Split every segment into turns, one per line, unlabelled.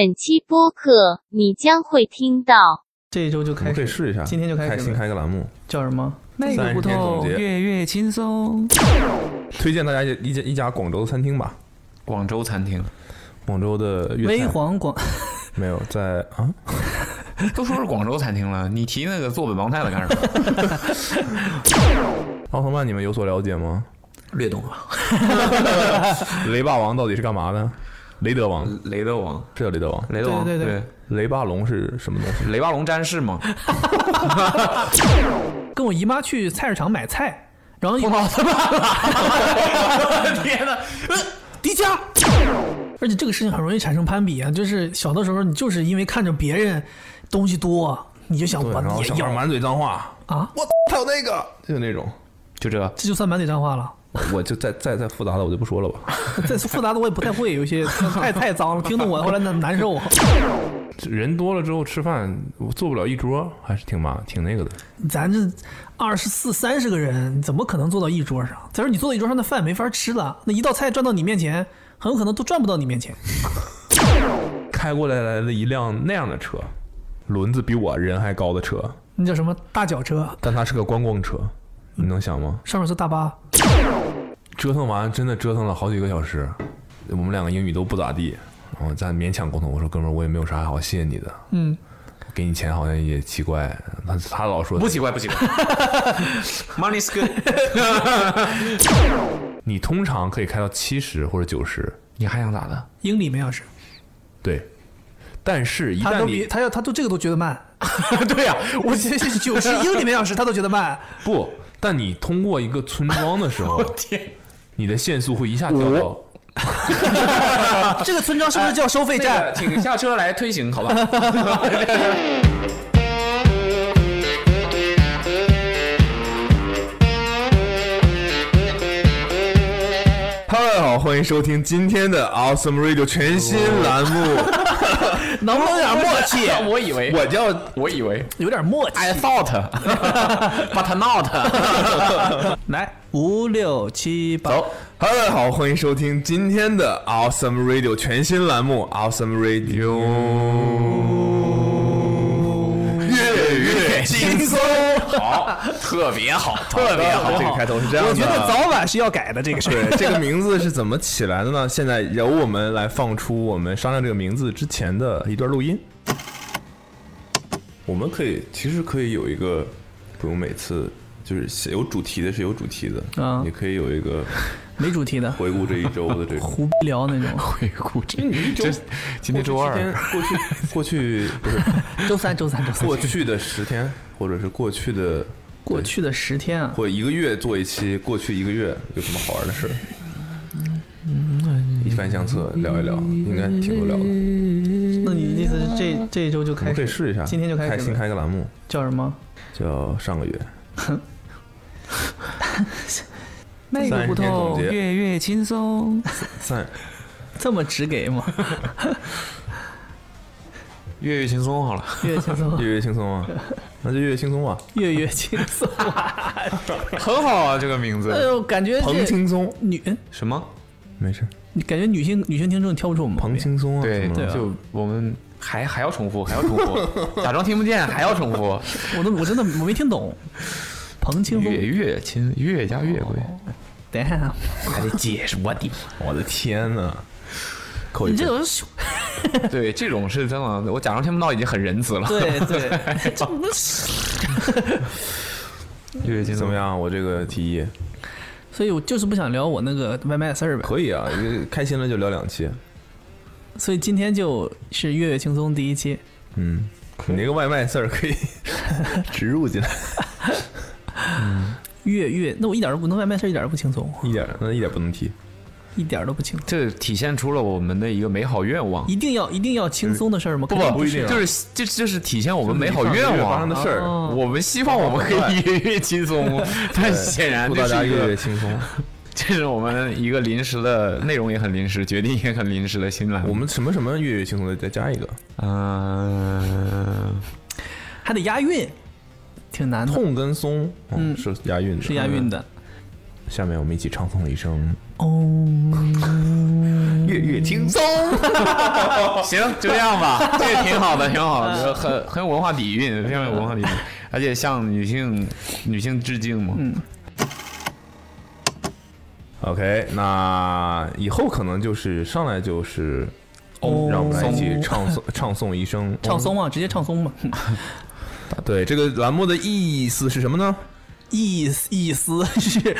本期播客你将会听到
这一周就
我
开
们
始，
可以试一下，
今天就开
开
始
新开个栏目，
叫什么？
那个骨
30天
头
总结
月月轻松。
推荐大家一一家一家广州的餐厅吧，
广州餐厅，
广州的粤
微
菜
黄广，
没有在啊，
都说是广州餐厅了，你提那个坐北望菜的干什么？
奥特曼你们有所了解 吗？
略懂吧？
雷霸王到底是干嘛的？雷德王
呃
雷德王，
是叫雷德王，
雷德王，
对对对
雷霸龙是什么东西？
雷霸龙战士嘛，
跟我姨妈去菜市场买菜，然后碰
到
他了， 天哪！呃迪迦。而且这个事情很容易产生攀比啊，就是小的时候你就是因为看着别人东西多，啊你就想
对，
我
然后
也
小
要
孩满嘴脏话，
啊，
我操还有那个，就那种，
就这。
这就算满嘴脏话了。
我就再再再复杂的我就不说了吧。
再复杂的我也不太会，有一些太太脏了，听得我后来难难受。啊
人多了之后吃饭我坐不了一桌，还是挺麻挺那个的。
咱这二十四三十个人，怎么可能坐到一桌上？再说你坐到一桌上的饭没法吃了，那一道菜转到你面前，很有可能都转不到你面前。
开过来来了一辆那样的车，轮子比我人还高的车，
那叫什么大脚车？
但它是个观光车，你能想吗？
上面是大巴，
折腾完真的折腾了好几个小时，我们两个英语都不咋地，然后咱勉强沟通。我说哥们儿，我也没有啥好谢你的，
嗯，
给你钱好像也奇怪。他他老说
不奇怪，不 奇怪。Money is good。
你通常可以开到七十或者九十，
你还想咋的？
英里每小时，
对，但是一
他
旦
都比
你
他要他都这个都觉得慢。对呀、我觉得九十 英里每小时他都觉得慢。
不，但你通过一个村庄的时 候，
天，
你的限速会一下掉到。
啊这个村庄是不是叫收费
那个
站？
请下车来推行，好吧？
哈喽，大家好，欢迎收听今天的 Awesome Radio 全新栏目。
能不能有点默契？
我以为，
我叫
我以为
有点默契。
I thought，but not。
来，五六七八，
走。Hello，大家好，欢迎收听今天的 Awesome Radio 全新栏目 Awesome Radio。月月轻 松，
好，特别好，特
特别好。 这个开头是这样的，啊
我觉得早晚是要改的这 个事儿。
对这个名字是怎么起来的呢？现在由我们来放出我们商量这个名字之前的一段录音。我们可以其实可以有一个不用每次就是有主题的是有主题的，
啊
也可以有一个
没主题的，
回顾这一周的这种。
胡逼聊那种。
回顾这这今天周二，
过去过去不是
周三，周三，周三。
过去的十天，或者是过去的
过去的十天啊，
或一个月做一期，过去一个月有什么好玩的事儿？
嗯
一番相册聊一聊，应该挺多聊的。
嗯
我
那你的意思是这这一周就开
们可以
始
试一下，
嗯今天就开始
开新
了
开个栏目，
叫什么？
叫上 个月。
那
个骨头30天总结
月月轻松。
三
这么直给 吗？
月月轻松好了。
月月轻松，
月月轻 松啊，那就月月轻松吧。啊
月月轻 松。
很好啊，这个名
哎
字。
呦，感觉
彭
这
轻松，
女，
什么？
没事，
你感觉女性女性听众挑不出我们毛
彭
病。
轻松啊，
对
怎，么
对
了
啊
就我们还还要重复，还要重复，假装听不见，还要重复。
我都我真的我没听懂。彭清
月
风，
月亲，月加月归，
等一下啊，
还得解释我的。
我的天哪！扣一
你
分
这种 是
对，这种是真的，我假装听不到已经很仁慈了。
对对，这不是
月月轻
怎
松
么？样？啊我这个提议
所以我就是不想聊我那个外卖的事儿呗。
可以啊，这开心了就聊两期。
所以今天就是月月轻松第一期。
嗯，你那个外卖事儿可以 植入进来，
月月，那我一点都不，那外卖事儿一点都不轻松，
一点那一点不能提。
一点都不轻松。
这体现出了我们的一个美好愿望。
一定要一定要轻松的事儿吗？
不
肯定
不
不一定啊
就是这这是体现我们美好
上个月
愿
发生
望啊
的。事儿，
哦
我们希望我们可以月月轻松，但显然
祝
这
大家
是一
越来
个
越轻松。
这是我们一个临时的内容也很临时，决定也很临时的新栏目。
我们什么什么越来越轻松的，再加一个
嗯，
还得押韵，挺难的，
痛跟松，嗯，
嗯
是押韵的，
是押韵的。
下面我们一起唱诵了一声
哦，
月月轻松。行，就这样吧， 这个挺好的，挺好
嗯
的，很 很有文化底蕴，非常有文化底蕴，而且向女性女性致敬嘛。嗯，
OK，那以后可能就是上来就是，让我们来一起唱诵哦唱诵一声
唱
啊
松嘛，直接唱松嘛，
对，这个栏目的意思是什么呢？
意思意思是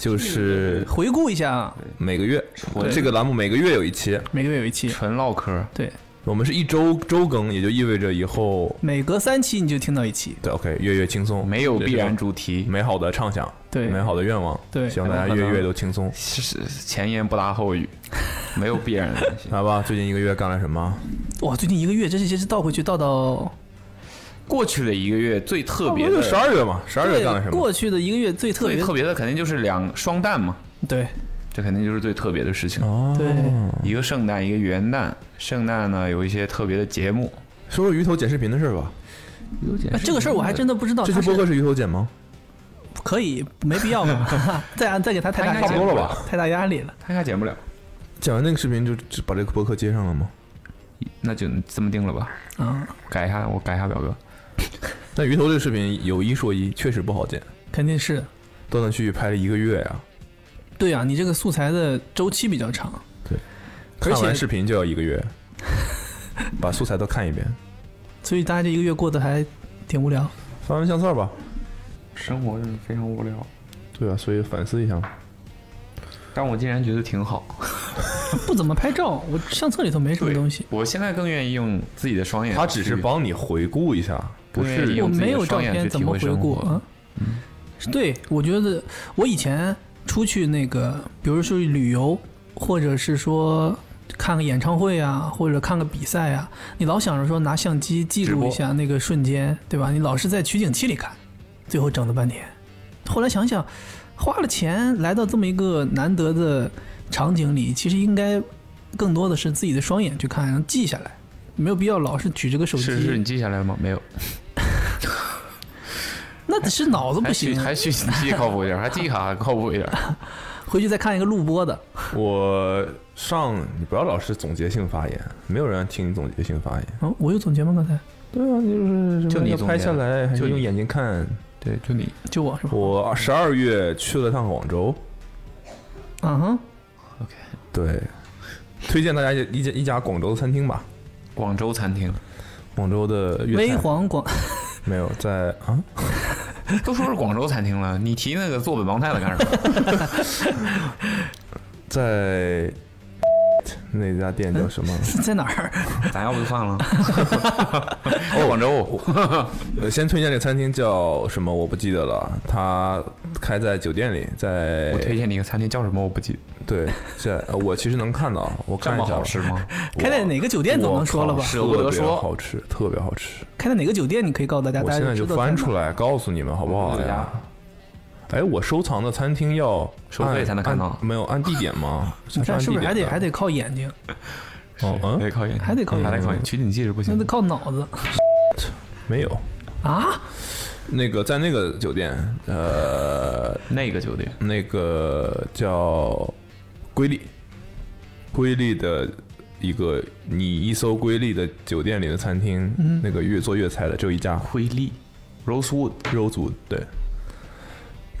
就是
回顾一下，啊
每个月，这个栏目每个月有一期，
每个月有一期。
纯唠嗑。
对，
我们是一周周更，也就意味着以后
每隔三期你就听到一期。
对 OK 月月轻松，
没有必然
这
主题
是，美好的畅想，
对
美好的愿望，
对
希望大家
有可
月
能
月都轻松，
是是前言不搭后 语，没有必然的东西。
来吧，最近一个月干了什么？
哇，最近一个月真是真是倒回去倒到
过去的一个月最特
特
别
就
的，
十二月嘛，十二月
对
干了什么？
过去的一个月最特
最
别
特别的肯定就是两双旦嘛，
对
这肯定就是最特别的事情。
哦
对，
一个圣诞，一个元旦。圣诞呢有一些特别的节目，
说说鱼头剪视频的事儿吧。
啊这个事儿我还真的不知道
这
他
期播客
是
是鱼头剪吗？
可以没必要 吧？再再给他太大
他应
压
该
力
差不多了
吧？
太大压力了。
他应该剪不了，
剪完那个视频就就把这个播客接上了吗？
那就这么定了吧。
啊，
改一下，我改一下表格。
但鱼头这个视频有一说一，确实不好剪，
肯定是
断断续续拍了一个月呀、
对啊，你这个素材的周期比较长，而且
看完视频就要一个月， 把素材都看一遍，
所以大家这一个月过得还挺无聊。
翻翻相册吧。
生活是非常无聊，
对啊，所以反思一下。
但我竟然觉得挺好。
不怎么拍照，我相册里头没什么东西，
我现在更愿意用自己的双眼去，
他只是帮你回顾一下，不
对
是
用
我
自己的
没有照
双眼
片
去
怎
体
么
会
回
生
顾
活嗯
啊？对，我觉得我以前出去那个，比如说旅游，或者是说看个演唱会啊，或者看个比赛啊，你老想着说拿相机记
直
录
播
一下那个瞬间，对吧？你老是在取景器里看，最后整了半天。后来想想，花了钱来到这么一个难得的场景里，其实应该更多的是自己的双眼去看，然后记下来，没有必要老是举着个手机。
是是，你记下来了吗？没有，
那只是脑子
还
不
去
行，啊
还去 你记忆靠谱一点，还记忆卡还靠谱一点。
回去再看一个录播的。
我上你不要老是总结性发言，没有人听你总结性发言。
嗯，我有总结吗？刚才
对啊，就是
就你总结
拍下来，还
就是你
用眼睛看。
对，就你
就我是吧？
我十二月去了趟广州，
嗯哼，
对，推荐大家一家一家广州的餐厅吧，
广州餐厅，
广州的粤
微
菜
黄广，
没有在啊，
都说是广州餐厅了，你提那个做本帮菜的干什 么？
在那家店叫什么？
在哪儿？
咱要不就算了。哦，广 州，
呃，先推荐这个餐厅叫什么？我不记得了，它开在酒店里，在
我推荐你一个餐厅，叫什么我不记得。
对，在呃我其实能看到，我
这
看一
么
下
好吃吗？
我
开在哪个酒店总能说了吧
我？靠
舍不得
特别
说
好吃，特别好吃。
开在哪个酒店？你可以告诉大家，
我
大
现
家
在就
知道在
翻
哪
出来告诉你们好不好
我家
呀？哎，我收藏的餐厅要
收费
按
才能看到
按没有按地点 吗？
你看
按
是不
地
是还
点
得
的
还得靠眼睛，
哦嗯
得靠嗯眼，
还得靠
还
眼
得
睛，
考验，取景记是不
那
行
得。靠脑子
没有
啊？
那个在那个酒店呃
那个酒店，
那个叫瑰丽，瑰丽的一个你一搜瑰丽的酒店里的餐厅，那个粤做粤菜的只有一家
嗯瑰丽，Rosewood，
肉族，对。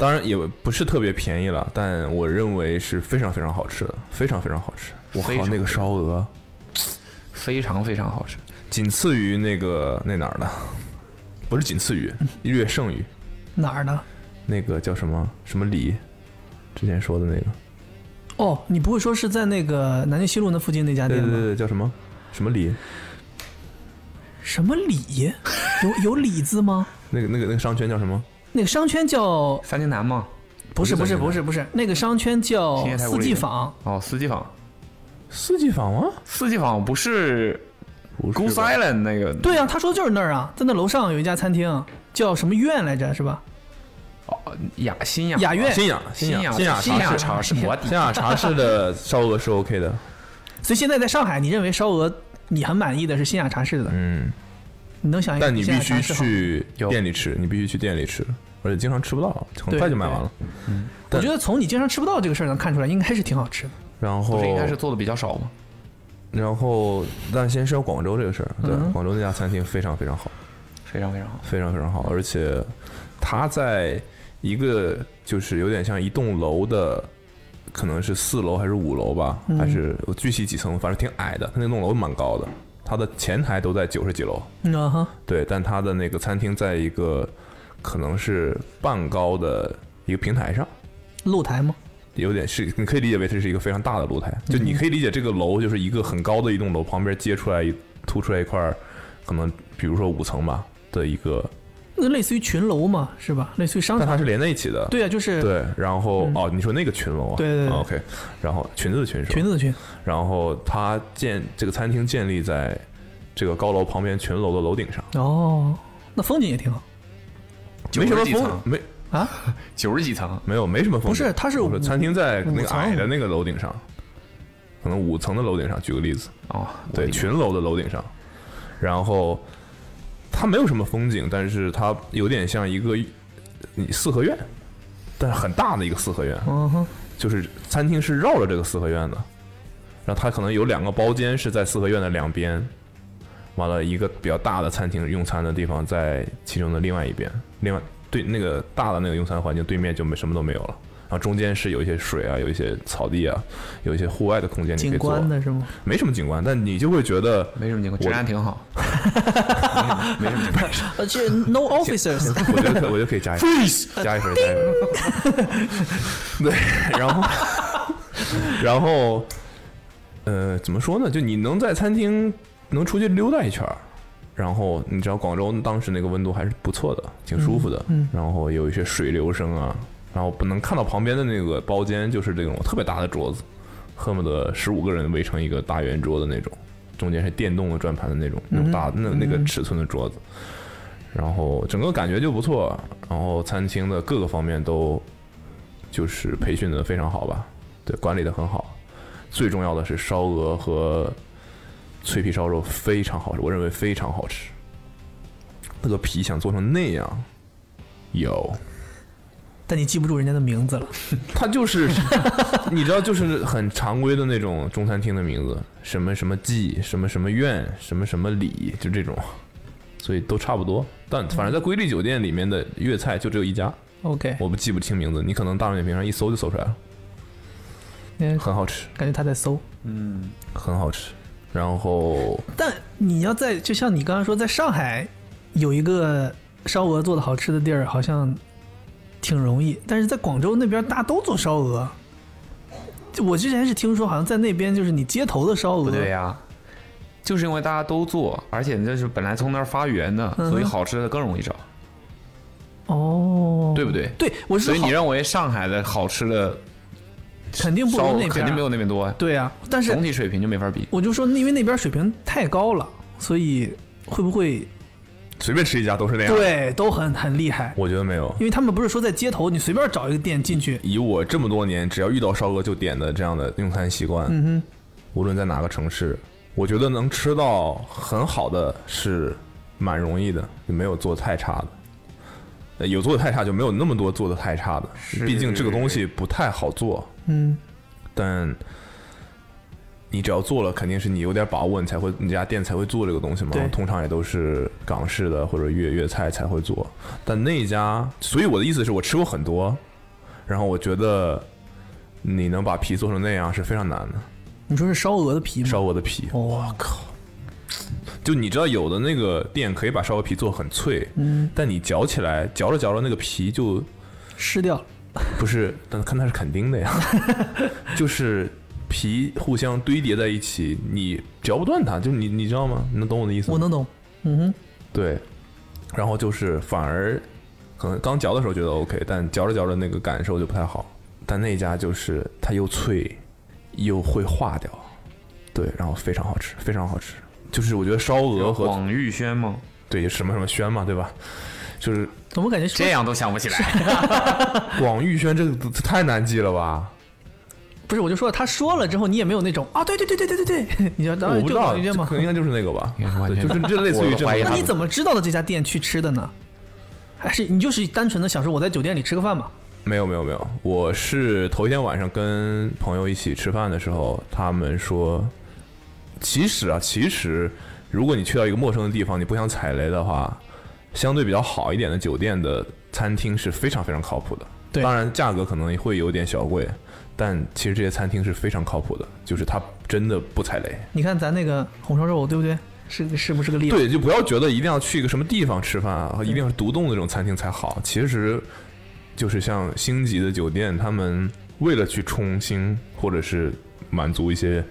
当然也不是特别便宜了，但我认为是非常非常好吃的，非常非常好吃。我
非
靠，
常
那个烧鹅
非常非常好吃。
仅次于那个那哪儿的，不是仅次 于，略胜于
哪儿呢？
那个叫什么什么里，之前说的那个，
哦，你不会说是在那个南京西路那附近那家
对
店
对
吧？
对对，叫什么什么里，
什么李？有有李字吗？
那个那个那个商圈叫什么？
那个商圈叫
三金南吗？
不是不是不是不是，那个商圈叫
新业太古
四
里
季坊，
哦，四季坊，
四季坊吗？
四季坊不是
不
Goose Island 那个？
对啊，他说就是那儿啊，在那楼上有一家餐厅叫什么苑来着，是吧？
雅新雅
雅苑
新雅
新
雅
雅
新雅
新
茶
雅
室，
茶室，我的
新雅茶室的 烧鹅是 OK 的。
所以现在在上海，你认为烧鹅你很满意的是新雅茶室的，
嗯，
你能想一个
但
比
哎
新
你必
雅茶
须
室好？
去
有
店里吃，你必须去店里吃。而且经常吃不到，很快就卖完了。
我
但
觉得从你经常吃不到这个事儿能看出来，应该是挺好吃的。
然
不
后
是应该是做的比较少吗？
然后，但先说广州这个事儿，对，
嗯
广州那家餐厅非常非常好，
非常非常好。
非常非常好，而且它在一个就是有点像一栋楼的，可能是四楼还是五楼吧，还是我具体几层，反正挺矮的。它那栋楼蛮高的，它的前台都在九十几楼，
嗯啊哈，
对，但它的那个餐厅在一个可能是半高的一个平台上。
露台吗？
有点是，你可以理解为这是一个非常大的露台，就你可以理解这个楼就是一个很高的一栋楼，旁边接出来一突出来一块儿，可能比如说五层吧的一个，
那类似于群楼嘛，是吧？类似于商
但
场。
它是连在一起的，
对啊，就是
对，然后、哦，你说那个群楼啊，
对对对
啊，OK，然后裙子的裙是吧
裙子的裙。
然后它建这个餐厅建立在这个高楼旁边群楼的楼顶上，
哦，那风景也挺好。
没什么
90几
风
层，
没
九十几层，
没有没什么风景，
不是它是
我说
五
餐厅在那
五
个
层
矮的那个楼顶上，可能五层的楼顶上，举个例子。
哦，
对，群楼的楼顶上，然后它没有什么风景，但是它有点像一个嗯四合院，但是很大的一个四合院，
嗯哼，
就是餐厅是绕着这个四合院的，然后它可能有两个包间是在四合院的两边，完了一个比较大的餐厅用餐的地方在其中的另外一边，另外对那个大的那个用餐环境对面就没什么都没有了。然后中间是有一些水啊，有一些草地啊，有一些户外的空间，你可
景
以坐
观，的是吗？
没什么景观，但你就会觉得
没什么情况，
我
治安挺好。没什么情况，
而且呃 no officers，
我觉得可我觉得可以加一分，加一分，加一分。对，然后，然后，呃，怎么说呢？就你能在餐厅能出去溜达一圈儿，然后你知道广州当时那个温度还是不错的，挺舒服的。然后有一些水流声啊，然后不能看到旁边的那个包间，就是这种特别大的桌子，恨不得十五个人围成一个大圆桌的那种，中间是电动的转盘的那种，那种大那那个尺寸的桌子。然后整个感觉就不错，然后餐厅的各个方面都就是培训的非常好吧，对，管理的很好。最重要的是烧鹅和脆皮烧肉非常好吃，我认为非常好吃。那个皮想做成那样，有，
但你记不住人家的名字了。
它就是 你知道，就是很常规的那种中餐厅的名字，什么什么记，什么什么院，什么什么里，就这种，所以都差不多。但反正在瑰丽酒店里面的粤菜就只有一家，
OK，
我不记不清名字，你可能大众点评上一搜就搜出来了，
嗯
很好吃，
感觉他在搜。
很好吃。然后
但你要在，就像你刚刚说，在上海有一个烧鹅做的好吃的地儿，好像挺容易。但是在广州那边，大家都做烧鹅。就我之前是听说，好像在那边就是你街头的烧鹅，
不对呀、就是因为大家都做，而且这是本来从那儿发源的，
嗯哼
所以好吃的更容易找，
哦，
对不嗯对？
对，我是
所以你
好
认为上海的好吃的
肯定不
烧
如那
鹅
边，
肯定没有。那边多啊，
对啊，但是
总体水平就没法比。
我就说，因为那边水平太高了，所以会不会
随便吃一家都是那样，，
对都很很厉害？
我觉得没有。
因为他们不是说在街头你随便找一个店进去，
以我这么多年，只要遇到烧鹅就点的这样的用餐习惯，
嗯
无论在哪个城市，我觉得能吃到很好的是蛮容易的，也没有做太差的。呃有做的太差，就没有那么多做的太差的。毕竟这个东西不太好做，
哼，嗯，
但你只要做了，肯定是你有点把握，你才会你家店才会做这个东西嘛
对。
通常也都是港式的或者粤粤菜才会做，但那一家，所以我的意思是我吃过很多，然后我觉得你能把皮做成那样是非常难的，
你说是烧鹅的皮吗？
烧鹅的皮。
我靠！
就你知道，有的那个店可以把烧鹅皮做得很脆，
嗯，
但你嚼起来，嚼着嚼着那个皮就
湿掉了。
不是，但看它是肯定的呀， 就是皮互相堆叠在一起，你嚼不断它，就你你知道吗？你能懂我的意思吗？
我能懂。嗯哼，
对，然后就是反而可能刚嚼的时候觉得 OK，但嚼着嚼着那个感受就不太好。但那家就是它又脆又会化掉，对，然后非常好吃，非常好吃。就是我觉得烧鹅和
广玉轩吗？
对什么什么轩嘛，对吧？就是
怎么感觉是
这样都想不起来，
广玉轩这个这太难记了吧？
不是，我就说他说了之后，你也没有那种啊，对对对对对对对， 你知道当
我
然
不
就
知道，
广玉
这
轩嘛
可。能应该就是那个吧
应该是，完
对
全
就是这类似于这
我怀疑
那
种。
他们
你怎么知道的这家店去吃的呢？还是你就是单纯的想说我在酒店里吃个饭吧？
没有没有没有，我是头一天晚上跟朋友一起吃饭的时候，他们说，其实啊，其实如果你去到一个陌生的地方，你不想踩雷的话，相对比较好一点的酒店的餐厅是非常非常靠谱的。
对
当然价格可能会有点小贵，但其实这些餐厅是非常靠谱的，就是它真的不踩雷。
你看咱那个红烧肉，对不对？是个是不是个例子？
对，就不要觉得一定要去一个什么地方吃饭啊，一定要是独栋的这种餐厅才好。其实，就是像星级的酒店，他们为了去冲星，或者是满足一些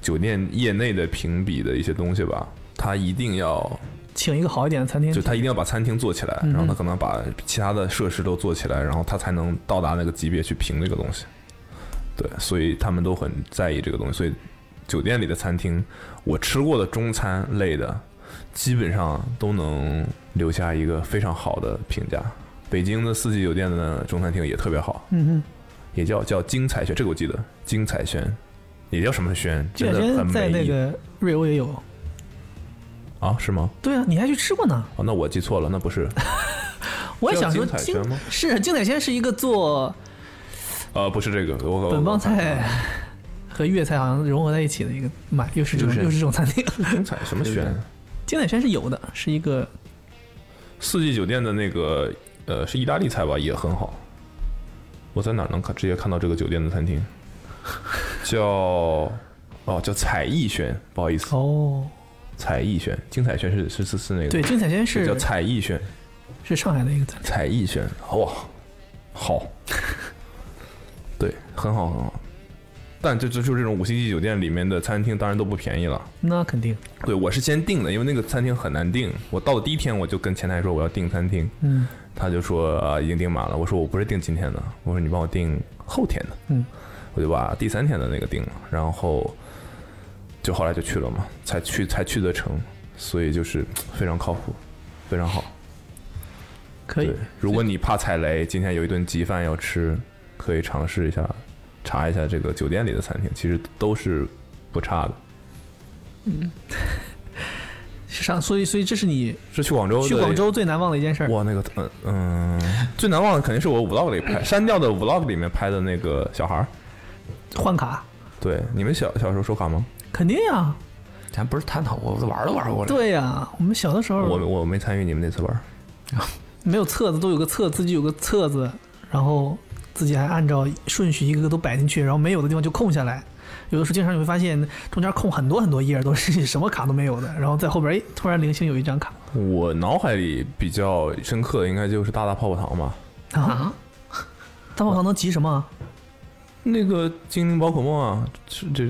酒店业内的评比的一些东西吧，他一定要
请一个好一点的餐厅
就，他一定要把餐厅做起来，
嗯
然后他可能把其他的设施都做起来，然后他才能到达那个级别去评这个东西。对，所以他们都很在意这个东西。所以酒店里的餐厅，我吃过的中餐类的，基本上都能留下一个非常好的评价。北京的四季酒店的中餐厅也特别好，
嗯嗯，
也叫叫金彩轩，这个我记得，金彩轩，也叫什么轩，
这
真
两
的很
天在
美
那
意
个瑞欧也有。
啊？是吗？
对啊，你还去吃过呢？
哦，那我记错了，那不是？
我也想说
叫金彩
金
轩吗
是金彩轩是一个做
呃，不是这个，我我
本帮
我看啊
菜和粤菜好像融合在一起的一个买，又是这种
就是
又是这种餐厅。
金彩什么轩？
金彩轩是有的，是一个
四季酒店的那个呃是意大利菜吧，也很好。我在哪儿能看直接看到这个酒店的餐厅？叫哦叫彩艺轩，不好意思，
哦，
彩艺轩，金彩轩是是是是那个
对，金彩轩
叫
是
彩艺轩，
是上海的一个餐厅。
彩艺轩哇，好，对，很好很好。但这这就是这种五星级酒店里面的餐厅，当然都不便宜了。
那肯定，
对我是先订的，因为那个餐厅很难订。我到了第一天，我就跟前台说我要订餐厅，
嗯，
他就说啊、已经订满了。我说我不是订今天的，我说你帮我订后天的。
嗯，
我就把第三天的那个订了，然后就后来就去了嘛，才去才去得成，所以就是非常靠谱，非常好。
可以
对。，如果你怕踩雷，今天有一顿鸡饭要吃，可以尝试一下，查一下这个酒店里的餐厅，其实都是不差的。
上，所以所以这是你
是去广州的
去广州最难忘的一件事儿。
哇，那个嗯嗯，最难忘的肯定是我 vlog 里拍删掉的 vlog 里面拍的那个小孩儿。
换卡，
对，你们小小时候收卡吗？
肯定呀、
咱不是探讨过，我都玩都玩过了。
对呀、我们小的时
我
候
我没参与你们那次玩儿。
没有册子，都有个册，自己有个册子，然后自己还按照顺序一个个都摆进去，然后没有的地方就空下来。有的时候经常你会发现中间空很多很多页，都是什么卡都没有的，然后在后边哎突然零星有一张卡
我脑海里比较深刻的应该就是大大泡泡糖吧，
啊， 大泡糖能集什么啊？
那个精灵宝可梦啊，是这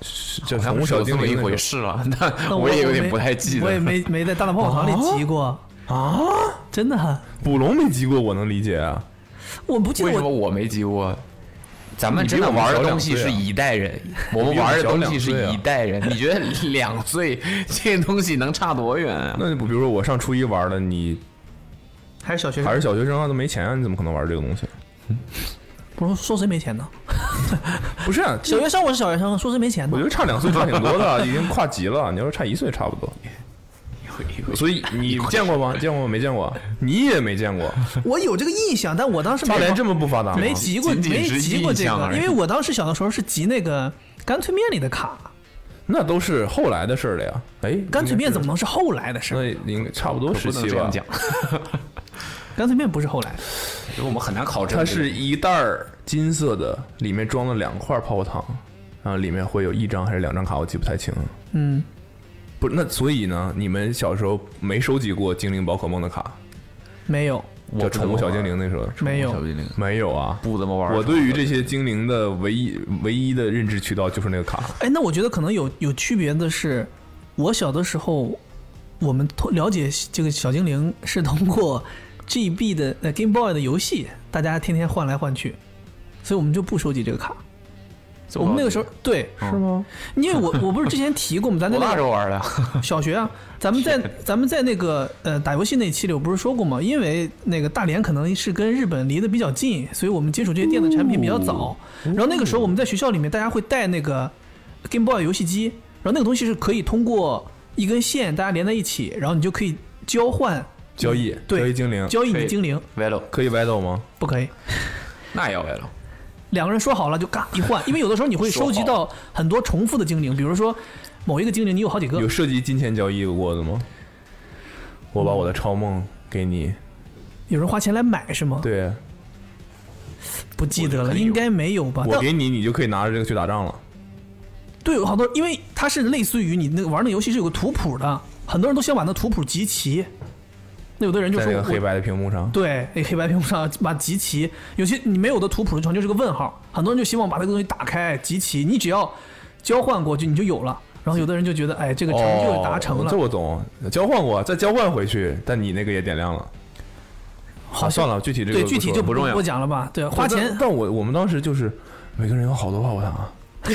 是叫
好像
宠物
是
小
有这
精
么
灵
一
那个
回事 了，但
那
我也有
没
点不太记得。
啊我也没没在大大泡泡糖里集过
啊，
真的，
捕龙没集过，我能理解啊。
我不记得
为什么
我
我没集过？咱们
你比
真的
我们
玩的
小
东西
两岁
是
啊
一代人，我
你
们
比我
玩
们
的
小
东
两
西
岁
是
啊
一代人。你觉得两岁这东西能差多远啊？
那比如说我上初一玩的，你
还是小学生
还是小学生啊，都没钱啊，你怎么可能玩这个东西？
不是说谁没钱呢？
不是、啊，
小学生我是小学生，说谁没钱呢
我觉？得差两岁差挺多的，已经跨级了。你要是差一岁差不多， 所以你见过吗？见过吗？没见过，啊你也没见过。
我有这个印象，但我当时没
大连
玩
这么不发达吗？
没集过，
仅仅
没
是
集过这
印象
个，
而已
因为我当时小的时候是集那个干脆面里的卡，
那都是后来的事儿了呀。哎，
干脆面怎么能是后来的事儿？
那应该差不多时
不能
期
这
吧
样？讲，
干脆面不是后来，
因为我们很难考证。
它是一袋儿金色的，里面装了两块泡泡糖，然后里面会有一张还是两张卡，我记不太清了。
嗯，
不是，那所以呢，你们小时候没收集过精灵宝可梦的卡，
没有，
叫宠物小精灵那时候
没
小
有，
精灵
没有啊？
不怎么玩儿。
我对于这些精灵的唯一唯一的认知渠道就是那个卡，
哎，那我觉得可能有有区别的是，我小的时候，我们通了解这个小精灵是通过 GB 的呃 Game Boy 的游戏，大家天天换来换去，所以我们就不收集这个卡。我们那个时候对，
是吗？
因为我我不是之前提过吗？咱在
我
那
那
个
时候玩的，
小学啊，咱们在咱们在那个呃打游戏那期里，我不是说过吗？因为那个大连可能是跟日本离得比较近，所以我们接触这些电子产品比较早。然后那个时候我们在学校里面，大家会带那个 Game Boy 游戏机，然后那个东西是可以通过一根线大家连在一起，然后你就可以交换
交易，
对
交易精灵，
交易你的精灵，
，Velo，
可以歪倒吗？
不可以。
那也要 Velo，
两个人说好了就嘎一换，因为有的时候你会
说好
收集到很多重复的精灵，比如说某一个精灵你有好几个
有，涉及金钱交易过的吗？我把我的超梦给你，
有人花钱来买是吗？，
对
不记得
我
了，
觉得肯定有
应该没有吧？
我
但
给你，你就可以拿着这个去打仗了。
对，有好多，因为它是类似于你那个玩那游戏是有个图谱的，很多人都想把那图谱集齐。那有的人就
在
说
那个
我
黑白的屏幕上，
对，那黑白屏幕上把集齐，有些你没有的图谱全就是个问号，很多人就希望把这个东西打开集齐，你只要交换过去你就有了。然后有的人就觉得，哎，这个成就达成
哦
了，
这我懂，交换过，再交换回去，但你那个也点亮了。
好像
啊算了，具体这个
对具体
说
就
了
不重要
不讲了吧。对，花钱
但但我我们当时就是每个人有好多泡泡糖。啊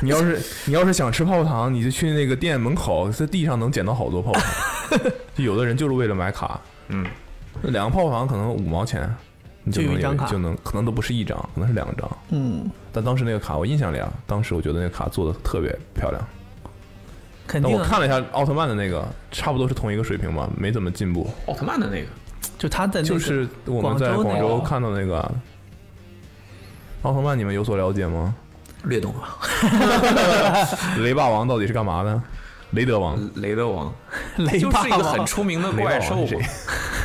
你要是你要是想吃泡泡糖，你就去那个店门口，在地上能捡到好多泡泡糖。 就有的人就是为了买卡，
嗯，
那两个泡泡糖可能五毛钱，你
就有
能
一张卡
就能可能都不是一张，可能是两张。
嗯，
但当时那个卡，我印象里啊，当时我觉得那个卡做的特别漂亮。
肯
但
定
我
啊
看了一下奥特曼的那个，差不多是同一个水平吧，没怎么进步。
奥特曼的那个，
就他在那
就
个
是我们在
广州那
广
个
州看到那个奥特曼，你们有所了解吗？
略懂了，
雷霸王到底是干嘛的？雷德王，
雷 德王，
雷
就
霸
是一个
王
很出名的
雷霸
怪
王
兽
是谁
嘛，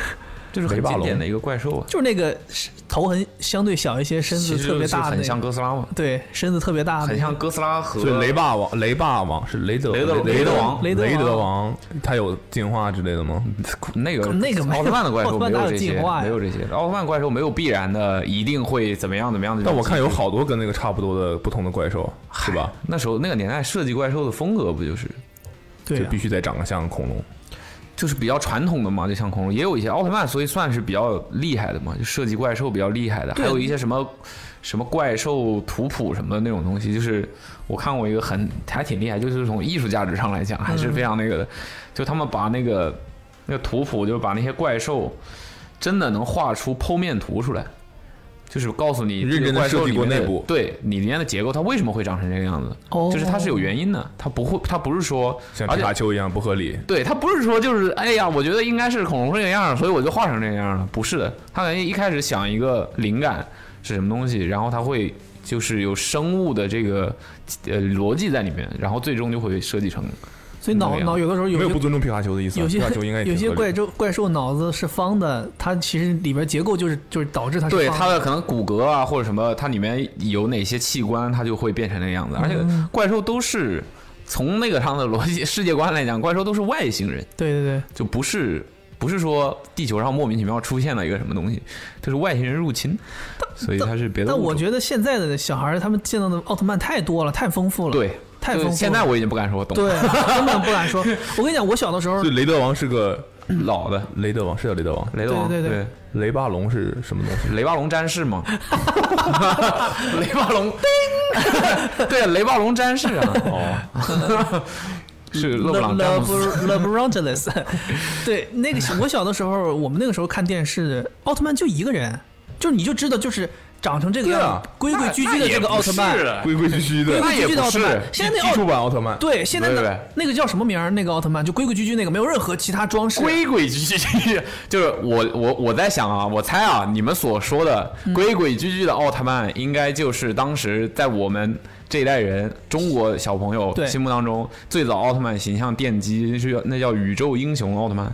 就是很
雷霸
经
龙
典的一个怪兽啊，
就是那个是头很相对小一些，身
其
子
实
特别
就是
大的
很
那
像
个，
哥斯拉嘛，
对，身子特别大的那
很
个，
像哥斯拉和
所以雷霸王，雷霸王是雷德
雷德
雷
雷德王嗯
雷德王
雷德王，他有进化之类的吗？
那个
那个没有
奥特曼的怪
奥
兽
特曼
没
哪有
有这些，
进化呀
没有这些，奥特曼怪兽没有必然的一定会怎么样怎么样的这
但
种
我
情
看有好多跟那个差不多的不同的怪兽，是吧？
那时候那个年代设计怪兽的风格不就是
对
就
啊
必须得长得像恐龙。
就是比较传统的嘛，就像恐龙，也有一些奥特曼，所以算是比较厉害的嘛，就设计怪兽比较厉害的，还有一些什么什么怪兽图谱什么的那种东西，就是我看过一个很还挺厉害，就是从艺术价值上来讲还是非常那个的，就他们把那个那个图谱，就是把那些怪兽真的能画出剖面图出来。就是告诉你，
认真地
怪兽
设计
里
过
面的
内部
对里面的结构，它为什么会长成这个样子？
哦
就是它是有原因的，它不会，它不是说，
像
而
皮
且
卡丘一样不合理，
对他不是说就是哎呀，我觉得应该是恐龙这个样儿，所以我就画成这个样儿了。不是的，他可能一开始想一个灵感是什么东西，然后他会就是有生物的这个呃逻辑在里面，然后最终就会设计成
所以脑
那样
脑有的时候
没有
些
不尊重皮卡丘的意思啊。
有
皮
些
卡丘应该也
有
挺
些
合理
怪兽怪兽脑子是方的，它其实里边结构就是就是导致它是
对
方
它的可能骨骼啊或者什么，它里面有哪些器官，它就会变成那个样子。而且
嗯
怪兽都是从那个上的逻辑世界观来讲，怪兽都是外星人。
对对对，
就不是不是说地球上莫名其妙出现了一个什么东西，就是外星人入侵，所以它是别的物
但
种。
我觉得现在的小孩儿他们见到的奥特曼太多了，太丰富了，
对，
太
就
丰富了。
现在我已经不敢说我懂 了，
对啊根本不敢说。我跟你讲，我小的时候
所以雷德王是个
老的
雷德王，是叫雷德王，
雷德王，
对对对
雷霸龙是什么东西？
雷霸龙战士嘛，雷 霸龙，对，雷霸龙战 士啊，哦，是勒布
Le
朗詹姆斯
Le Le b r o n g e l e s 对，那个我小的时候，我们那个时候看电视，奥特曼就一个人，就是你就知道就是长成这个
对啊
样子，规规矩矩的这个奥特
那
曼
也不，是啊
规规矩矩的，
那
规
也
矩矩的
不
奥特曼
是。
现在那
基
奥
础版奥特曼。
对，现在
对
那
对
那个叫什么名儿？那个奥特曼就规规矩矩那个，没有任何其他装饰。
规规矩矩， 就是我我我在想啊，我猜啊，你们所说的
嗯
规规矩矩的奥特曼，应该就是当时在我们这一代人中国小朋友
对
心目当中最早奥特曼形象奠基，是那叫宇宙英雄奥特曼，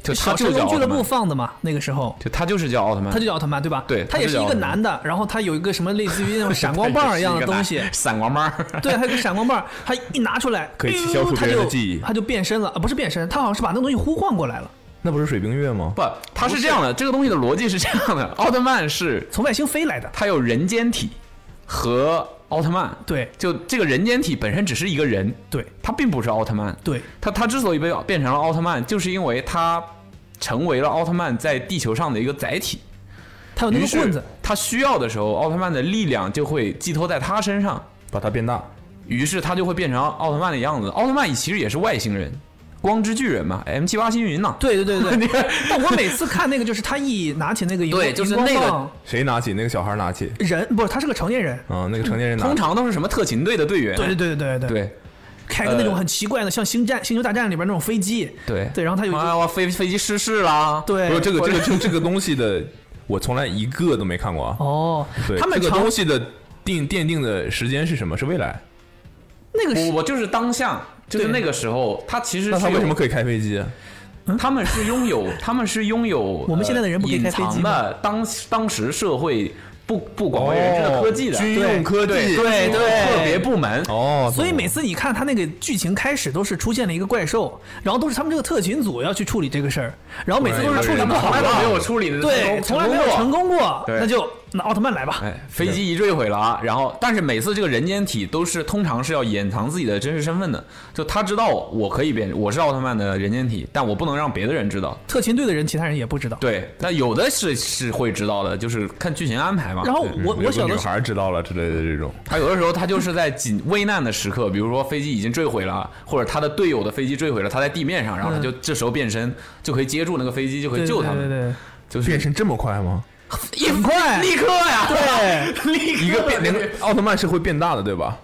就他
小
就
神
叫
龙
奥
俱
特
乐部
曼，
放的嘛，那个时候。
就他就是叫奥特曼，
他就叫奥特曼，对吧？
对
他
他
也
就是叫
一
奥
个
特曼，
男的，然后他有一个什么类似于那种闪光棒一样的东西
闪光棒儿。
对，他有个闪光棒，他一拿出来，
可以
哎呦
消除别人的
他就
记忆
他就变身了，啊，不是变身，他好像是把那个东西呼唤过来了，
那不是水冰月吗？
不，他是这样的，这个东西的逻辑是这样的，奥特曼是
从外星飞来的，
它有人间体和奥特曼，
对
就这个人间体本身只是一个人，
对
他并不是奥特曼，
对，
他他之所以被变成了奥特曼，就是因为他成为了奥特曼在地球上的一个载体。
他呃有那
于
个棍
是
子，
他需要的时候，奥特曼的力量就会寄托在他身上，
把它变大，
于是他就会变成奥特曼的样子。奥特曼其实也是外星人，光之巨人嘛，M 七八星云呐。
对对 对对。但我每次看那个，就是他一拿起那个荧光
对就是那个
荧光棒
谁拿起那个小孩拿起
人，不是他是个成年人，
啊？那个成年人拿
通常都是什么特勤队的队员。
对对对对对对。
对
开个那种很奇怪的，像星战、星球大战里边那种飞机，
对
对，然后它有一个
啊，我飞飞机失事了，
对
不是这个这个这个这个东西的，我从来一个都没看过啊。
哦，
对，
他们
这个
常
东西的定奠定的时间是什么？是未来。
那个
我
是
我就是当下，就是
对
那个时候，他其实
那
是
他为
有
什么可以开飞机啊？
他们是拥 有，他们是拥有我
我们现在的人不可以开飞机吗
的当当时社会不不广为人知的科技的
军用科技，
对
哦对对
特别部门，
哦，
所以每次你看他那个剧情开始都是出现了一个怪兽，然后都是他们这个特勤组要去处理这个事儿，然后每次都是处理不
从
好
来都没
的，
有处理的
对，从来没有
过
成。功过，
对
那就拿奥特曼来吧，
哎，飞机一坠毁了，然后但是每次这个人间体都是通常是要掩藏自己的真实身份的，就他知道我可以变，我是奥特曼的人间体，但我不能让别的人知道。
特勤队的人其他人也不知道。
对，但有的是是会知道的，就是看剧情安排嘛。
然后我
嗯有
我
个
小
女
的时候
孩知道了之类的这种，
他有的时候他就是在紧危难的时刻，比如说飞机已经坠毁了，或者他的队友的飞机坠毁了，他在地
嗯
面上，然后他就这时候变身，就可以接住那个飞机，就可以
对
救他
对
们。
对
就是
变身这么快吗？
一
很快
立刻呀，
对，
对，立刻
一个变，连奥特曼是会变大的，对吧？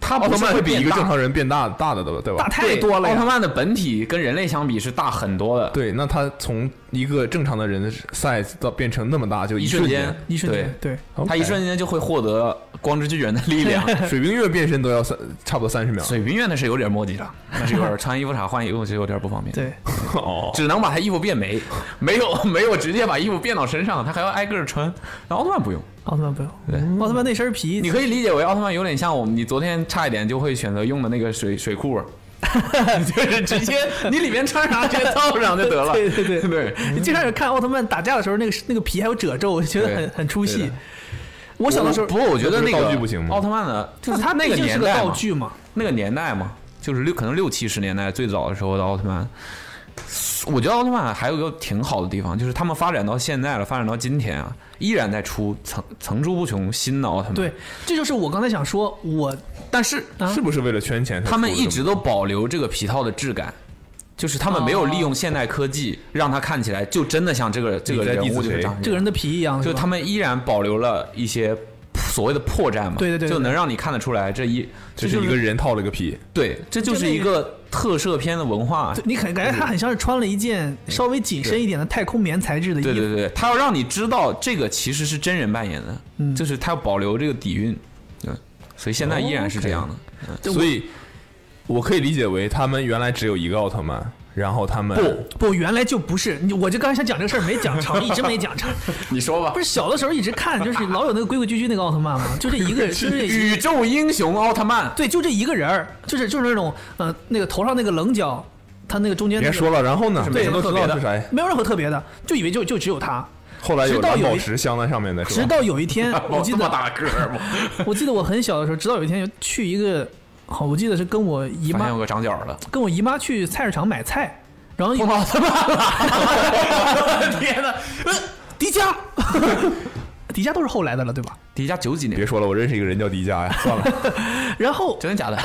他
奥
不
特
是
曼
会
比一
变
个
大
正常人变大大的，对吧
大？太多了
对奥特
呀。
曼的本体跟人类相比是大很多的，
对，那他从一个正常的人的 size 到变成那么大，就
一
瞬
瞬间，
一瞬间，对，
对，他一瞬间就会获得光之巨人的力量。
间， 水冰月变身都要三，差不多三十秒。
水平院那是有点墨迹了，那是有点穿衣服啥换衣服是有点不方便。
对，
哦，
只能把他衣服变没，没有没有直接把衣服变到身上，他还要挨个儿穿。然后奥特曼不用，
奥特曼不用，奥特曼那身皮，
你可以理解为奥特曼有点像我们，你昨天差一点就会选择用的那个水水库，就是直接你里面穿啥直接套上就得了。
对对对
对，
你 经常有看奥特曼打架的时候，那个那个皮还有褶皱，我觉得
对
很很出
对
戏
的。
我小的时候，
不过我觉得那个
道具不行吗
奥特曼的，就
啊那
是
他
那
毕
个
竟是
年
个
代
道
嘛，嗯
具嘛，
那个年代嘛，就是六可能六七十年代最早的时候的奥特曼。我觉得奥特曼还有一个挺好的地方，就是他们发展到现在了，发展到今天啊，依然在出层层出不穷新的奥特曼。
对，，这就是我刚才想说，我
但是
啊
是不是为了圈钱才
他们
出的
一直都保留这个皮套的质感，就是他们没
哦
有利用现代科技让它看起来就真的像这个这个人物就是样
这个人的皮一样，
就是
吧
他们依然保留了一些所谓的破绽嘛，
对对对对
就能让你看得出来这一
这
这
是
是
一
一
个
个
人套了个皮，
对，这就是一个特摄片的文化。
对你感感觉他很像是穿了一件稍微紧身一点的太空棉材质的衣
对对
服，
对，他要让你知道这个其实是真人扮演的，
嗯
就是他要保留这个底蕴，对，所以现在依然是这样的。
所以我可以理解为他们原来只有一个奥特曼，然后他们
不不，原来就不是。你我就刚才想讲这个事儿，没讲成，一直没讲成。
你说吧
不，是小的时候一直看，就是老有那个规规矩矩那个奥特曼 嘛，就这一个，就这一
宇宙英雄奥特 曼，
对，就这一个人儿，就是就是那种呃那个头上那个棱角，他那个中间、那
别
个、
说了，然后呢，
没
每
什
个
么
都
特
知
别
道
的
是啥。
没有任何特别的，就以为就就只有他。
后来有
直到
蓝
有
宝
一
石镶在上面的是
直
吧？
到有一天，我记
这么
得
大个儿吗？
我记得我很小的时候，直到有一天有去一个，好，我记得是跟我姨
发现有
妈
个长角的，
跟我姨妈去菜市场买菜，然后一
碰到奥特曼 了！天哪，
呃迪迦， 迪迦都是后来的了，对吧？
迪迦九几年
别，说了，我认识一个人叫迪迦 呀，算了，
然后
真的 假的？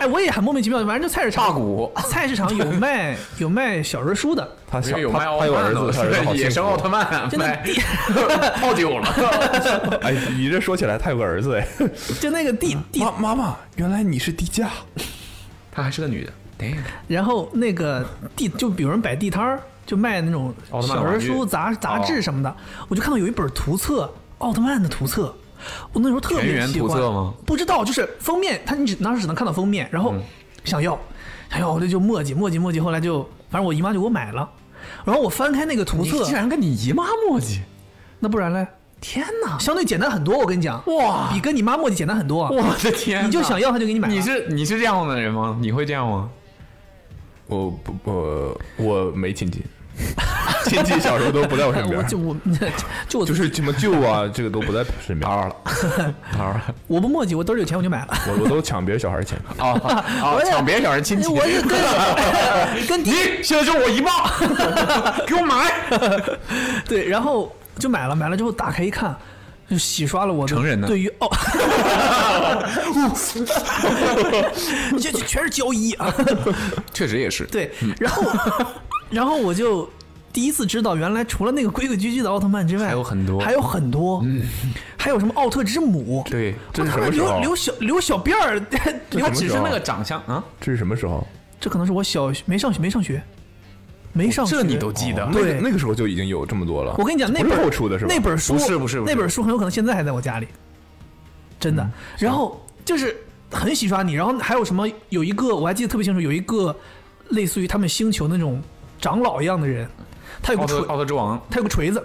哎，我也很莫名其妙，反正就菜市
大
场，
古。
菜市场有卖有卖小人书的，
他
因
小
为有
他
卖奥
他
特
有
曼
儿
的，
子，他儿子好
野
幸
生奥特
福。
曼，啊
真的
卖 泡酒 了。
哎，你这说起来，他有个儿子哎，
就那个地地
妈妈妈，原来你是迪 迦，
她还是个女的，对，
然后那个地就有人摆地摊儿，就卖那种
奥特曼
小
玩
人
具哦
书、杂杂志什么的。我就看到有一本图册，奥特曼的图册。我那时候特
全
别
员
喜
图
欢，
册吗嗯
不知道，就是封面，它你只当时只能看到封面，然后想要，想要，我就就墨迹墨迹墨迹，后来就反正我姨妈就给我买了，然后我翻开那个图册，
然跟你姨妈墨迹，
那不然嘞，
天哪！
相对简单很多，我跟你讲，
哇
比跟你妈墨迹简单很多，
我的天哪！
你就想要他就给你买了，
你是你是这样的人吗？你会这样吗？
我不我我没亲戚， 亲戚小时候都不在我身
我
边，
就我 就我
就是什么舅啊，这个都不在身 边。打扰了，
好了，
我不墨迹，我兜里有钱我就买了。
我我都抢别人小孩钱。
哦 哦，抢别人小人亲戚，
我是跟跟爹
你现在就是我姨妈， 给我买。
对，然后就买了，买了之后打开一看，就洗刷了我的
成人的
对于哦奥，这这全是胶衣啊，
确实也是，
对，然后 然后我就。第一次知道，原来除了那个规规矩矩的奥特曼之外，
还有很多嗯
还有很多， 还有什么奥特之母，
对，
这是
他
什
们
么时
留
候？
留小留小辫儿，
他
留
只是那个长相啊，
这是什么时候？
这可能是我小学没上学没上学，没上学
这你都记得
哦？那
对
个那个时候就已经有这么多了。
我跟你讲，那
不是
本
后出的是吧？嗯
那本书
不是不是不是
那本书很有可能现在还在我家里，真的。然后就是很洗刷你，然后还有什么？有一个我还记得特别清楚，有一个类似于他们星球那种长老一样的人，他有个
奥
锤
特，奥特之王
他有个锤子，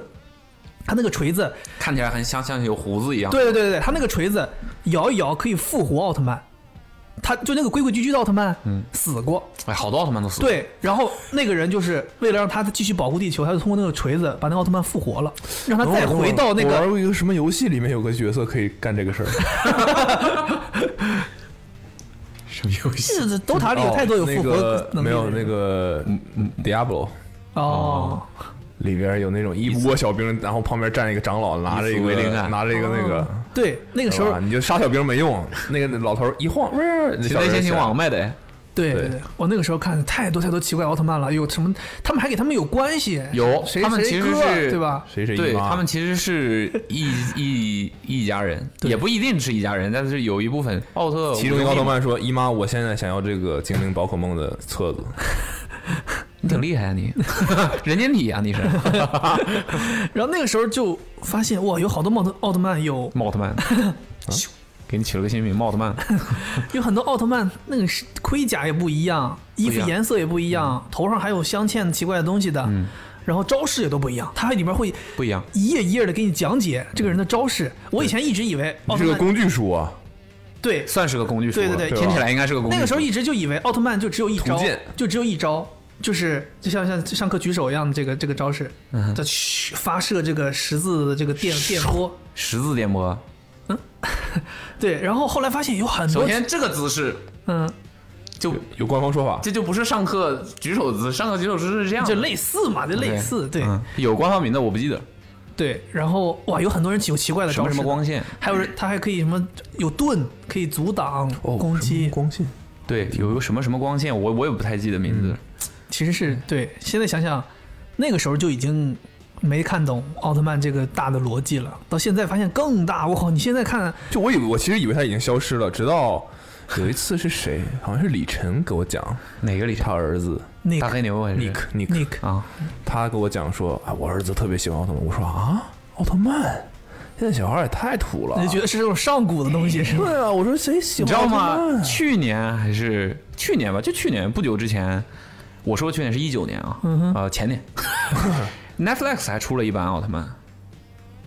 他那个锤子，
啊
看起来很像像有胡子一样，
对对对对对，他那个锤子摇一摇可以复活奥特曼，他就那个规规矩矩的奥特曼，嗯，死过，
哎，好多奥特曼都死了。
对，然后那个人就是为了让他继续保护地球，他就通过那个锤子把那个奥特曼复活了，让他再回到那
我
个
玩过一个什么游戏，里面有个角色可以干这个事儿。
什么游戏？
这这 DOTA 里有太多有复
哦那
活
个
能力
没
的
有
人
那个嗯 Diablo
哦，
里边有那种一窝小兵，然后旁边站一个长老，拿着一
以此为
个
灵感
拿着一个那个，
对，那个时
是
候
吧？你就杀小兵没用，那个老头一晃，不是
其实那些挺网卖的哎，
对
对
对对，我那个时候看太多太多奇怪奥特曼了，有什么他们还给他们有关系，
有
谁
他们
谁
其实
哥
是
对吧？
谁谁
对
姨妈
他们其实是一一一家人，也不一定是一家人，但是有一部分奥特，
其中一个奥特曼说：“姨妈，我现在想要这个精灵宝可梦的册子。
你挺厉害啊你，人间体啊你是
然后那个时候就发现哇，有好多奥特奥特曼，有
奥特曼，给你起了个新名奥特曼，
有很多奥特曼，那个是盔甲也不一样，衣
不一
服
样
颜色也不一样，头上还有镶嵌奇怪的东西的，然后招式也都不一样，它里面会
不一样，
一页一页的给你讲解这个人的招式。我以前一直以为”
你
奥
是
特
个
曼
工具书啊，
对
算是个工具书了，
对对对
听起来应该是个工具书。
那个时候一直就以为奥特曼就只有一招
图鉴，
就只有一招，就是就像像上课举手一样的这个这个招式，它嘘发射这个十字的这个电电波。
十字电波，
对，然后后来发现有很
首
多，
先这个姿势
嗯，
就
有官方说法。
这就不是上课举手姿，上课举手姿是这样的，
就类似嘛，就类似，对
嗯，有官方名的我不记得，
对。然后哇，有很多人有奇怪的
什
招
么
式，
什么光线，
还有人他还可以什么有盾，可以阻挡
哦
攻
什么
击，
光信，
对，有一个什么什么光线，我我也不太记得名字，
嗯其实是对。现在想想，那个时候就已经没看懂奥特曼这个大的逻辑了，到现在发现更大。我靠，你现在看
就我以为我其实以为他已经消失了，直到有一次是谁，好像是李晨给我讲，
哪个里
他儿子
那
大
个
黑牛还是
尼克尼克，
Nick
啊？
他给我讲说啊，我儿子特别喜欢奥特曼。我说啊，奥特曼，现在小孩也太土了
你。就觉得是这种上古的东西是吗？
对啊，我说谁喜
你
欢
知道
奥特曼？
吗？去年还是去年吧，就去年不久之前，我说的去年是一九年啊，
嗯
呃，前年，Netflix 还出了一版奥特曼，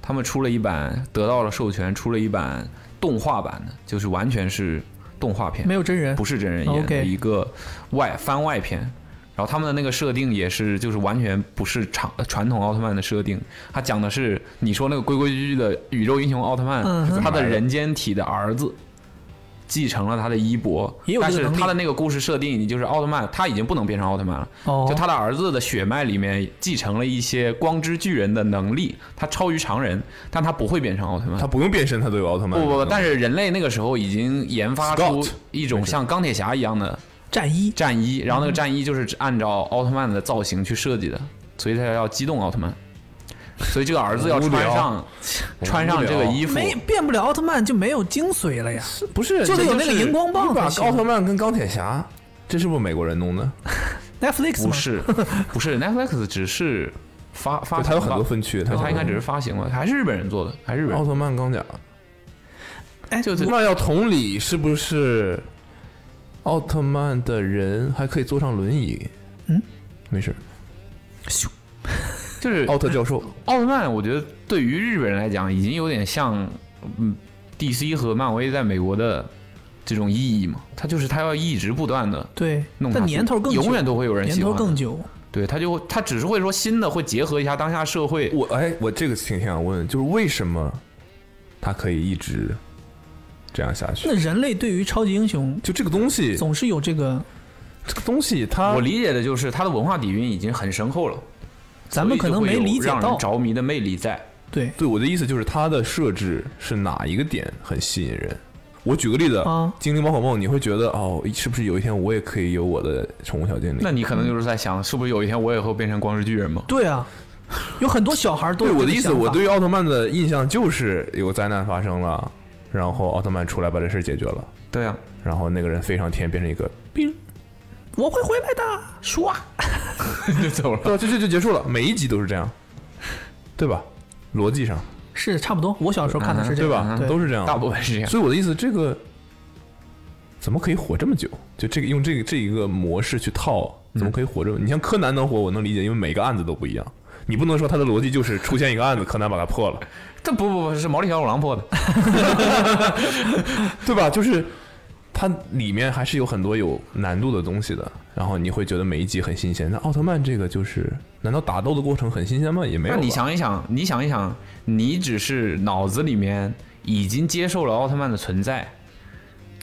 他们出了一版得到了授权，出了一版动画版的，就是完全是动画片，
没有真人
不是真人演的
哎哦 OK
一个外番外篇。然后他们的那个设定也是，就是完全不是传传统奥特曼的设定，他讲的是你说那个规规矩矩的宇宙英雄奥特曼
嗯，哼
他的人间体的儿子继承了他的衣钵
也，有这
但
个
是
能力
他的那个故事设定就是奥特曼他已经不能变成奥特曼了，
哦
就他的儿子的血脉里面继承了一些光之巨人的能力，他超于常人，但他不会变成奥特曼
他。不用变身，他都有奥特曼。
不不不，但是人类那个时候已经研发出
Scott
一种像钢铁侠一样的
战衣
战衣，然后
嗯
那个战衣就是按照奥特曼的造型去设计的，所以他要机动奥特曼，所以这个儿子要穿 上 穿上这个衣服，
没变不了奥特曼就没有精髓了呀。
不是
就得
你
有那个
是
荧光棒
你把
才行
奥特曼跟钢铁侠，这是不是美国人弄的？
Netflix
不
嘛，
是 不是 Netflix 只是发发
就
行吧，
他有很多分哦区，他
他应该只是发行吧，还是日本人做的，还是日本
奥
人，
特曼钢甲。
哎，
就
我
就
那要同理，是不是奥特曼的人还可以坐上轮椅？
嗯，
没事。
就是
奥特教授，
奥特曼，我觉得对于日本人来讲，已经有点像嗯 DC 和漫威在美国的这种意义嘛，他就是他要一直不断的。
对，
弄
但
下去
年头更久，
永远都会有人
年
喜欢
头
的
更久。
对他就会，他只是会说新的会结合一下当下社会，
我哎，我这个挺想问，就是为什么他可以一直这样下去
那？人类对于超级英雄
就这个东西，
总是有这个，
这个东西它
我理解的就是它的文化底蕴已经很深厚了，
咱们可能
所以
没
就会有
理解
让
到
人。着迷的魅力在。
对
对我的意思就是它的设置是哪一个点很吸引人？我举个例子，
啊
精灵宝可梦》，你会觉得哦，是不是有一天我也可以有我的宠物小精灵？
那你可能就是在想，是不是有一天我也会变成光之巨人吗？
对啊，有很多小孩都有
对我的
这
意
个
思，
想
我
法
对于奥特曼的印象就是有灾难发生了，然后奥特曼出来把这事儿解决了，
对啊，
然后那个人飞上天变成一个，
我会回来的，啊唰，
就走了。
对，就就就结束了，每一集都是这样，对吧？逻辑上，
是差不多。我小时候看的是
嗯
这
对
个，
吧？
对
都是这样，
大部分是这样，
所以我的意思，这个怎么可以火这么久？就这个用这个这一个模式去套，怎么可以火这么？你像柯南能火，我能理解，因为每个案子都不一样。你不能说他的逻辑就是出现一个案子，柯南把它破了，
这不不不是毛利小五郎破的，
对吧？就是它里面还是有很多有难度的东西的。然后你会觉得每一集很新鲜。那奥特曼这个就是，难道打斗的过程很新鲜吗？也没有
那
吧。
你想一想，你想一想，你只是脑子里面已经接受了奥特曼的存在，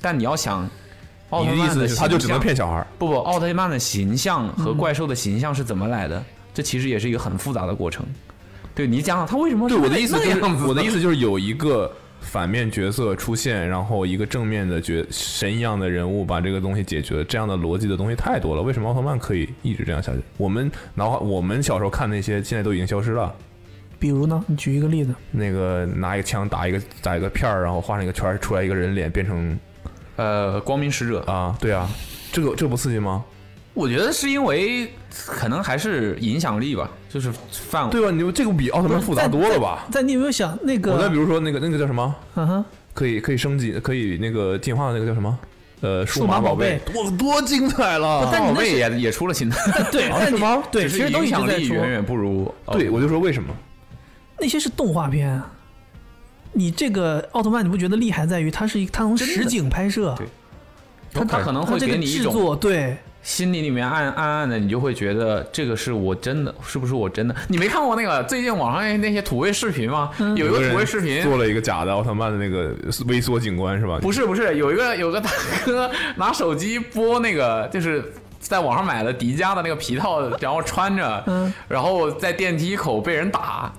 但你要想，奥
你
特
的意
曼
思
的
是，他就
形
只能
象
骗小孩儿。
不不，奥特曼的形象
嗯
和怪兽的形象是怎么来的？这其实也是一个很复杂的过程。对你讲讲他为什么
对
是
我的意思
那
就是
样子，
我的意思就是有一个反面角色出现，然后一个正面的角神一样的人物把这个东西解决，这样的逻辑的东西太多了。为什么奥特曼可以一直这样下去？我们脑我们小时候看那些，现在都已经消失了。
比如呢，你举一个例子，
那个拿一个枪打一个打一个片儿，然后画上一个圈儿，出来一个人脸变成
呃，光明使者，
啊，对啊，这个这不刺激吗？
我觉得是因为可能还是影响力吧，就是范围。
对吧？啊你这个比奥特曼复杂多了吧？
嗯但啊你有没有想那
我再
个
比？如说那个那个叫什么，
嗯哼，
可以可以升级，可以那个进化的那个叫什么？呃，数码
码宝
贝，多多精彩了！
哦但你那
贝
是
也也出了新的，
对，
啊
但
是
你
吗
对，
只
其
是
实都
影
一直
响
在
力
说
远，远不如。哦
对，我就说为什么？
那些是动画片啊。你这个奥特曼，你不觉得厉害在于它是一，它从实景拍摄，
对
他
他可能
它
会
这个
给你一
制
种
作，对，
心里里面暗暗暗的，你就会觉得这个是我真的，是不是我真的？你没看过那个最近网上那些土味视频吗？
嗯
有一
有
个
人
土味视频，
做了一个假的奥特曼的那个微缩景观是吧？
不是不是，有一个有个大哥拿手机播那个，就是在网上买了迪迦的那个皮套，然后穿着，
嗯
然后在电梯口被人打。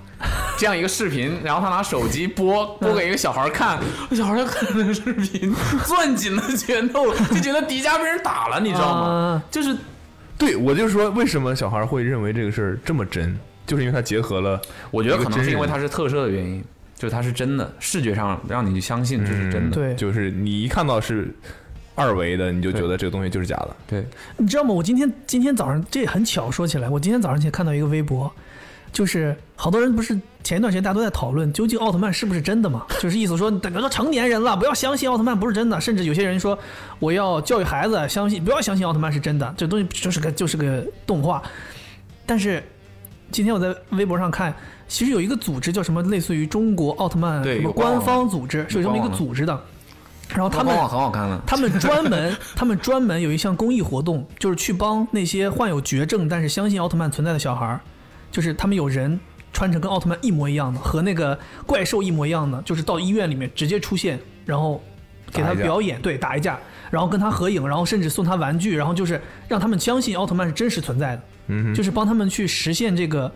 这样一个视频，然后他拿手机播
嗯
播给一个小孩看，小孩看那个视频，攥紧了拳头，就觉得迪迦被人打了，你知道吗？
啊
就是
对我就说为什么小孩会认为这个事儿这么真，就是因为它结合了
我觉得
一个
可能是因为
真人
它是特摄的原因，就是它是真的，视觉上让你相信这是真的。
对
就是你一看到是二维的，你就觉得这个东西就是假的。
对，
你知道吗？我今天今天早上这也很巧，说起来，我今天早上也看到一个微博，就是好多人不是前一段时间大家都在讨论究竟奥特曼是不是真的嘛？ 就是意思说，等到成年人了，不要相信奥特曼不是真的。甚至有些人说，我要教育孩子相信，不要相信奥特曼是真的，这东西就是个就是个动画。但是今天我在微博上看，其实有一个组织叫什么，类似于中国奥特曼
对
什么
有官网
官方组织，是有这么一
有
个
官网
组织的。然后他
官
们
网很好看的，
他们专门， 他们专门有一项公益活动，就是去帮那些患有绝症但是相信奥特曼存在的小孩儿，就是他们有人穿成跟奥特曼一模一样的，和那个怪兽一模一样的，就是到医院里面直接出现，然后给他
打一架
表演，对，打一架，然后跟他合影，然后甚至送他玩具，然后就是让他们相信奥特曼是真实存在的，
嗯哼，
就是帮他们去实现这个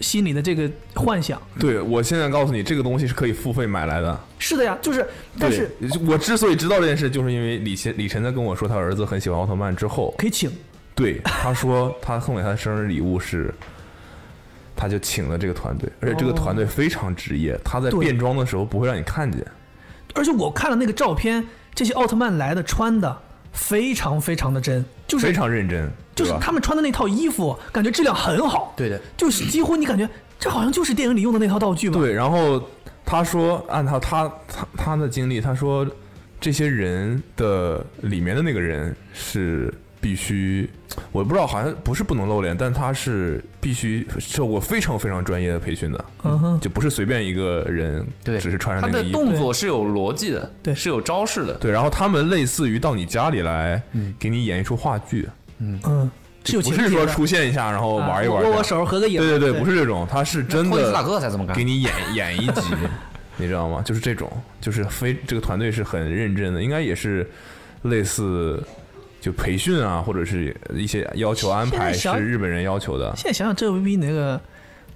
心里的这个幻想。
对我现在告诉你，这个东西是可以付费买来的。
是的呀，就是，但是
对我之所以知道这件事，就是因为李晨李晨在跟我说他儿子很喜欢奥特曼之后，
可以请，
对，他说他送给他的生日礼物是，他就请了这个团队，而且这个团队非常职业，他在
哦对
变装的时候不会让你看见。
而且我看了那个照片，这些奥特曼来的穿的非常非常的真，就
非
是
常认真，
就是
对吧
他们穿的那套衣服，感觉质量很好。
对的，
就是几乎你感觉这好像就是电影里用的那套道具吧？
对。然后他说，按照他他他的经历，他说这些人的里面的那个人是必须，我不知道，好像不是不能露脸，但他是必须受过非常非常专业的培训的，
嗯哼，
就不是随便一个人，
对
只是穿
他
上那
的
个衣服。
动作是有逻辑的，
对
是有招式的。
对，然后他们类似于到你家里来，给你演一出话剧，
嗯，是有嗯
不
情
是
节
说
的
出现一下然后
啊
玩一玩
握
这样，
握手合个影。
对对对，不是这种，他是真
托尼斯塔
的
克才这么干
给。你演演一集，你知道吗？就是这种，就是非这个团队是很认真的，应该也是类似就培训啊，或者是一些要求安
现在
排
想
是日本人要求的，
现在想想，这未必那个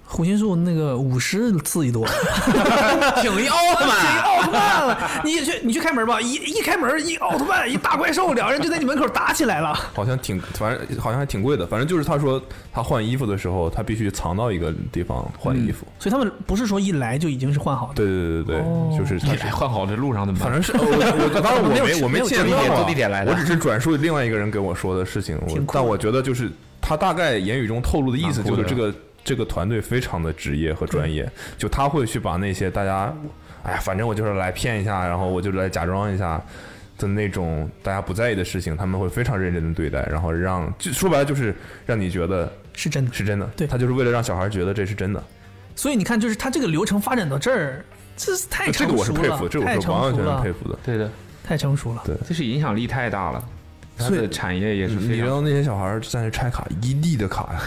胡心树那个五十刺 激多，
挺一奥特曼，
奥特曼了，你去你去开门吧，一一开门一奥特曼一大怪兽，两人就在你门口打起来了。
好像挺，反正好像还挺贵的。反正就是他说他换衣服的时候，他必须藏到一个地方换衣服。
所以他们不是说一来就已经是换好的，
对对对对对，就是他
你
是
来换好这路上怎么办？
反正是我我 我当然我
没
没
有
我
没有
见
坐地铁
到啊
坐地铁来的
我只是转述另外一个人跟我说的事情，我
挺酷
但我觉得就是他大概言语中透露的意思
蛮酷
就
的
是这个这个团队非常的职业和专业，就他会去把那些大家，哎呀，反正我就是来骗一下，然后我就来假装一下。的那种大家不在意的事情，他们会非常认真的对待，然后让就说白了就是让你觉得
是真的。
是真的，
对
他就是为了让小孩觉得这是真的，
所以你看，就是他这个流程发展到这儿，这是太
呃这
成
个我是
熟
佩
了，
服，这个
太
我是完完
成熟
全全
了
佩，服的。
对的，
太成熟了。
就是影响力太大了，它
所以
的产业也是
你
非常
让那些小孩儿在那拆卡，一地的卡呀，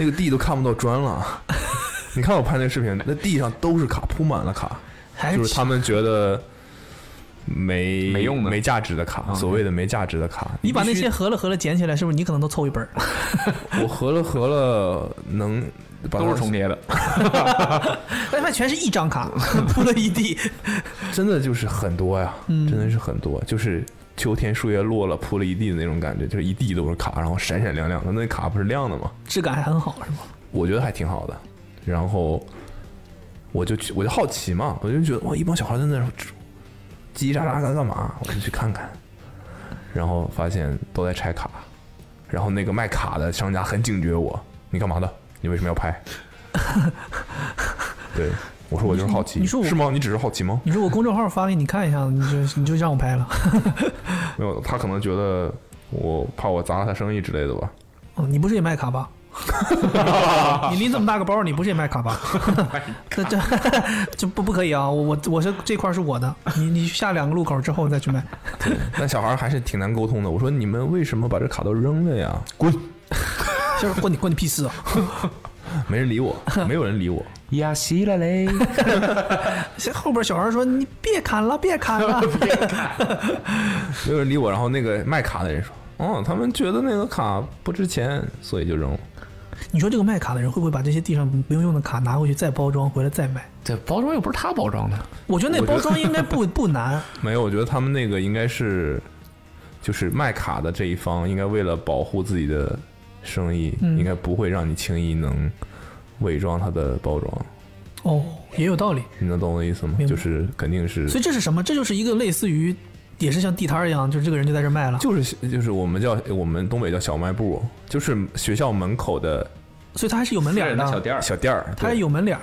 那个地都看不到砖了。 你看我拍那个视频，那地上都是卡，铺满了卡，
还
就是他们觉得没
哎没用的
没价值的卡，
嗯
所谓的没价值的卡。
你把那
必须
些合了合了捡起来，是不是你可能都凑一本儿？
我合了合了，能把它
都是重叠的，
但它全是一张 卡，铺了一地。
真的就是很多呀，
嗯
真的是很多，就是秋天树叶落了，铺了一地的那种感觉，就是一地都是卡，然后闪闪亮亮的，那卡不是亮的吗？
质感还很好，是吗？
我觉得还挺好的。然后我就去，我就好奇嘛，我就觉得哇，一帮小孩在那儿叽叽喳喳干干嘛？我就去看看，然后发现都在拆卡，然后那个卖卡的商家很警觉我，你干嘛的？你为什么 要拍？对，我说我就是好奇，
你说我
是吗？你只是好奇吗？
你说我公众号发给你看一下，你就你就让我拍了。
没有，他可能觉得我怕我砸了他生意之类的吧。
哦，你不是也卖 卡吧？你拎这么大个包，你不是也卖卡吧？ 这这这不不可以啊！我我我是这块是我的，你你下两个路口之后再去卖。
但小孩还是挺难沟通的。我说你们为什么把这卡都扔了呀？滚！
就是关你关你屁事啊！
没人理我，没有人理我。
呀西了 嘞，
这后边小孩说你别砍了，别砍了。
没有人理我。然后那个卖卡的人说：“哦，他们觉得那个卡不值钱，所以就扔了。
你说这个卖卡的人会不会把这些地上不用用的卡拿回去再包装回来再卖？
这包装又不是他包装的，
我觉得那
我觉得
包装应该不不 难，”
没有，我觉得他们那个应该是，就是卖卡的这一方应该为了保护自己的生意，
嗯
应该不会让你轻易能伪装它的包装。
哦，也有道理。
你能懂我的意思吗
明？白
就是肯定是
所，以这是什么？这就是一个类似于，也是像地摊儿一样，就是这个人就在这儿卖了，
就是就是我们叫我们东北叫小卖部，哦就是学校门口的
所以他还是有门脸儿
人的小
的，
店儿，
小店儿。
他还
对
有门脸儿。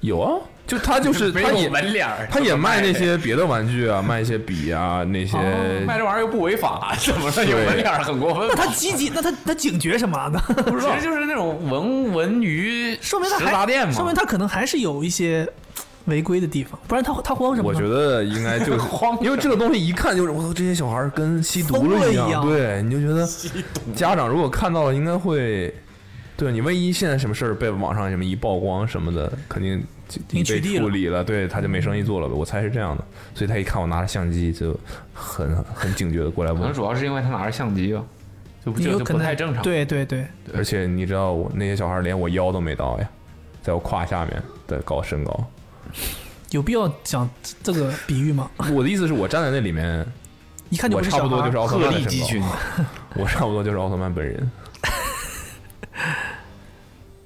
有啊，就他就是
没
他也
有门脸儿，
他也卖那些别的玩具啊，卖一些笔啊，那些
哦卖这玩意儿又不违法，怎么了？
对
有门脸儿很过分
那
吧
他？积极，那他他警觉什么呢？
不知道，其实就是那种文文娱
说明他
食
还
杂店嘛，
说明他可能还是有一些嘖违规的地方，不然他他慌什么
我
呢？
觉得应该 就是
慌
因为这个东西一看就是我操，这些小孩儿跟吸毒
疯了
一
一样
对，你就觉得家长如果看到了，应该会，对你万一现在什么事儿被网上什么一曝光什么的，肯定就
给你取
被
缔了
处理了，对，他就没生意做了呗。我猜是这样的，所以他一看我拿着相机，就很 很警觉的过来
可
问
能。主要是因为他拿着相机吧，就不
你
就
有
就
可
不
能
太正常。，
对对对，
而且你知道我那些小孩儿连我腰都没到呀，在我胯下面在高 身高。
有必要讲这个比喻吗？
我的意思是我站在那里面，
一看就
我
不是
差
小
不多
孩
就
儿
是奥特
鹤
曼的
立
身
鸡
高
群，
我差不多就是奥特曼本人。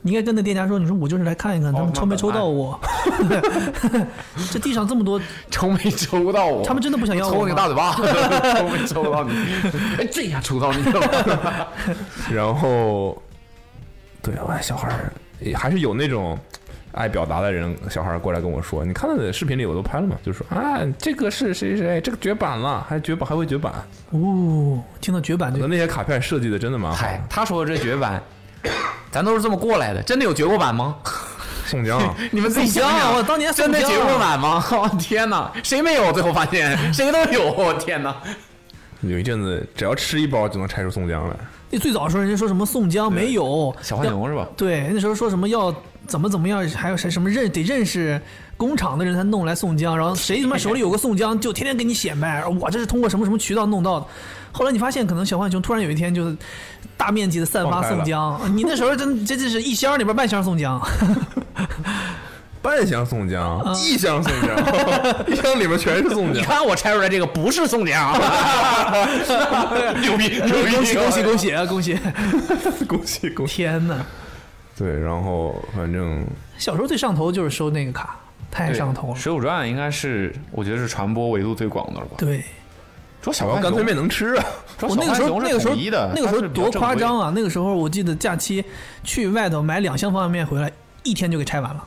你应该跟那店家说，你说我就是来看一看他
奥
们
特
抽
曼
没抽到我。 这地上这么多，
抽没抽到我？
他们真的不想要
哦抽
我
你个
吗
大嘴 巴， 抽没抽到你？哎，这下抽到你 了。
然后，对，哎，小孩儿也还是有那种爱表达的人，小孩儿过来跟我说，你看到的视频里我都拍了嘛，就说啊，这个是谁谁谁，这个绝版了，还绝版，还会绝版。
哦，听到绝版
那
就
那些卡片设计的真的蛮好
嗨
的，，
他说的这绝版，咱都是这么过来的，真的有绝过版 吗？
宋江 啊，
你们自己想
宋江
想，
我当年
真的
宋江
绝过版吗？我天哪，谁没有？最后发现谁都有，我天哪！
有一阵子只要吃一包就能拆出宋江来。
那哎最早的时候人家说什么宋江没有，
小浣熊是吧？
对，那时候说什么要怎么怎么样，还有谁什么认得认识工厂的人才弄来宋江，然后谁他妈手里有个宋江，就天天给你显摆，我这是通过什么什么渠道弄到的。后来你发现，可能小浣熊突然有一天就是大面积的散发
放开了
宋江，你那时候真真的是一箱里边半箱宋江，
半箱宋江，一箱宋 江，一箱里面全是宋
啊你
江。
看我拆出来这个不是宋江， 牛逼牛逼！
恭喜恭喜恭喜
哎
啊恭喜！
恭喜恭喜！
天哪，
对，然后反正
小时候最上头就是收那个卡，太
对
上头了。
《水浒传》应该是我觉得是传播维度最广的了吧？
对，
主要小
小浣
浣
干脆
熊
面能吃啊，
主要
我
小
那个
浣
时候
熊
那
是
个时候
统一的，
那个时
它
候
是比较
多
正
夸
规
张啊！那个时候我记得假期去外头买两箱方便面回来，一天就给拆完了，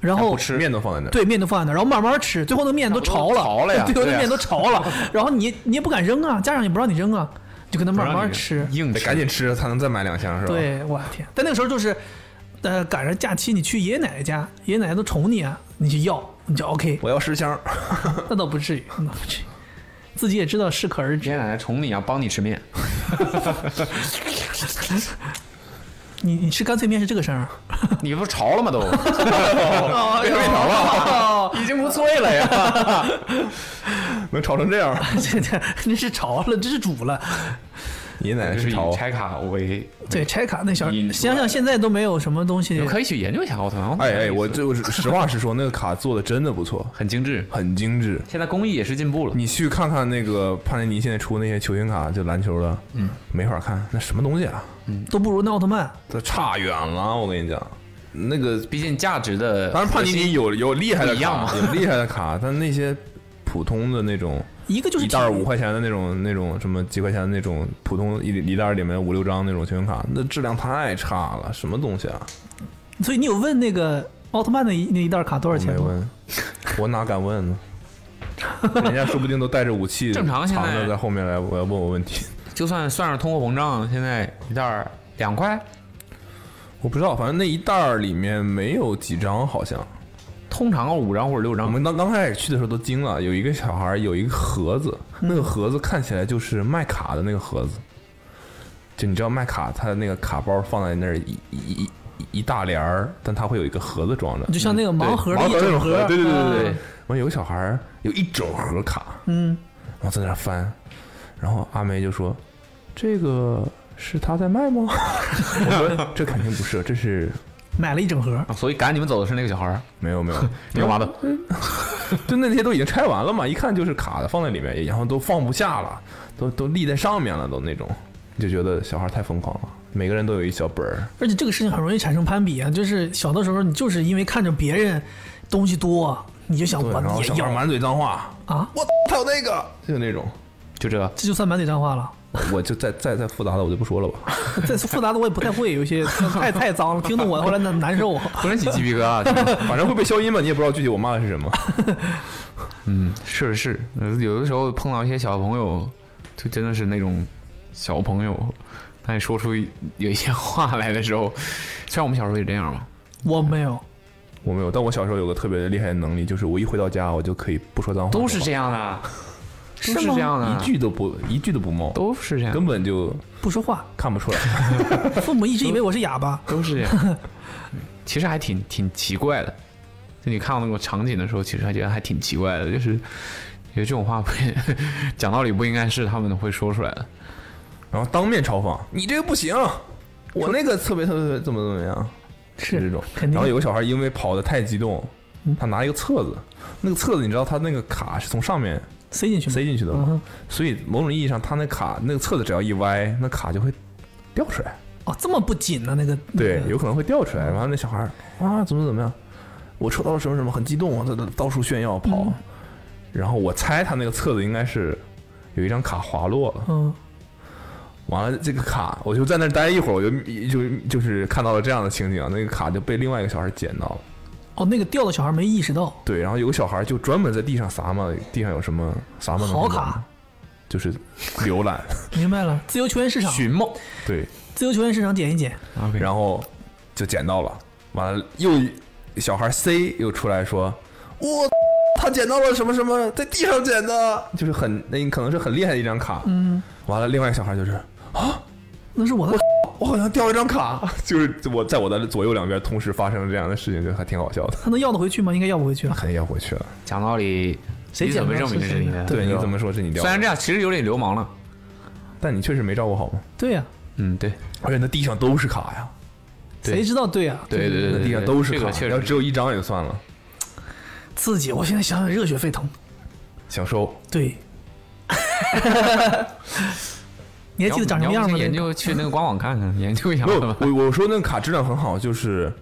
然后
不吃面都放在那儿。
对面都放在那儿，然后慢慢吃，最后那面 都潮了，
潮了呀
最后
对
那
呀
面都潮了，然后你你也不敢扔啊，家长也不让你扔啊，就跟他
不
慢
让
慢
你
吃。
硬
得
吃
赶紧吃才能再买两箱是吧？，
对，我的天！但那个时候就是，呃，赶上假期你去爷爷奶奶家，爷爷奶奶都宠你啊，你就要，你就 OK，
我要十箱。
那倒不至于，那倒不至于，自己也知道适可 而止
爷。爷奶奶宠你啊，帮你吃面，
你你吃干脆面是这个声儿？啊
你不是潮了吗都？
哦，
变成
了。哦
已经不脆了呀！
能炒成这 样？
这这那是潮了，这是煮了。
爷爷奶奶啊
就是是以
炒，
拆卡为，
对，拆卡那小，
你
想想现在都没有什么东
你
西
们。可以去研究一下奥特曼。奥特曼
哎 哎，我
意思
就是实话实说，那个卡做的真的不错，
很精致，
很精致。
现在工艺也是进步了。
你去看看那个帕内尼现在出那些球星卡，就篮球的，嗯，没法看，那什么东西啊？
都不如那奥特曼。
这差远了，我跟你讲，那个
毕竟价值的
当然帕
核
尼
心
尼有有厉害的
不一样
卡，
嘛
有厉害的卡，但那些普通的那种
一个就是
一袋儿五块钱的那种那种什么几块钱的那种普通一一袋儿里面五六张那种球星卡，那质量太差了，什么东西啊？
所以你有问那个奥特曼那一那一袋卡多少
我没
钱吗？
问，我哪敢问呢？人家说不定都带着武器，
正常现在
藏着在后面来，我要问我问题，
就算算上通货膨胀，现在一袋儿两块，
我不知道，反正那一袋儿里面没有几张，好像。
通常五张或者六
我
张。
们刚刚开始去的时候都惊了，有一个小孩儿有一个盒子，
嗯
那个盒子看起来就是卖卡的那个盒子，就你知道卖卡，它的那个卡包放在那儿一一一一一大帘儿，但它会有一个盒子装着，
就像那个盲盒的
盲
一
盒那
整
种盒
盒，
子，对对对对对
啊。
完、有个小孩儿有一整盒卡，
嗯，
然后在那儿翻，然后阿梅就说：“这个是他在卖吗？” 我说：“这肯定不是，这是
买了一整盒。
啊所以赶你们走的是那个小孩儿，
没有没有。”
你干嘛的？
嗯就那些都已经拆完了嘛，一看就是卡的放在里面，然后都放不下了，都都立在上面了，都那种，就觉得小孩太疯狂了。每个人都有一小本儿，
而且这个事情很容易产生攀比啊，就是小的时候你就是因为看着别人东西多，啊你就想
对，
我
然后
也
小孩
要
满嘴脏话，
啊，
我他有那个，就那种，
就这，
这就算满嘴脏话了。
我就再再再复杂的我就不说了吧。
这复杂的我也不太会，有 一些太太脏了，听得我后来难难受。啊
浑身起鸡皮疙瘩。真的
反正会被消音嘛，你也不知道具体我骂的是什么。
嗯，是是，呃有的时候碰到一些小朋友，就真的是那种小朋友，当你说出有一些话来的时候，虽然我们小时候也这样嘛，
我没有，
我没有，但我小时候有个特别厉害的能力，就是我一回到家，我就可以不说脏话，
都是这 样的，都是
吗
这样的，
一句都不一句都不冒，
都是这样，
根本就
不说话。
看不出来。
父母一直以为我是哑巴，
都是这样。 其实还挺挺奇怪的，就你看到那个场景的时候，其实还觉得还挺奇怪的，就是有这种话不 讲道理不应该是他们会说出来的。
然后当面嘲讽你这个不行，我那个特别特别特别怎么怎么样，
是
这种。
肯定嗯
然后有个小孩因为跑得太激动，他拿一个册子，那个册子你知道他那个卡是从上面
塞进去了
塞进去的
嗯
吗
哼？
所以某种意义上，他那卡那个册子只要一歪，那卡就会掉出来。
哦，这么不紧呢、那个
对，有可能会掉出来。然后那小孩儿啊，怎么怎么样，我抽到了什么什么，很激动，他他到处炫耀
嗯
跑。然后我猜他那个册子应该是有一张卡滑落了。
嗯，
完了，这个卡我就在那儿待一会儿，我就就就是看到了这样的情景，啊那个卡就被另外一个小孩捡到了。
哦，那个掉的小孩没意识到，
对，然后有个小孩就专门在地上撒嘛，地上有什么撒嘛能
好
看到
卡
吗，就是浏览。
明白了，自由球员市场，
寻梦
对，
自由球员市场捡一捡，
，OK，
然后就捡到了，完了又一小孩 C 又出来说，我他捡到了什么什么，在地上捡的，就是很那可能是很厉害的一张卡。嗯，完了，另外一个小孩就是
那是我的，
我好像掉一张卡， 就是我在我的左右两边同时发生了这样的事情，就还挺好笑的。
他能要得回去吗？应该要不回去啊。
肯定要回去了，
讲道理，
谁
你
捡
怎么
到
证明
是
这是
谁
你
的
的？
对你怎么说是你掉的？
虽然这样，其实有点流氓了。
但你确实没照顾好吗？
对呀、
嗯，对，
而且那地上都是卡呀，
对
谁知道对呀、
对对对
那
对，
地上
对
都是
这
卡
个，确
要
实
只有一张也就算了，
刺激！我现在想想热血沸腾。
想 收。
对，你还记得长什么样吗
你要？不先研究去那个官网看 看，研究一下
没有
吧，。
我我说那个卡质量很好，就是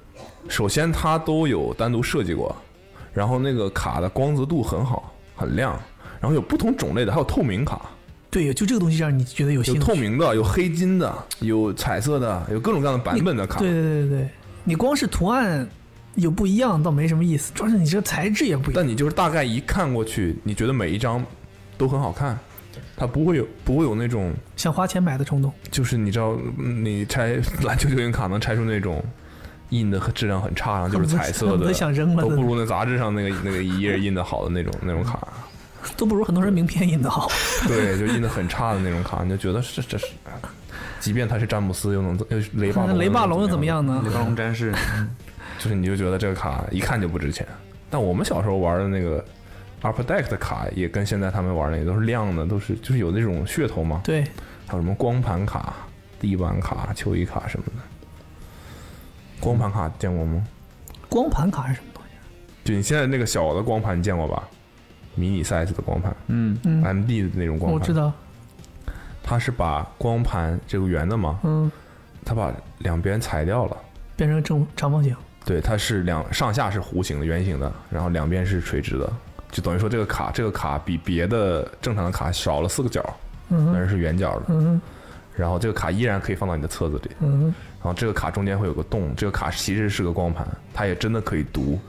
首先它都有单独设计过，然后那个卡的光泽度很好，很亮，然后有不同种类的，还有透明卡，
对，就这个东西让你觉得有
有
兴趣。
透明的，有黑金的，有彩色的，有各种各样的版本的卡。
对对对对对，你光是图案有不一样，倒没什么意思，主要是你这个材质也不一样。
但你就是大概一看过去，你觉得每一张都很好看，它不会有不会有那种
想花钱买的冲动，
就是你知道嗯你拆 篮球球星卡能拆出那种。印的质量很差，然后就是彩色
恨不
的，
得想扔了
都不如那杂志上那个那个一页印的好的那种 那种卡。
都不如很多人名片印的好。
对，就印的很差的那种卡，你就觉得是这是，即便他是詹姆斯，又能怎又是雷霸龙，
雷霸龙又怎么样？呢
雷？霸龙战士，嗯
就是你就觉得这个卡一看就不值钱。但我们小时候玩的那个 Upper Deck 的卡，也跟现在他们玩的也都是亮的，都是就是有那种噱头嘛，
对，
还有什么光盘卡、地板卡、球衣卡什么的。光盘卡见过吗？
光盘卡是什么东西？
就你现在那个小的光盘，你见过吧？迷你 size 的光盘、
嗯，
嗯
m d 的那种光
我
盘，
知道，
它是把光盘这个圆的嘛，
嗯，
它把两边裁掉了。
变成正长方形。
对，它是两上下是弧形的、圆形的，然后两边是垂直的，就等于说这个卡这个卡比别的正常的卡少了四个角，
嗯
但是是圆角的。
嗯
然后这个卡依然可以放到你的册子里，
嗯，
然后这个卡中间会有个洞，这个卡其实是个光盘，它也真的可以读，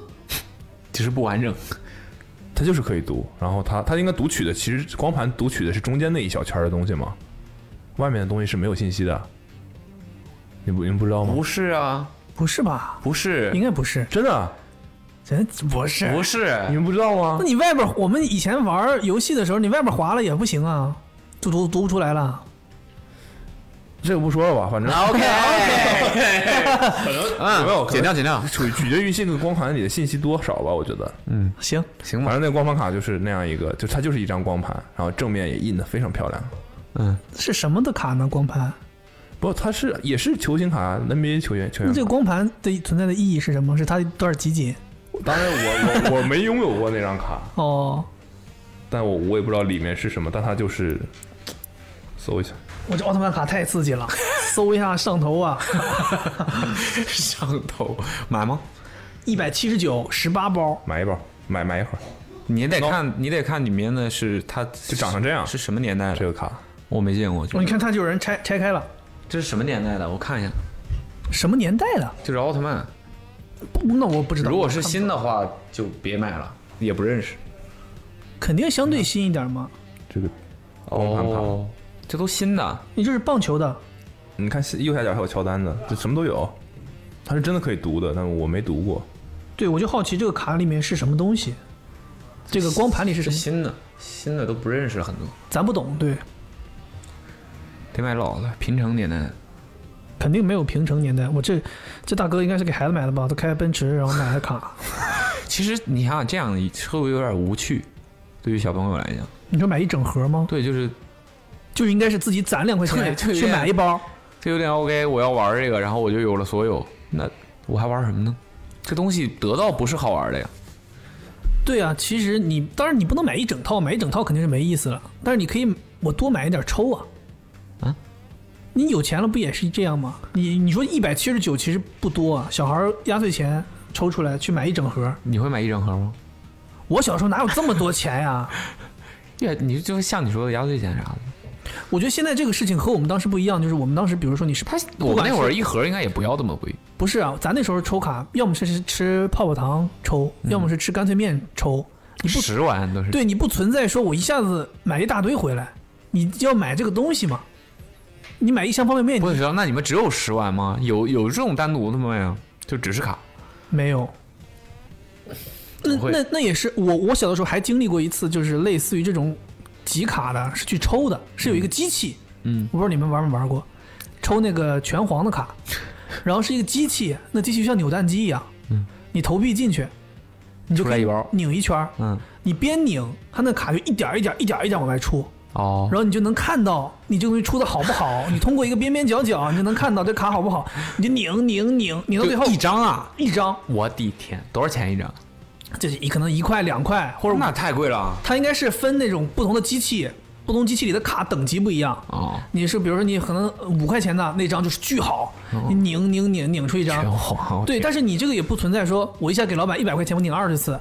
只是不完整。
它就是可以读。然后它它应该读取的，其实光盘读取的是中间那一小圈的东西嘛，外面的东西是没有信息的。你不你们不知道吗
不？是啊，
不是吧？
不是，
应该不是，
真的，啊
真不是。
不是，
你们不知道吗
那？你外边，我们以前玩游戏的时候，你外边划了也不行啊，就读读不出来了。
这个不说了吧，反正
OK OK，
有没有
嗯，
可能
剪掉剪 掉，
取取决于这个光盘里的信息多少吧，我觉得。
行，
行
反
吧，
正那个光盘卡就是那样一个，就它就是一张光盘，然后正面也印的非常漂亮。
嗯，
是什么的卡呢？光盘？
不，它是也是球星卡，NBA 球员
那
球员
这
嗯
个
卡。
光盘的存在的意义是什么？是它多少集锦？
当然我我我没拥有过那张卡，
哦，
但我我也不知道里面是什么，但它就是搜一下，
我这奥特曼卡太刺激了， 搜一下上头啊，
上头买吗？
一百七十九十八包，
买一包，买买一盒，
你得看，你得看里面的是它就
就长成这样
是什么年代
这
的？
个卡。
我没见过，
哦你看它就有人拆拆开了，
这是什么年代的？我看一下，
什么年代的？
就是奥特曼。
不那我不知道。
如果是新的话，就别买了，也不认识。
肯定相对新一点嘛。
这个
哦
光盘卡，，
这都新的，啊
你这是棒球的，
你看右下角还有乔丹的，这什么都有，它是真的可以读的，但我没读过。
对我就好奇这个卡里面是什么东西，这个光盘里是什
这
么，
新的，新的都不认识了很多，
咱不懂，对，
得买老的，平成年代的。
肯定没有平成年代。我这这大哥应该是给孩子买的吧？他开奔驰，然后买的卡。
其实你想想，这样会不会有点无趣？对于小朋友来讲，
你说买一整盒吗？
对，就是
就应该是自己攒两块钱
对对
去买一包。
这有点 OK，我要玩这个，然后我就有了所有，那我还玩什么呢？这东西得到不是好玩的呀。
对啊，其实你当然你不能买一整套，买一整套肯定是没意思了。但是你可以我多买一点抽啊。
啊？
你有钱了不也是这样吗？你你说一百七十九其实不多啊，小孩儿压岁钱抽出来去买一整盒。
你会买一整盒吗？
我小时候哪有这么多钱呀、啊
对，你就像你说的压岁钱啥的，
我觉得现在这个事情和我们当时不一样，就是我们当时比如说你是
他
不
我
管
们
是
那会儿一盒应该也不要这么贵。
不是啊？咱那时候抽卡，要么是吃泡泡糖抽，
嗯
要么是吃干脆面抽。你不
十万都是。
对你不存在说我一下子买一大堆回来，你要买这个东西嘛？你买一箱方便面
不
你
是，那你们只有十万吗？有有这种单独的吗呀？就只是卡，
没有？那
会
那那也是我我小的时候还经历过一次，就是类似于这种集卡的，是去抽的，是有一个机器，
嗯，
我不知道你们玩没玩过，抽那个拳皇的卡，然后是一个机器，那机器像扭蛋机一样，
嗯，
你投币进去，你就
出来
可以
一包
拧一圈儿，
嗯，
你边拧，它那卡就一点儿一点儿一点儿一点儿往外出，
哦
然后你就能看到你这个东西出的好不好，你通过一个边边角角，你就能看到这卡好不好，你就拧拧拧拧到最后
就一张啊！
一张，
我的天，多少钱一张？
就是一可能一块两块或者五
那太贵了啊
它应该是分那种不同的机器，不同机器里的卡等级不一样。
哦！
你是比如说你可能五块钱的那张就是巨好，你拧拧拧拧出一
拳
张，
皇，我
对，但是你这个也不存在说我一下给老板一百块钱我拧二十次，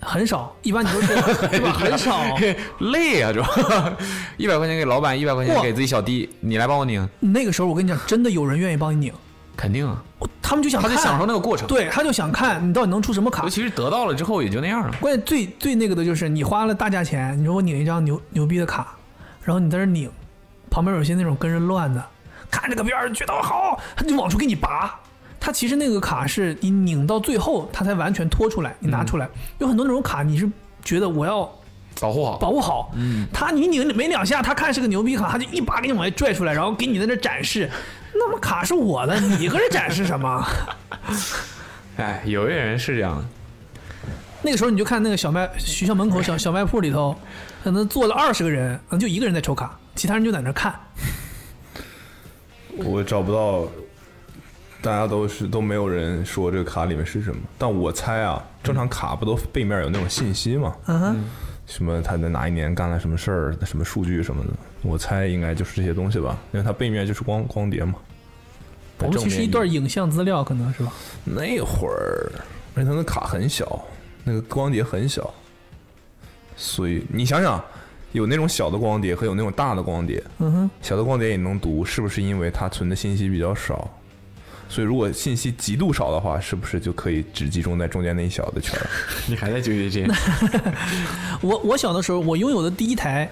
很少，一般你都是对吧？很少，
天 累啊，主要 一百块钱给老板，一百块钱
哇
给自己小弟，你来帮我拧，
那个时候我跟你讲，真的有人愿意帮你拧，
肯定啊，
我他们就想
他
看
得享受那个过 程。，
对，啊他就想看你到底能出什么卡
尤。其是得到了之后也就那样了。
关键最最那个的就是你花了大价钱，你说我拧一张牛牛逼的卡，然后你在这拧，旁边有些那种跟人乱的，看这个边儿觉得好，他就往出给你拔。他其实那个卡是你拧到最后，他才完全拖出来，你拿出来。有很多那种卡，你是觉得我要
保护好，
保护好，嗯，他你拧没两下，他看是个牛逼卡，他就一把给你往外拽出来，然后给你在那展示。那么卡是我的，你搁这展示什么？
哎，有些人是这样的，
那个时候你就看那个小卖学校门口 小小卖铺里头，可能坐了二十个人，可能就一个人在抽卡，其他人就在那儿看。
我找不到，大家都是都没有人说这个卡里面是什么，但我猜啊，正常卡不都背面有那种信息吗？
嗯哼，
什么他在哪一年干了什么事儿，什么数据什么的，我猜应该就是这些东西吧，因为它背面就是光光碟嘛。
我们其实一段
影
影像资料可能是吧？
那会儿，而且它那卡很小，那个光碟很小，所以你想想，有那种小的光碟和有那种大的光碟，
嗯哼，
小的光碟也能读，是不是因为它存的信息比较少？所以如果信息极度少的话，是不是就可以只集中在中间那一小的圈儿？
你还在纠结这些？
我我小的时候，我拥有的第一台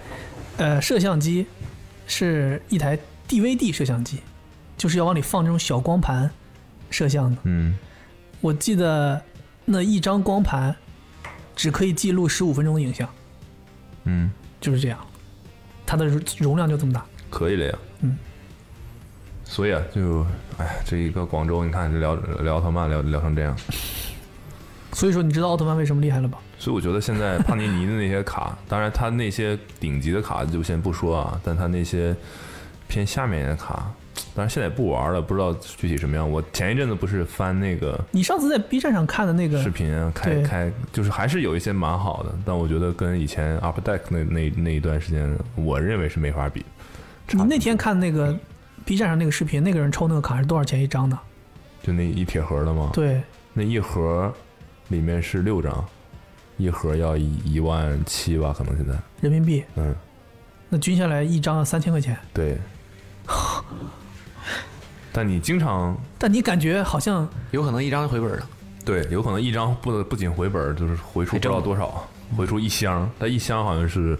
呃摄像机是一台 DVD 摄像机，就是要往里放这种小光盘摄像的。
嗯，
我记得那一张光盘只可以记录十五分钟的影像，
嗯，
就是这样，它的容容量就这么大。
可以了呀。
嗯。
所以啊，就哎，这一个广州，你看这聊聊奥特曼聊聊成这样，
所以说，你知道奥特曼为什么厉害了吧？
所以我觉得现在帕尼尼的那些 卡，当然他那些顶级的卡就先不说啊，但他那些偏下面的卡，当然现在也不玩了，不知道具体什么样。我前一阵子不是翻那个
你上次在 B 站上看的那个
视频啊，开
对
开就是还是有一些蛮好的，但我觉得跟以前 Upper Deck 那那那一段时间，我认为是没法比。
你那天看那个 B 站上那个视频，那个人抽那个卡是多少钱一张的？
就那一铁盒的嘛，
对，
那一盒里面是六张，一盒要一一万七吧，可能现在，
人民币，
嗯，
那均下来一张要三千块钱。
对。但你经常
但你感觉好像
有可能一张就回本了。
对，有可能一张不不仅回本儿，就是回出不知道多少，回出一箱，但一箱好像是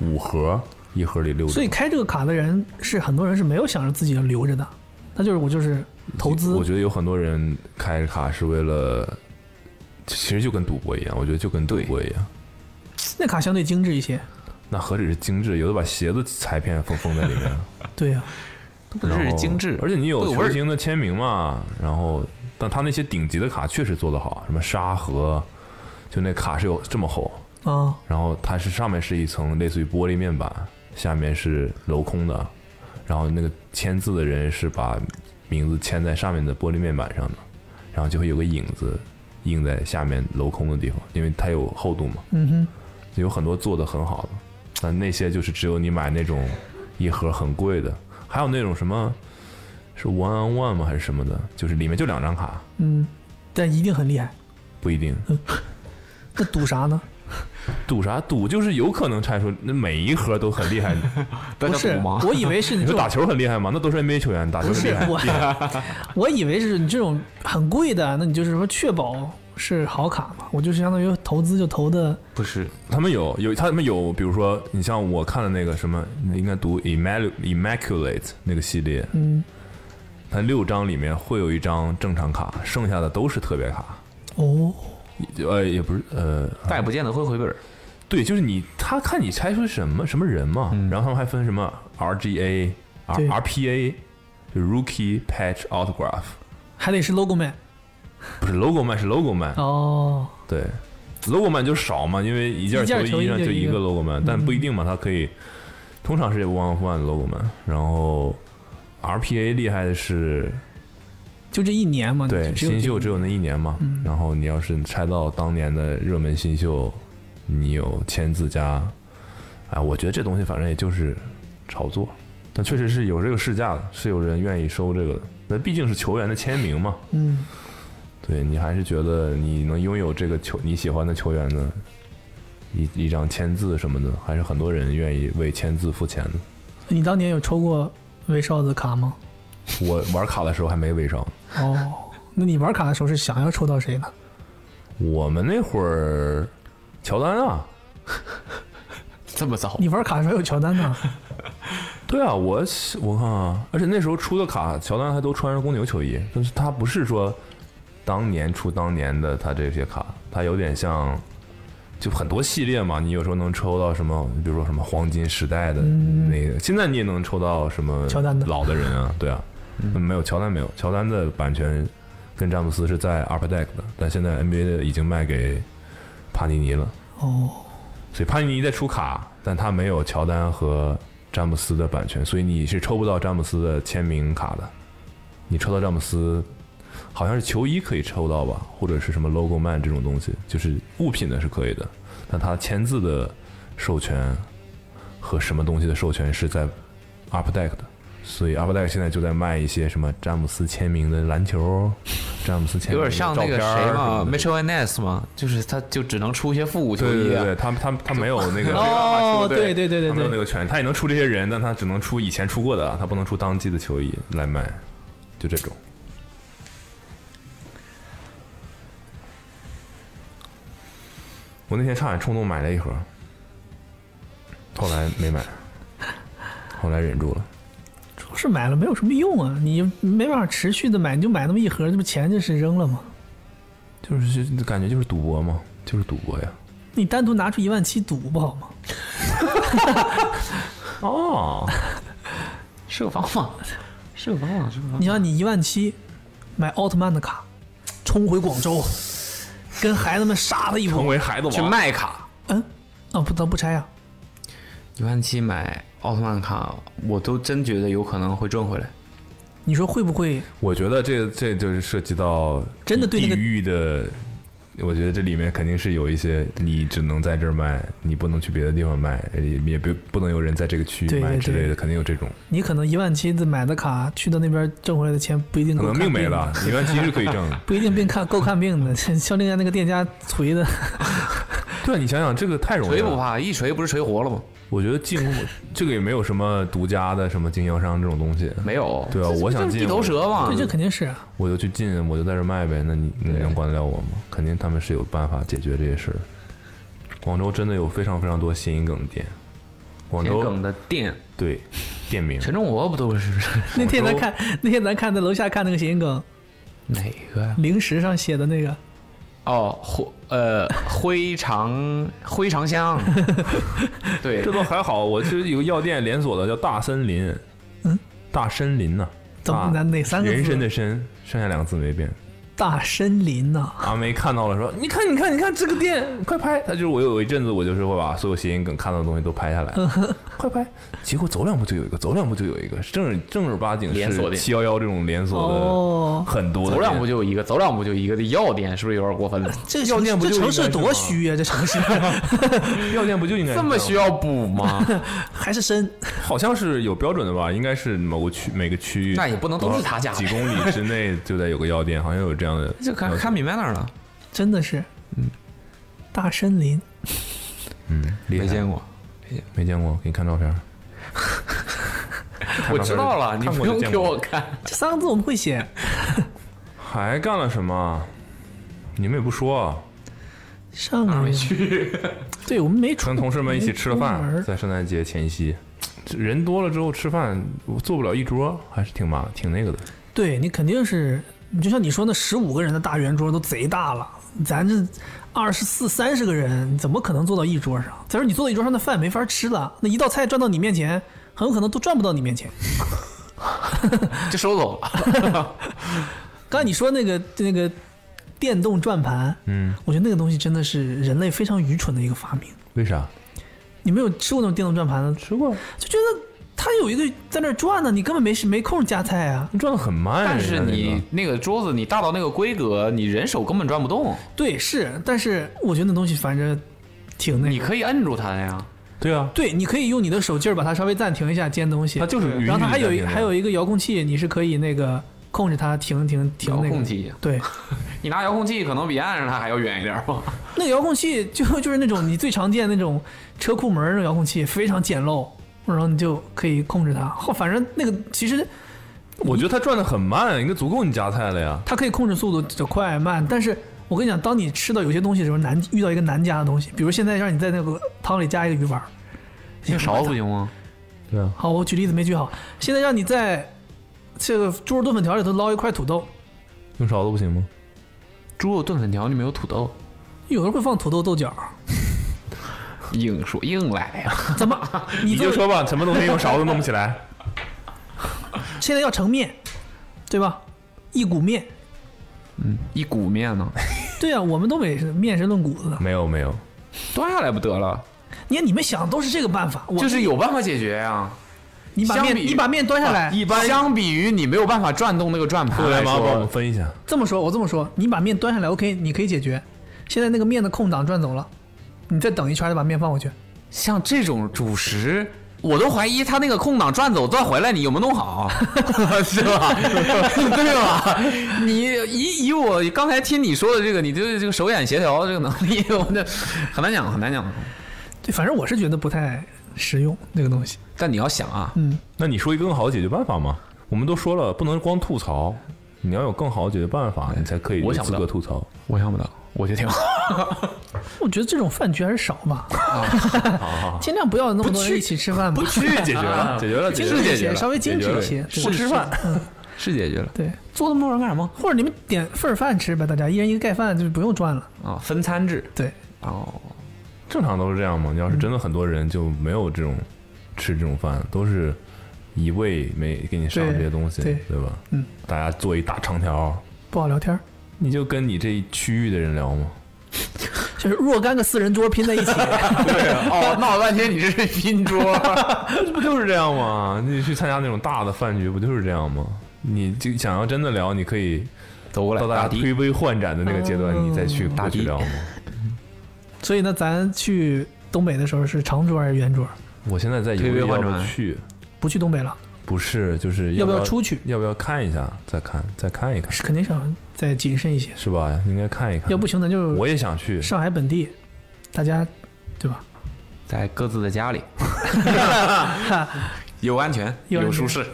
五盒，一盒里六种。
所以开这个卡的人是很多人是没有想着自己要留着的，他就是我就是投资
我，觉得有很多人开卡是为了，其实就跟赌博一样，我觉得就跟赌博一样。
那卡相对精致一些。
那何止是精致，有的把鞋子裁片缝缝在里面，
对啊呀、
不只 是精致
然后而且你有
都有味儿
球星的签名嘛，然后但他那些顶级的卡确实做得好，什么沙盒，就那卡是有这么厚，
啊，
然后它是上面是一层类似于玻璃面板，下面是镂空的，然后那个签字的人是把名字签在上面的玻璃面板上的，然后就会有个影子印在下面镂空的地方，因为它有厚度嘛，
嗯哼，
有很多做的很好的，但那些就是只有你买那种一盒很贵的，还有那种什么是 one on one 吗还是什么的，就是里面就两张卡，
嗯，但一定很厉害。
不一定。
那赌啥呢？
赌啥赌？就是有可能拆出那每一盒都很厉害，
大
不
家
是
赌吗，？
我以为是
你
你
说
这
打
种，
球很厉害吗？那都是 NBA 球员，打球
不
很
是
厉害。
我， 我以为是你这种很贵的，那你就是说确保是好卡嘛？我就是相当于投资就投的
不是，
他们有有他们有，比如说你像我看的那个什么，应该读 Immacu- immaculate 那个系列，
嗯，
它六张里面会有一张正常卡，剩下的都是特别卡。
哦，
呃，也不是呃，
但也不见得会回本儿。
对，就是你他看你拆出什么什么人嘛，
嗯
然后他们还分什么 RGA、R
对
RPA，就 Rookie Patch Autograph，
还得是 logo man
不是 Logo Man 是 Logo Man，
哦，
对，Logo Man 就少嘛，因为一件
一件球
衣
衣
上
就
就
一
一
个嗯
个 Logo Man，但不一定嘛，它可以通常是 One of One Logo Man，然后 RPA 厉害的是
就这一年嘛，
对，
嗯只有
新
这嗯
秀只有那一年嘛。然后你要是拆到当年的热门新秀，你有签字加，哎，我觉得这东西反正也就是炒作，但确实是有这个市价的，是有人愿意收这个的。那毕竟是球员的签名嘛，
嗯，
对你还是觉得你能拥有这个球你喜欢的球员的一一张签字什么的，还是很多人愿意为签字付钱的。
你当年有抽过威少子卡吗？
我玩卡的时候还没微商。
哦，那你玩卡的时候是想要抽到谁呢？
我们那会儿，乔丹啊，
这么早？
你玩卡的时候有乔丹呢？
对啊，我我看啊，而且那时候出的卡，乔丹还都穿着公牛球衣，但是他不是说当年出当年的他这些卡，他有点像就很多系列嘛，你有时候能抽到什么，比如说什么黄金时代的那个，现在你也能抽到什么
嗯乔丹的嗯
老的人啊，对啊，没有乔丹没有，乔丹的版权跟詹姆斯是在 Upper Deck 的，但现在 NBA 的已经卖给帕尼尼了。
哦，
所以帕尼尼在出卡，但他没有乔丹和詹姆斯的版权，所以你是抽不到詹姆斯的签名卡的。你抽到詹姆斯，好像是球衣可以抽到吧，或者是什么 logo man 这种东西，就是物品的是可以的，但他签字的授权和什么东西的授权是在 Up Deck 的。所以 Up Deck 现在就在卖一些什么詹姆斯签名的篮球，詹姆斯签
有
名的
点像那
照
个
片儿
谁
什
嘛
么的
，Mitchell Ness 嘛，就是他就只能出一些复古球
对
衣
对
啊。
对，他他他没有那 个
哦对对对对
他没有那
对，
个权，他也能出这些人，但他只能出以前出过的，啊他不能出当季的球衣来卖，就这种。我那天差点冲动买了一盒，后来没买，后来忍住了。
主要是买了没有什么用啊，你没办法持续的买，你就买那么一盒，这不钱就是扔了吗？
就是就感觉就是赌博嘛，就是赌博呀。
你单独拿出一万七赌不好吗？
哦，
是个方法，是个方法，是个方法
你。想，你一万七买奥特曼的卡，冲回广州，跟孩子们杀他一
成
波。
为孩子
去
王，
卖卡，
嗯，啊不，咱不拆啊。
一万七买奥特曼卡，我都真觉得有可能会赚回来。
你说会不会？
我觉得这这就是涉及到
真的对那
地
个
域的，我觉得这里面肯定是有一些你只能在这儿卖，你不能去别的地方卖，也也不不能有人在这个区域
对
卖
对
之
对
类的，肯定有这种，
你可能一万七的买的卡，去到那边挣回来的钱不一定
可
够
能
看
命
病
没了，一万七是可以挣的。
不一定病看够看病的。像那家那个店家锤的，
对啊，你想想这个太容易
锤不
了，
怕，一锤不是锤活了吗？
我觉得进这个也没有什么独家的什么经销商这种东西，
没有，
对啊
这
我想
这就是
进
地头蛇嘛
嗯
对，，这肯定是啊。
我就去进，我就在这儿卖呗，那你那你能管得了我吗？肯定他们是有办法解决这些事儿。广州真的有非常非常多谐音梗店，广
田
州
埂的店，
对店名
陈忠国不都是
那天咱看，那天咱看在楼下看那个谐音梗，
哪个呀？
零食上写的那个，
哦，灰呃灰长 灰长香，对
这，都还好，我是有个药店连锁的，叫大森林，嗯，大森林呐、
怎么哪
大
哪三个字
啊人参的参，剩下两个字没变。
大森林呐、
阿梅看到了说：“你看，你看，你看这个店，快拍！”他就是我有一阵子，我就是会把所有谐音梗看到的东西都拍下来，快拍。结果走两步就有一个，走两步就有一个，正正儿八经
连锁
是
店
七幺幺这种连锁的，
哦
很多的
走两步
店
就有一个，走两步就一个的药店，是不是有点过分了？
这个
要
城市
念不
这
就
城
应
市
该是
多
吗
虚啊！这城市
药店不就应该是
这么
样
需要补吗？
还是深。
好像是有标准的吧？应该是某个区每个区域，
那也不能都是他家的
几公里之内就得有个药店，好像有这样
。
的
就看
要求
看明白那儿了，
真的是，嗯，大森林，
嗯，厉害
没见过。
没见过，给你看照片儿。
我知道了，你
看
不
过就
用
见
给我
过。
看。
这三个字我们会写。
还干了什么？啊你们也不说、啊，
上个月去， 对我们没出
跟，同事们一起吃了
没出门
饭，
儿
在圣诞节前夕，这人多了之后吃饭我坐不了一桌，还是挺麻挺那个的。
对你肯定是，你就像你说那十五个人的大圆桌都贼大了，咱这二十四三十个人，怎么可能坐到一桌上？再说你坐到一桌上，那饭没法吃了，那一道菜转到你面前，很有可能都转不到你面前。
就收走了。
刚才你说那个那个电动转盘，
嗯，
我觉得那个东西真的是人类非常愚蠢的一个发明。
为啥？
你没有吃过那种电动转盘的，
吃过，
就觉得它有一个在那儿转呢，你根本没时没空夹菜啊。
转的很慢。
但是
人家那
你
个
那个桌子，你大到那个规格，你人手根本转不动，
对，是，但是我觉得那东西反正挺那
你
个。
可以摁住它呀。
对啊，
对，你可以用你的手劲儿把它稍微暂停一下煎东西。
它就是
然后它还有一
一
还有一个遥控器，你是可以那个控制它停停停那个。
遥控器
对，
你拿遥控器可能比按着它还要远一点吧？
那个遥控器就 就是那种你最常见那种车库门儿那种遥控器，非常简陋，然后你就可以控制它。后反正那个其实
我觉得它转的很慢，应该足够你夹菜了呀。
它可以控制速度就快慢，但是我跟你讲，当你吃到有些东西的时候难遇到一个难夹的东西，比如现在让你在那个汤里加一个鱼丸儿，
那勺不行吗？
对啊，
好，我举例子没举好，现在让你在这个猪肉炖粉条里头捞一块土豆，
用勺子不行吗？
猪肉炖粉条里面有土豆，
有人会放土豆豆角儿，
硬说硬来呀、
怎么你
你
就
就说吧，什么东西用勺子弄不起来？
现在要盛面，对吧？一股面，
一股 面呢，
对啊，我们东北是面是论股子的。
没有没有，
端下来不得了，
你看你们想的都是这个办法，我
就是有办法解决呀、
你把
相
面
比啊
你把面端下来，啊
一般相比于你没有办法转动那个转盘
过来
来
妈帮我们
说，
分一下。
这么说，我这么说，你把面端下来，OK，你可以解决。现在那个面的空档转走了，你再等一圈再把面放回去。
像这种主食，我都怀疑他那个空档转走再回来，你有没有 弄好，是吧？对吧？你以以我刚才听你说的这个，你对这个手眼协调这个能力，我这很难讲，很难讲。
对，反正我是觉得不太实用这个东西。
但你要想啊，
嗯
那你说一个更好的解决办法吗？我们都说了，不能光吐槽，你要有更好的解决办法，你才可以有
我想不
资
到
格吐 槽。
我想不到，我觉得挺好。
我觉得这种饭局还是少吧，
啊
尽量不要那么多人一起吃饭吧，
去解决了，解决了，
精
解决
致
了
一
解决
些，
了
稍微精致一些。
解决
对
了不吃饭，
是解决了
对，
嗯做那么多人干什么
或者你们点份儿饭吃吧，大家一人一个盖饭，就不用转了。
啊？分餐制
对，
哦，
正常都是这样
嗯
嘛。你要是真的很多人，就没有这种吃这种饭，都是一味没给你上
对
这些东西，
对
对吧？
嗯，
大家做一大长条，
不好聊天儿，
你就跟你这一区域的人聊嘛。
就是若干个四人桌拼在 一起。
对哦，闹了半天你这是拼桌，
这不就是这样吗？你去参加那种大的饭局，不就是这样吗？你就想要真的聊，你可以
走过
到大家推杯换盏的那个阶段，
嗯
你再去过去聊吗？
所以呢，咱去东北的时候是长桌还是圆桌？
我现在在犹
推
豫
杯
要
换
不要
盏
去，
不去东北了，
不是就是
要
不
不要
要
出去？
要不要看一下？再看，再看一看，
肯定想再谨慎一些。
是吧？应该看一看。
要不行，咱就
我也想去，
上海本地，大家对吧？
在各自的 家里，有安全，
有安全
舒适，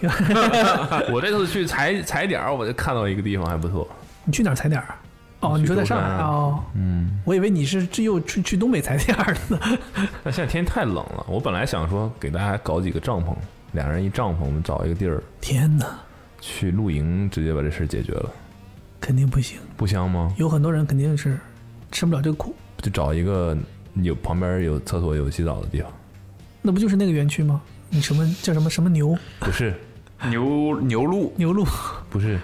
我这次去踩踩点儿，我就看到一个地方还不错，
你去哪儿踩点儿啊？哦，
去
你说在上海
舟山啊
哦，
嗯，
我以为你是这又去去东北踩点儿呢。
但现在天太冷了，我本来想说给大家搞几个帐篷，俩人一帐篷，我们找一个地儿
天哪，
去露营，直接把这事儿解决了，
肯定不行，
不香吗？
有很多人肯定是吃不了这个苦。
就找一个有旁边有厕所、有洗澡的地方，
那不就是那个园区吗？你什么叫什么什么牛
不是，
牛牛路
牛路？
不是，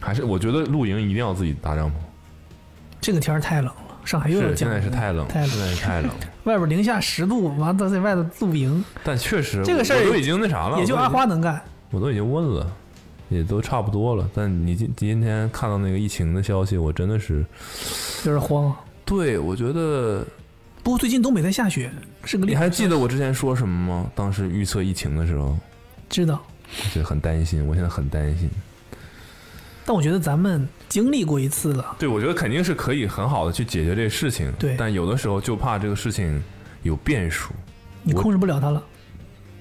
还是我觉得露营一定要自己搭帐篷，
这个天儿太冷了，上海又要
是
降
现
温了，
在是太冷，
太
现在
冷，
是太冷，
外边零下十度，完了在外头露营，
但确实
这个事儿
我都已经那啥了，
也就
我都已
阿
经
花能干。
我都已经问了，也都差不多了。但你今今天看到那个疫情的消息，我真的是，
有点慌啊。
对我觉得
不过最近东北在下雪，是个
你
厉害。
还记得我之前说什么吗？当时预测疫情的时候，
知道，
我觉得很担心，我现在很担心。
但我觉得咱们经历过一次了，
对，我觉得肯定是可以很好的去解决这个事情，
对
但有的时候就怕这个事情有变数。
你控制不了它了。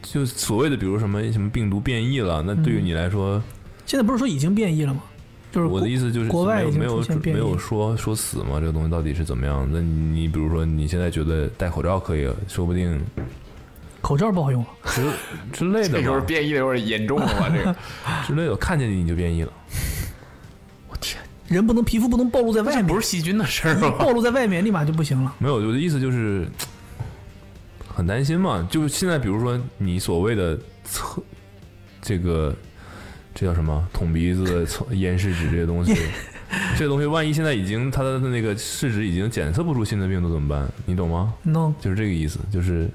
就所谓的，比如什么什么病毒变异了，那对于你来说，
现在不是说已经变异了吗？就是
我的意嗯思就是
国外
没有
已经出
没有
现变
没
异
有说说死嘛，这个东西到底是怎么样？那你比如说你现在觉得戴口罩可以，说不定
口罩不好用了，
之之类的
这就是
吧，
变异的有点严重了吧？这个
之类的，看见你就变异了。
人不能皮肤不能暴露在外面，
不是细菌的事儿
啊
吗？
暴露在外面立马就不行了。
没有，我的意思就是很担心嘛。就是现在，比如说你所谓的测这个这叫什么捅鼻子、测咽拭子这些东西，这些东西万一现在已经它的那个试纸已经检测不出新的病毒怎么办？你懂吗？
no，
就是这个意思，就是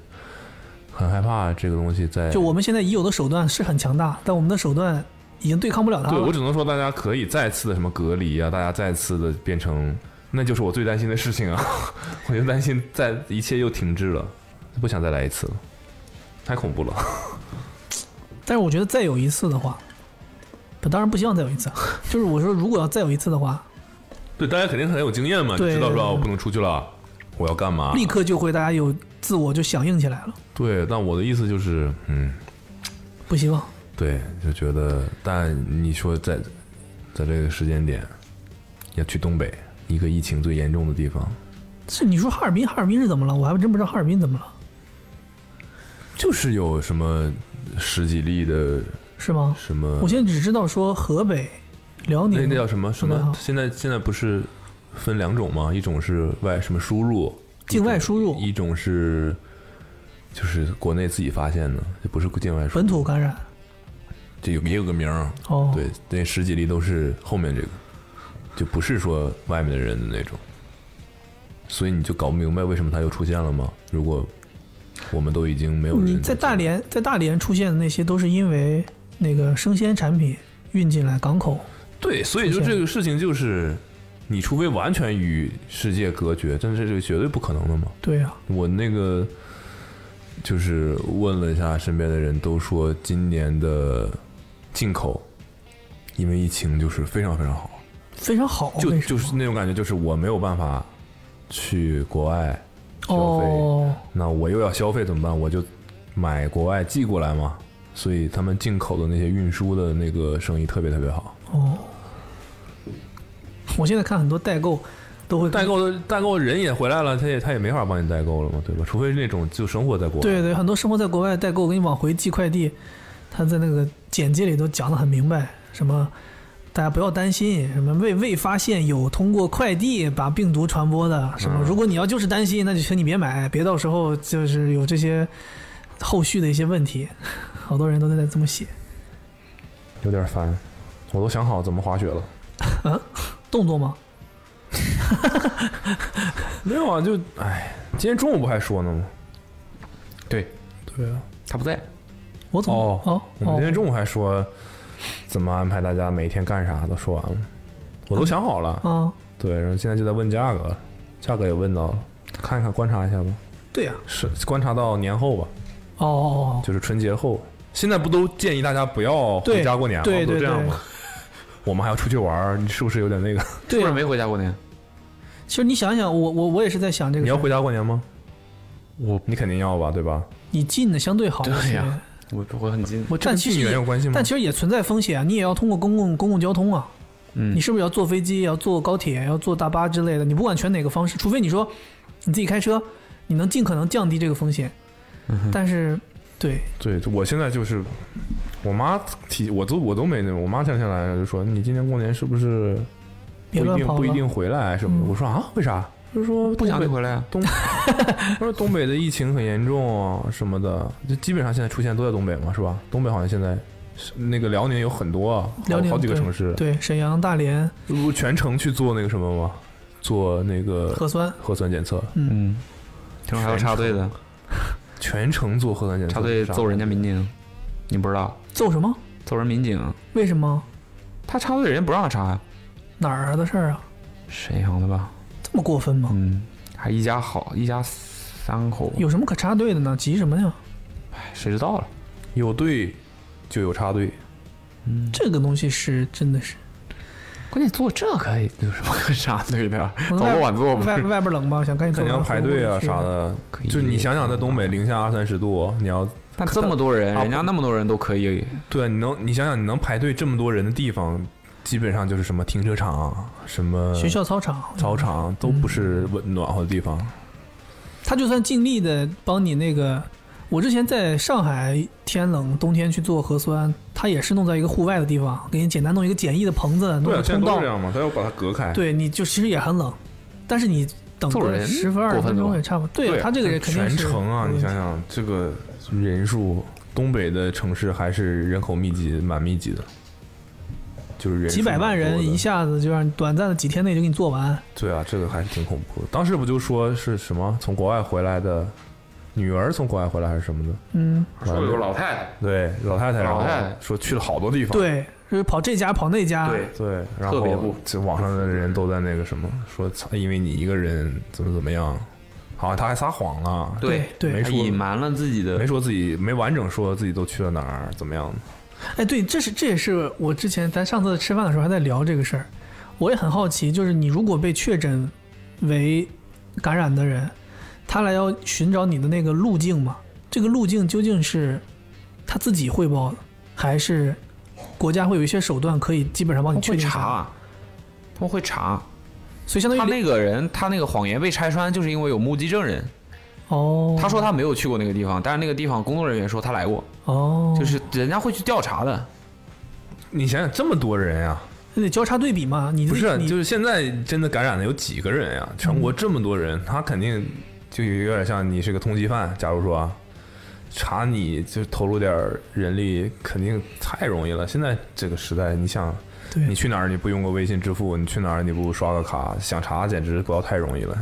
很害怕这个东西在。
就我们现在已有的手段是很强大，但我们的手段已经对抗不了它
对我
了。
只能说，大家可以再次的什么隔离啊，大家再次的变成，那就是我最担心的事情啊！ 我就担心在一切又停滞了，不想再来一次了，太恐怖了。
但是我觉得再有一次的话，不当然不希望再有一次， 就是我说如果要再有一次的话，
对，大家肯定很有经验嘛，就
对
知道说啊我不能出去了，我要干嘛？
立刻就会大家有自我就响应起来了，
对，但我的意思就是，嗯，
不希望。
对，就觉得，但你说在在这个时间点要去东北一个疫情最严重的地方，
是你说哈尔滨，哈尔滨是怎么了？我还真不知道哈尔滨怎么了，
就是有什么十几例的
是吗？
什么
我现在只知道说河北、辽
那
宁
那叫什么什
好
么？现在现在不是分两种吗？一种是外什么输入，
境外输入
一种是就是国内自己发现的，就不是境外输入
本，土感染。
这有也有个名儿。
哦，
对，那十几例都是后面这个，就不是说外面的人的那种。所以你就搞不明白为什么它又出现了吗？如果我们都已经没有人
你嗯在大
做
连，在大连出现的那些都是因为那个生鲜产品运进来港口，
对，所以
出
就
现
这个事情就是，你除非完全与世界隔绝，但是这个绝对不可能的嘛。
对啊，
我那个就是问了一下身边的人，都说今年的进口因为疫情就是非常非常好，
非常好，
就
哦为什
就
么
是那种感觉，就是我没有办法去国外消费，
哦，
那我又要消费怎么办？我就买国外寄过来嘛。所以他们进口的那些运输的那个生意特别特别好，
哦，我现在看很多代购都会
代，购的代购人也回来了，他也他也没法帮你代购了嘛，对吧？除非是那种就生活在国外，
对对，很多生活在国外的代购给你往回寄快递，他在那个简介里都讲得很明白，什么大家不要担心，什么未未发现有通过快递把病毒传播的，什
嗯
么如果你要就是担心，那就请你别买，别到时候就是有这些后续的一些问题，好多人都在这么写，
有点烦，我都想好怎么滑雪了。
动作吗？
没有啊，就哎，今天中午不还说呢吗？
对，
对啊，
他不在，
我怎么
哦
哦
我们今
哦
天中午还说怎么安排大家每一天干啥，都说完了，我都想好了。
啊，
对，然后现在就在问价格了，价格也问到了，看一看观察一下吧，
对呀、
是观察到年后吧，
哦哦哦，
就是春节后。现在不都建议大家不要回
对
家过年吗？
对
不
对
都这样
对
吗？ 我们还要出去玩儿，你是不是有点那个？
是
对
不
啊、
是没回家过年？
其实你想想，我我我也是在想这个
你
事儿。
要回家过年吗？
我
你肯定要吧，对吧？
你近的相对好一些
对呀我我很近，
但其实
跟地缘有
也
关系吗？
但其实也存在风险啊，你也要通过公共公共交通啊，
嗯
你是不是要坐飞机，要坐高铁，啊要坐大巴之类的？你不管选哪个方式，除非你说你自己开车，你能尽可能降低这个风险。
嗯
但是，对，
对，我现在就是，我妈提我都我都没那，我妈前两天来了就说你今年过年是不是
别
不一
乱
定
跑了。
不一定回来什么的？
嗯
我说啊，为啥？她说
不想
东
你
北
回来啊？
东，她说东北的疫情很严重啊什么的，就基本上现在出现都在东北嘛，是吧？东北好像现在是那个辽宁有很多啊，
辽
好
宁
好几个
对
城市，
对，沈阳、大连
不全程去做那个什么吗？做那个
核酸，
核酸检测，
嗯，听说还有插队的，
全程做核酸检测，
插队
啥
揍人家民警，你不知道
揍什么？
揍人民警，
为什么？
他啊插队人家不让插呀，
哪儿的事儿啊？
沈阳的吧？
这么过分吗？
嗯，还一家好一家三口，
有什么可插队的呢？急什么呀？
哎谁知道了？
有队就有插队，
嗯
这个东西是真的是，
关键做这个有什么可插队的？
我
早
在
过晚
哦
外
做吧，
外边冷吧？想赶紧
肯定要
走
排队啊
回去
啥的。
可以
就你想想，在东北零下二三十度，
嗯
你要
但这么多人，
啊
人家那么多人都可以，
对啊，你能你想想，你能排队这么多人的地方，基本上就是什么停车场、什么
学校嗯操场，
操场，都不是温暖和的地方。
他就算尽力的帮你那个我之前在上海天冷冬天去做核酸，它也是弄在一个户外的地方，给你简单弄一个简易的棚子，弄
对
个
啊，现
通
在都是
道
这，样嘛，他要把它隔开。
对，你就其实也很冷，但是你等
揍
个
人
十分二十
过分
分
了
钟
吧
也差不多。
对
对
啊
他这个人肯定
全
是嗯
城啊，
有
你
问
想
题
想这个人数，东北的城市还是人口密集，蛮密集的，就是人数
几百万
蛮
人
多的
一下子就让你短暂的几天内就给你做完，
对啊，这个还挺恐怖的。当时不就说是什么从国外回来的女儿从国外回来还是什么的？
嗯，
说有个老太太，
对，老太太，然
老
后
太太
说去了好多地方。
对，就是跑这家跑那家，
对，
对，然
特别
后
不
这网上的人都在那个什么说，操因为你一个人怎么怎么样，好像他还撒谎了，
对
对
没
她
说
隐瞒了自己的
没说自己没完整说自己都去了哪儿，怎么样的。
哎，对，这是这也是我之前咱上次吃饭的时候还在聊这个事儿，我也很好奇，就是你如果被确诊为感染的人，他来要寻找你的那个路径嘛？这个路径究竟是他自己汇报的，还是国家会有一些手段可以基本上帮你
他
确
们会
定下来？
查，他们会查。
所以相当
他
于
那个人，他那个谎言被拆穿，就是因为有目击证人。
哦，
他说他没有去过那个地方，但是那个地方工作人员说他来过，
哦，
就是人家会去调查的。
你想想，这么多人呀、
那得交叉对比嘛？你
不是啊，
你
就是现在真的感染的有几个人呀、全国这么多人，他肯定就有点像你是个通缉犯。假如说啊查你，就投入点儿人力，肯定太容易了。现在这个时代，你想你
对
去哪儿你不用个微信支付，你去哪儿你不刷个卡，想查简直不要太容易了。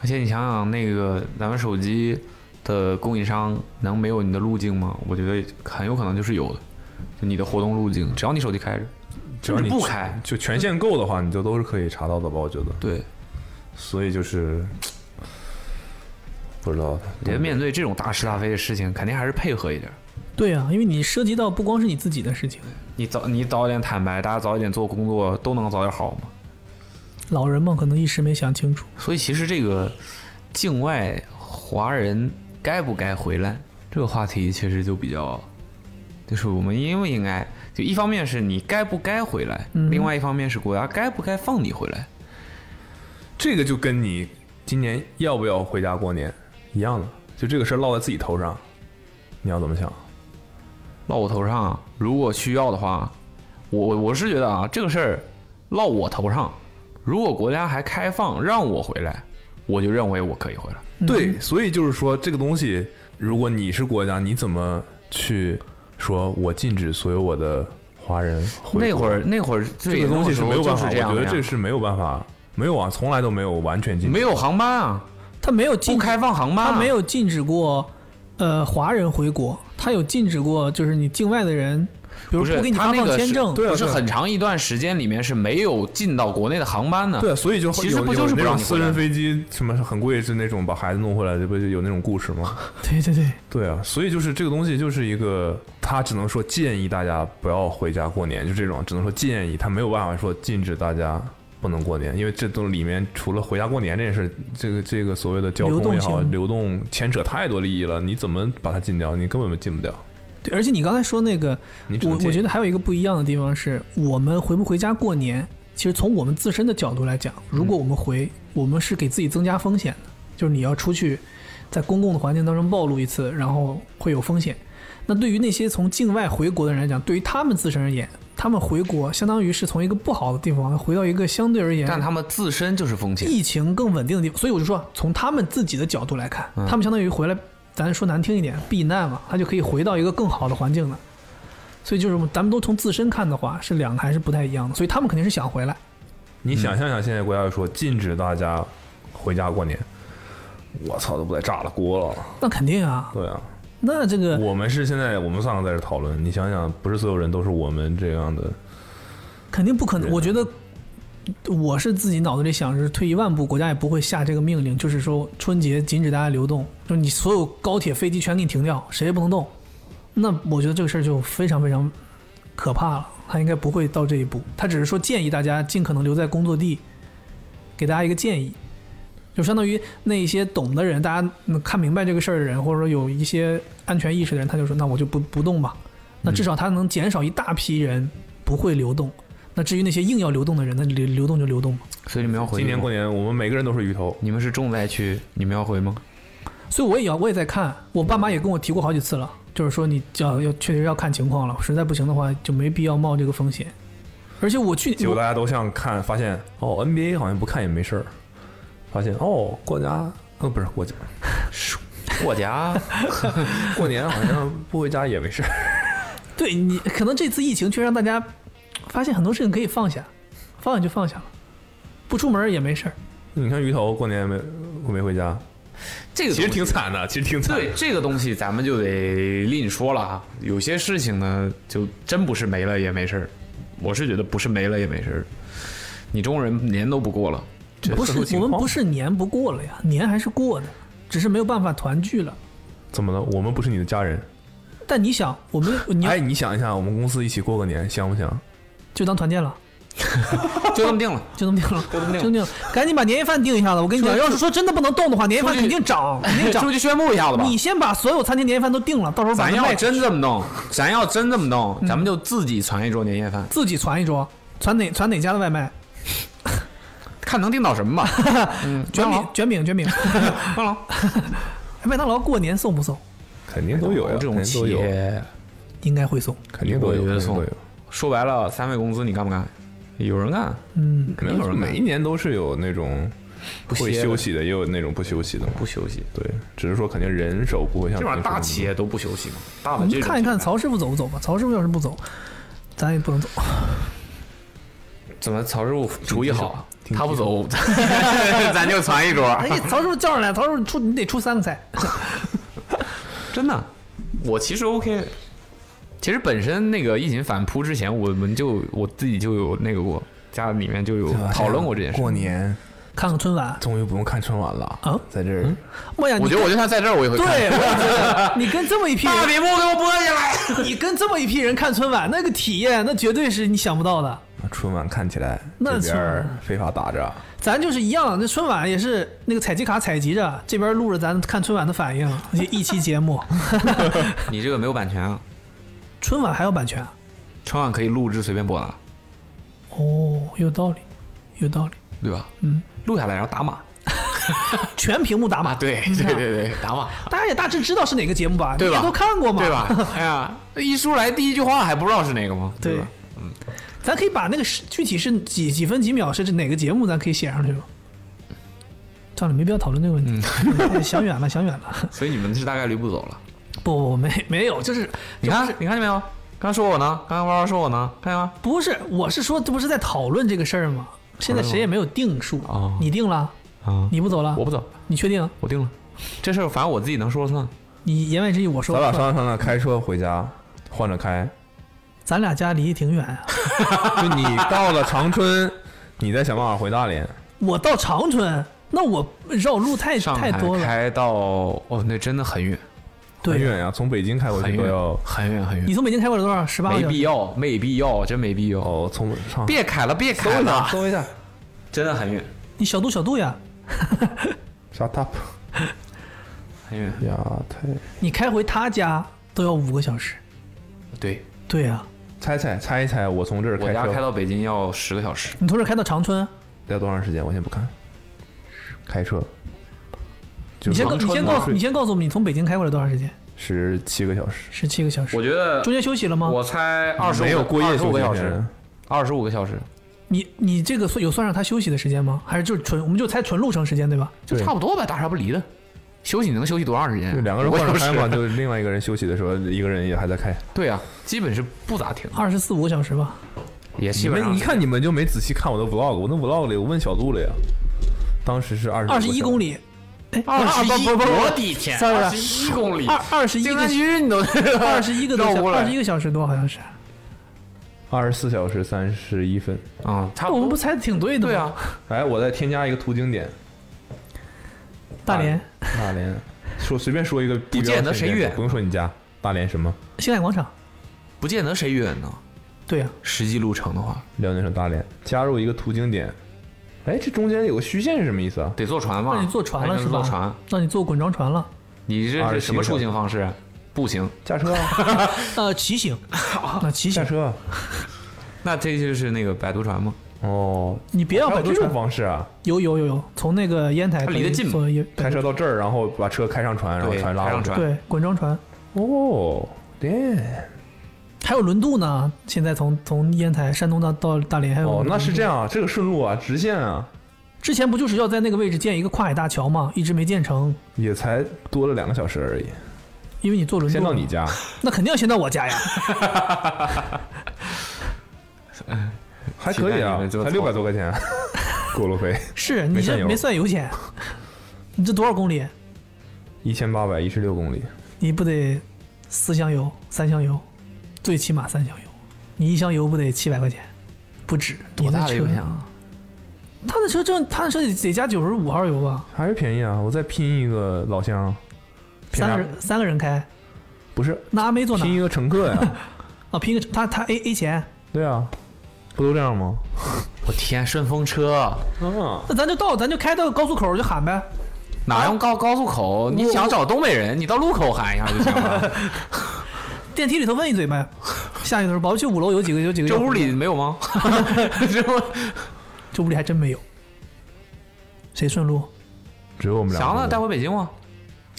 而且你想想，那个咱们手机的供应商能没有你的路径吗？我觉得很有可能就是有的，就你的活动路径，只要你手机开着，
只要你
不开，
就全限购的话，你就都是可以查到的吧？我觉得，
对。
所以就是不知道
我觉得面对这种大是大非的事情，肯定还是配合一点。
对啊，因为你涉及到不光是你自己的事情，
你早你早点坦白，大家早一点做工作，都能早点好嘛。
老人嘛，可能一时没想清楚。
所以其实这个境外华人该不该回来这个话题，其实就比较，就是我们应不应该，就一方面是你该不该回来，
嗯
另外一方面是国家该不该放你回来。
这个就跟你今年要不要回家过年一样的，就这个事儿落在自己头上，你要怎么想？
落我头上，啊如果需要的话，我我是觉得啊，这个事儿落我头上，如果国家还开放让我回来，我就认为我可以回来。
对，所以就是说这个东西，如果你是国家，你怎么去说我禁止所有我的华人回国？
那会儿那会儿最
这个东西
严
是
重
没
的时
有办
候就
法，
是这样
我
的
觉得
呀
这是没有办法，没有啊，从来都没有完全禁止。
没有航班啊，
他没有禁
不
止
开放航班、啊，
他没有禁止过，呃，华人回国，他有禁止过，就是你境外的人，比如
不是
不给你
他
发
那
放
个
签
是
证，
对啊
不是
对啊
很长一段时间里面是没有进到国内的航班的。
对啊，所以就
其实
有
不就是
有那
不让
种
你
私
回来
人
吗
飞机什么很贵是那种把孩子弄回来，这不就有那种故事吗？
对 对对，
对啊，所以就是这个东西就是一个，他只能说建议大家不要回家过年，就这种只能说建议，他没有办法说禁止大家不能过年，因为这都里面除了回家过年这件事，这个这个所谓的交
流
通
动
也好，
性
流动牵扯太多利益了，你怎么把它禁掉？你根本禁不掉。
对，而且你刚才说那个，
你只
我
能建
我
议
觉得还有一个不一样的地方是，我们回不回家过年，其实从我们自身的角度来讲，
嗯
如果我们回，我们是给自己增加风险的，就是你要出去，在公共的环境当中暴露一次，然后会有风险。那对于那些从境外回国的人来讲，对于他们自身而言，他们回国相当于是从一个不好的地方回到一个相对而言
但他们自身就是风险。
疫情更稳定的地方，所以我就说，从他们自己的角度来看，他们相当于回来，咱说难听一点，避难嘛，他就可以回到一个更好的环境了。所以就是咱们都从自身看的话，是两个还是不太一样的，所以他们肯定是想回来。
你
嗯
想象一下，现在国家说禁止大家回家过年，我操，都不得炸了锅了。
那肯定啊，
对啊，
那这个
我们是现在我们三个在这讨论，你想想，不是所有人都是我们这样的。
肯定不可能。我觉得我是自己脑子里想，是退一万步，国家也不会下这个命令，就是说春节禁止大家流动，就是你所有高铁、飞机全给你停掉，谁也不能动。那我觉得这个事儿就非常非常可怕了，他应该不会到这一步，他只是说建议大家尽可能留在工作地，给大家一个建议。就相当于那一些懂的人，大家能看明白这个事儿的人，或者说有一些安全意识的人，他就说：“那我就不不动吧。”那至少他能减少一大批人不会流动。那至于那些硬要流动的人，那流流动就流动吧。
所以你们要回去
今
吗？
年过年，我们每个人都是鱼头。
你们是重灾区，你们要回吗？
所以我也要，我也在看，我爸妈也跟我提过好几次了，就是说你要要确实要看情况了，实在不行的话就没必要冒这个风险。而且我去，
结果大家都像看，发现哦，NBA 好像不看也没事儿，发现哦，国家呃不是国家，
过家
过年好像不回家也没事儿。
对你可能这次疫情却让大家发现很多事情可以放下，放下就放下了，不出门也没事儿。
你看鱼头过年没没回家，
这个
其实
东西
挺惨的，其实挺惨的
对。这个东西，咱们就得另说了啊。有些事情呢，就真不是没了也没事儿。我是觉得不是没了也没事儿。你中国人年都不过了，这
不是
特殊情
我们
况
不是年不过了呀，年还是过的，只是没有办法团聚了。
怎么了？我们不是你的家人。
但你想，我们你要
哎，你想一下，我们公司一起过个年，香不香？
就当团建了。
就这么定 了。
就这么定了，就这么定了，赶紧把年夜饭定一下子。我跟你讲，要是说真的不能动的话，年夜饭肯定涨， 肯定
出
涨。
去宣布一下子吧。
你先把所有餐厅年夜饭都定了，到时候把
咱
它
要
卖
真这么嗯弄，咱要真这么弄，咱们就自己传一桌年夜饭，
自己传一桌，传哪传哪家的外卖？
看能订到什么吧。
卷
麦
饼，卷饼，卷饼。
当然，
哎麦当劳过年送不送？
肯定都有呀，
哎这种
肯定
企
都有，
业，
应该会送。
肯定都有，
我觉
肯
得
定
送
都有。
说白了，三位工资你干不干？有人干，
嗯，
没有，每一年都是有那种
不
会
歇的
休息的，也有那种不休息的嘛。
不休息。
对，只是说肯定人手不会像
这玩意
平
儿
时那
大
么
企业都不休息嘛，大
我
的
们
这种
看一看
品牌
曹师傅走不走吧。曹师傅要是不走，咱也不能 走。
怎么曹师傅厨艺好，
挺
他不走，咱就传一桌。
哎，曹师傅叫上来，曹师傅出你得出三个菜。
真的，我其实 OK。其实本身那个疫情反扑之前，我们就我自己就有那个过，家里面就有
对吧
讨论过这件事。
啊过年
看看春晚，
终于不用看春晚了
啊
在这儿、
莫呀，你
我觉得我就算在这儿，我也会
对，
看
我也觉得你跟这么一批人
大屏幕给我播下来。
你跟这么一批人看春晚，那个体验，那绝对是你想不到的。
春晚看起来
那
这边
春
儿非法打着，
咱就是一样，那春晚也是那个采集卡采集着，这边录着咱看春晚的反应，一一期节 目。
你这个没有版权啊，
春晚还有版权啊？
春晚可以录制随便播的，
哦，有道理，有道理。
对吧？嗯，录下来然后打码
全屏幕打
啊，
码，
对对对对，打码，
大家也大致知道是哪个节目吧？
对
你
吧？
也都看过嘛？
对？吧？哎呀，一出来第一句话还不知道是哪个吗？
对嗯
吧？，
咱可以把那个是具体是几几分几秒是哪个节目，咱可以写上去吗？算了，没必要讨论这个问题， 想远了，想远了。
所以你们是大概率不走了。
不不不，没没有，就是
你看，你看见没有？刚刚说我呢，刚刚弯弯说我呢，看见吗？
不是，我是说，这不是在讨论这个事儿吗？现在谁也没有定数
哦
你定了，
啊，
你不走了，
我不走，
你确定？
我定了。这事儿反正我自己能说了算。
你言外之意我说
咱
了
俩
算，
商量商量，开车回家，换着 开。
咱俩家离挺远啊。
就你到了长春，你再想办法回大连。
我到长春，那我绕路太
上海
太多了。
开哎到哦，那真的很远，
很
对，
远呀、啊从北京开回
很
去都
远
要，
很远，很
你
远。
从北京开过来多少？十八个
没
小
必
时。
要，没必要，真没必要。
哦，从上
别凯了，别凯了，
搜一下
真的很远，
你小度小度呀，
，shut up
很远。
呀，太
你开回他家都要五个小时。
对
对呀、啊，
猜猜猜一猜，我从这儿
我
开
家
车
开到北京要十个小时，
你从这儿开到长春，
要多长时间？我先不看，开车
你先
长
告你
春
先
嘛
告诉你先告诉我们，你从北京开过来多长时间？
十七个小时，
十七个小时
我。觉得
中间休息了吗？
我猜二十
没有过夜
五
休
个
息
小时
天，
二十五个小时，
你你这个算有算上他休息的时间吗？还是就是纯我们就猜纯路程时间对吧？
就
对
差不多吧，大差不离的。休息能休息多长时间？
就两个人换着
我
开嘛，
就是
就是另外一个人休息的时候，一个人也还在开。
对啊，基本是不咋停，
二十四五个小时吧。
也基
你
本
们
上
一看你们就没仔细看我的 vlog，我那 vlog 里我问小度了呀，当时是二十
二十一公
里，
里，哎，
二十一，
不不不
我的天，
三
二
二
十一公里，
二二十一
静
个
安区你 都
二十一个多
绕
小
过来
二十一个小时多好像是。
二十四小时三十一分。
啊，差
我
不
们不
多。
猜的挺对的吗？
对啊，
哎，我再添加一个途经点，
大连
大连，说随便说一个地标，
不见得谁远
不用说你家，大连什么？
星海广场。
不见得谁远呢。
对呀、
实际路程的话，
辽宁省大连，加入一个途经点。哎，这中间有个虚线是什么意思啊？
哦得坐船
那
嘛？
你坐船了
还
是
能
吧？
坐船，
那你坐滚床船了？
你这是什么出行方式？步行。
驾车 啊，
呃，骑行，那骑
驾
行
车啊，
那这就是那个摆渡船吗？
哦，
你别让
还
摆
有
渡
这种
船，
方式啊？
有有有有，从那个烟台
它离得近嘛
坐一
开车到这儿，然后把车开上船，然后
对
船拉
开上
过去
船
对滚装船，
哦，对，
还有轮渡呢。现在从从烟台山东到到大连还
哎
有
哦
轮，渡
那是这样啊，这个顺路啊，直线啊，
之前不就是要在那个位置建一个跨海大桥嘛，一直没建成，
也才多了两个小时而已。
哎
因为你坐轮渡
先
嘛
到你， 家，
那肯定要先到我家呀。
还可以啊，
期待你们这么
才六百多块 钱，过路费
是
没
你
算
这
油
没算油钱，你这多少公里？
一千八百一十六公里，
你不得四箱油、三箱油，最起码三箱油，你一箱油不得七百块钱，不止。
多大的
你
油
那车
箱？啊？
他的车正，他的车得得加九十五号油吧？
还是便宜啊！我再拼一个老乡，拼
三
啥
个？人三个人开，
不是，
那阿妹坐哪
拼一个乘客呀、
啊？拼个他他 A A 钱，
对啊，不都这样吗？
我天，顺风车
啊，
那咱就到咱就开到高速口就喊呗。
哪用高高速口？你想找东北人，你到 路口喊一下就行了。
电梯里头问一嘴 呗，下去的时候，宝宝去五楼有几个有几个？
这屋里没有 吗？这屋
这屋里还真没有。谁顺路？
只有我们俩。
祥子带回北京吗？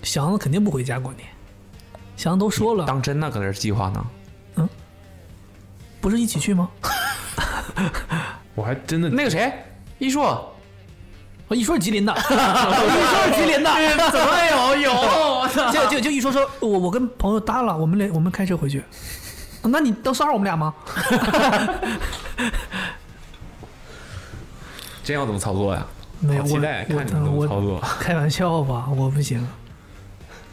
祥子肯定不回家过年，祥子都说了，
当真呢？搁这儿计划呢？
不是一起去吗？
我还真的
那个谁，一硕。
我哦一说是吉林的，一说是吉林的，
怎么有有？
就就就一说说，我我跟朋友搭了，我们俩我们开车回去。那你到上海我们俩吗？
真要怎么操作呀？
没有，
好
我
期待看你们怎
我
么
我
操作。
开玩笑吧，我不行。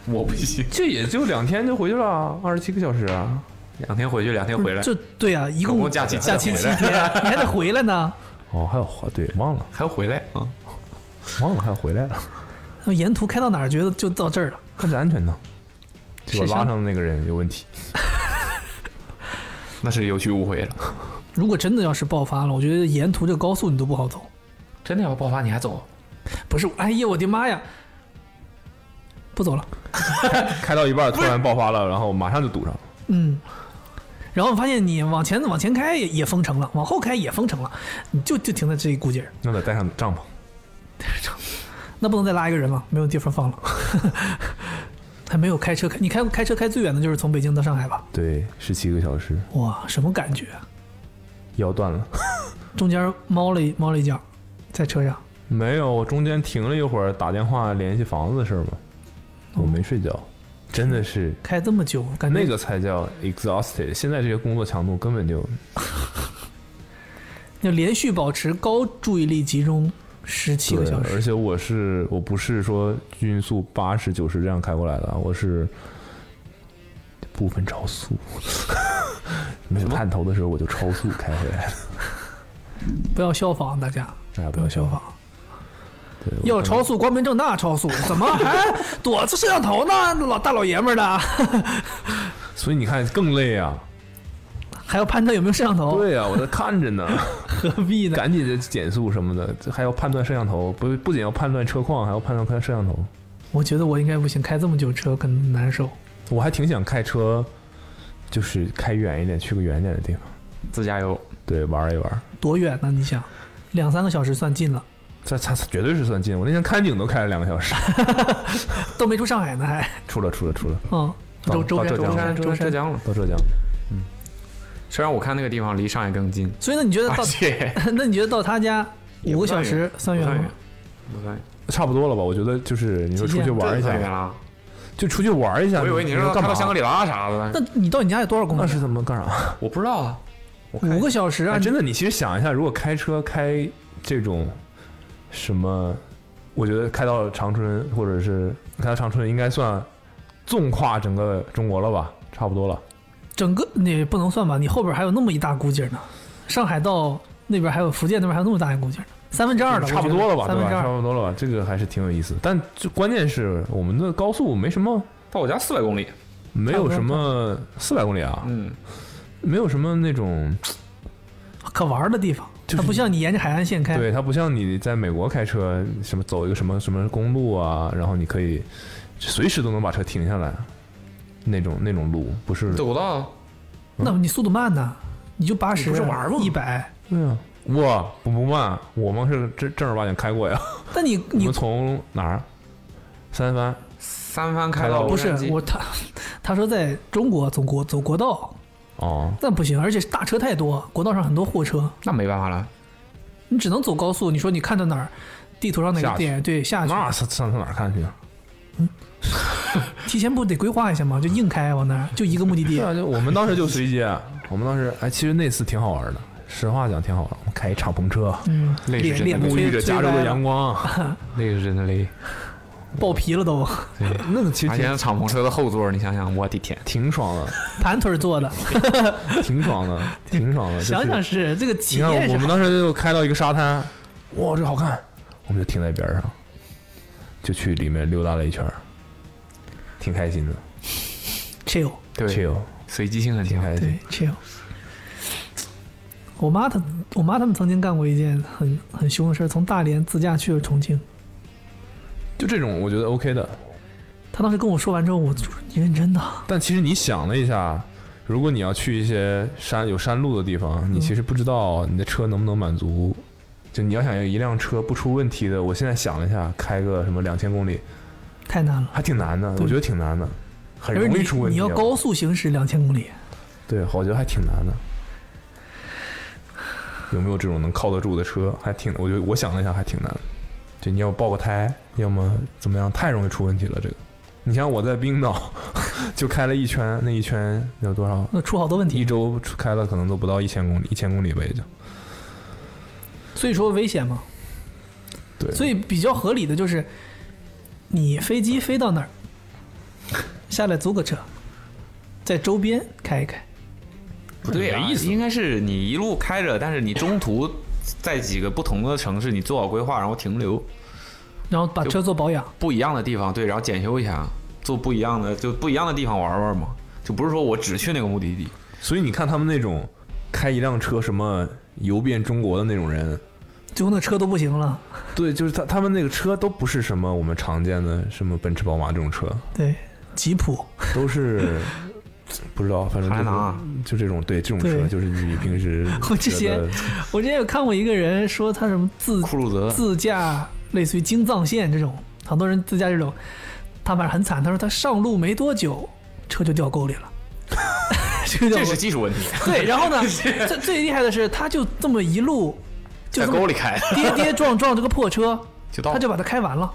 我不行，
这也就两天就回去了，二十七个小时啊。
两天回去，两天回来，
这对啊，一
总
共
共假期
假期七
七天
天， 你还得回来呢。
哦，还有回对，忘了
还要回来啊？
忘了还有回来了，
那沿途开到哪儿，觉得就到这儿了。
看着安全呢。结果
谁上
拉上的那个人有问 题，
那是有去无回了。
如果真的要是爆发了，我觉得沿途这高速你都不好走。
真的要爆发你还走？
不是，哎呀，我的妈呀！不走了，
开到一半突然爆发了，然后马上就堵上了。
嗯。然后发现你往前往前开也也封城了，往后开也封城了，你就就停在这一股劲儿，
那得带上帐篷，
那不能再拉一个人了，没有地方放了。 还没有开车开，你开开车开最远的就是从北京到上海吧？
对，十七个小时，
哇，什么感觉啊？
腰断了。
中间猫了一猫了一脚，在车上，
没有，我中间停了一会儿，打电话联系房子的事儿嘛。我没睡觉，真的是
开这么久，感觉
那个才叫 exhausted。现在这些工作强度根本就
要连续保持高注意力集中十七个
对
小
而
时，
且我是我不是说均速八十九十这样开过来的啊，我是部分超速， 没有探头的时候我就超速开回来了。
不要效仿大家，
大家不
不要
要
效
效
仿
仿，。对，我
要
可能
超速，光明正大超速，怎么还 躲着摄像头呢？老大老爷们儿的，
所以你看更累啊。
还要判断有没有摄像头，
对啊，我在看着 呢，
何必呢？
赶紧的减速什么的，这还要判断摄像头，不不仅要判断车况，还要判断看摄像头。
我觉得我应该不行，开这么久车可能难受。
我还挺想开车，就是开远一点，去个远一点的地方，
自驾游，
对，玩一玩。
多远呢？你想，两三个小时算近了，
这这这绝对是算近，我那天看景都开了两个小时。
都没出上海呢，还
出了出了出了，
嗯，周
到
周
到
边
浙江
周
山
边周
浙
边。
江了。
到浙江，
虽然我看那个地方离上海更近，
所以呢，你觉得
啊
而
到
且
那你觉得到他家
也
五
不
个
算
小时算远吗？
不算远，
差不多了吧？我觉得就是你说
极
出
限
去玩一
算远
下，
了。
就出去玩一下。
我以为你是
说
说开
干
到
嘛？
香格里拉啥的，
那你到你家有多少公
那
里？
是怎么干啥？
我不知道啊。我看
五个小时啊！
哎，
你
真的，你其实想一下，如果开车开这种什么，我觉得开到长春或者是开到长春，应该算纵跨整个中国了吧？差不多了。
整个你不能算吧，你后边还有那么一大股劲儿呢。上海到那边还有福建那边还有那么大一股劲儿呢，三分之二了，
嗯差不多了吧，
三
对
分
吧？
之
差
二，
不多了吧，这个还是挺有意思。但就关键是我们的高速没什么，
到我家四百公里，
没有什么四百公里啊，
嗯，
没有什么那种，
可玩儿的地方。
就是
它不像你沿着海岸线开，
对，它不像你在美国开车，什么走一个什么什么公路啊，然后你可以随时都能把车停下来，那种那种路不是？
走到
那么你速度慢呢，你就八十，
你不是玩儿吗
一百，
对啊，哇，不不慢，我们是正正儿八经开过呀。
但你
我
你
们从哪儿？三藩
三番开
开
到
到
不
洛
是
杉矶
我他他说在中国走国走国道，
哦，
那不行，而且大车太多，国道上很多货车，
那没办法了，
你只能走高速。你说你看到哪儿，地图上哪
下
个
去
点对下去，
那上上哪儿看去？啊
提前不得规划一下吗？就硬开往那儿，就一个目的
对
地。
啊，就我们当时就随机， 我们当时哎，其实那次挺好玩的。实话讲挺好玩，我们开一敞篷车，
嗯，
累
脸
是
脸
真的
沐
吹
浴着加州的阳，光，
那个是真的累。
吹歪了爆皮了都，
那个 其
而
哎
实
且
挺
那敞篷车的后座，你想想，我的天，
挺爽的，
盘腿坐的，
挺爽的，挺爽的。就是
想想是这个体
你看，
验
我
是吧。
们当时就开到一个沙滩，哇，这好看，我们就停在边上，就去里面溜达了一圈儿，挺开心的
chill
对，
，chill，
随机性很
挺
强。
开心
对。chill。我妈她我妈他们曾经干过一件很很凶的事儿，从大连自驾去了重庆。
就这种，我觉得 OK 的。
她当时跟我说完之后，我就说你认真的啊，
但其实你想了一下，如果你要去一些山有山路的地
嗯
方，你其实不知道你的车能不能满足。就你要想有一辆车不出问题的，我现在想了一下，开个什么两千公里
太难了。
还挺难的，
对
我觉得挺难的，很
而
容易
你
出问
你
题。啊
要高，速行驶两千公里，
对，我觉得还挺难的。有没有这种能靠得住的车？还挺，我觉得我想了一下，还挺难的。就你要爆个胎，要么怎么样，太容易出问题了。这个，你像我在冰岛 就开了一圈，那一圈有多少？
那出好多问
一
题。
周开了可能都不到一千公里，一千公里吧，也就。
所以说危险嘛。
对，
所以比较合理的就是，你飞机飞到那儿，下来租个车，在周边开一开。
不对啊，
没意思
应该是你一路开着，但是你中途在几个不同的城市，你做好规划，然后停留
然后把车做保养，
不一样的地方，对，然后检修一下，做不一样的，就不一样的地方玩玩嘛。就不是说我只去那个目的地，
所以你看他们那种开一辆车什么游遍中国的那种人，
最后那车都不行了。
对，就是他他们那个车都不是什么我们常见的什么奔驰、宝马这种车，
对，吉普
都是不知道，反正
汉
就
兰达啊
是就这种对这种
对
车，就是你平时
我之前
觉得
我之前有看过一个人说他什么自
酷路泽
自驾，类似于京藏线这种，很多人自驾这种，他反正很惨。他说他上路没多久，车就掉沟里了， 车就掉沟
这是
里。
技术问题，
对，然后呢，最最厉害的是，他就这么一路，就
在
这么
沟里开
跌跌撞撞这个破车，
就到了，嗯
他就把它开完了。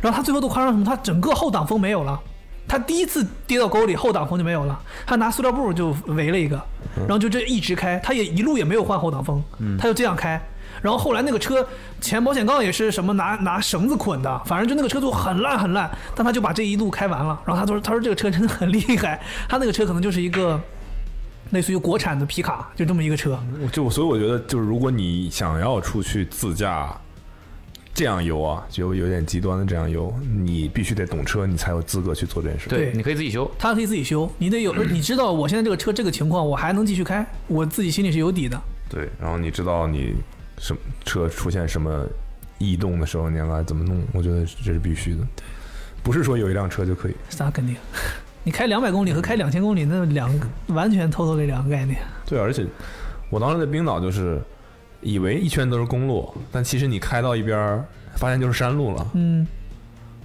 然后他最后都夸张什么？他整个后挡风没有了。他第一次跌到沟里，后挡风就没有了。他拿塑料布就围了一个，
嗯
然后就这一直开，他也一路也没有换后挡风，他就这样开。然后后来那个车前保险杠也是什么拿拿绳子捆的，反正就那个车就很烂很烂，但他就把这一路开完了。然后他说他说这个车真的很厉害，他那个车可能就是一个类似于国产的皮卡，就这么一个车。
我就所以我觉得就是如果你想要出去自驾。这样游啊，就有点极端的这样游，你必须得懂车，你才有资格去做这件事。
对，
对
你可以自己修，
他可以自己修，你得有，你知道我现在这个车这个情况，我还能继续开，我自己心里是有底的。
对，然后你知道你什么车出现什么异动的时候，你应该怎么弄？我觉得这是必须的，不是说有一辆车就可以。
那肯定， 你开两百公里和开两千公里，那两个完全 totally 两个概念。
对，而且我当时在冰岛就是以为一圈都是公路，但其实你开到一边儿，发现就是山路了。
嗯，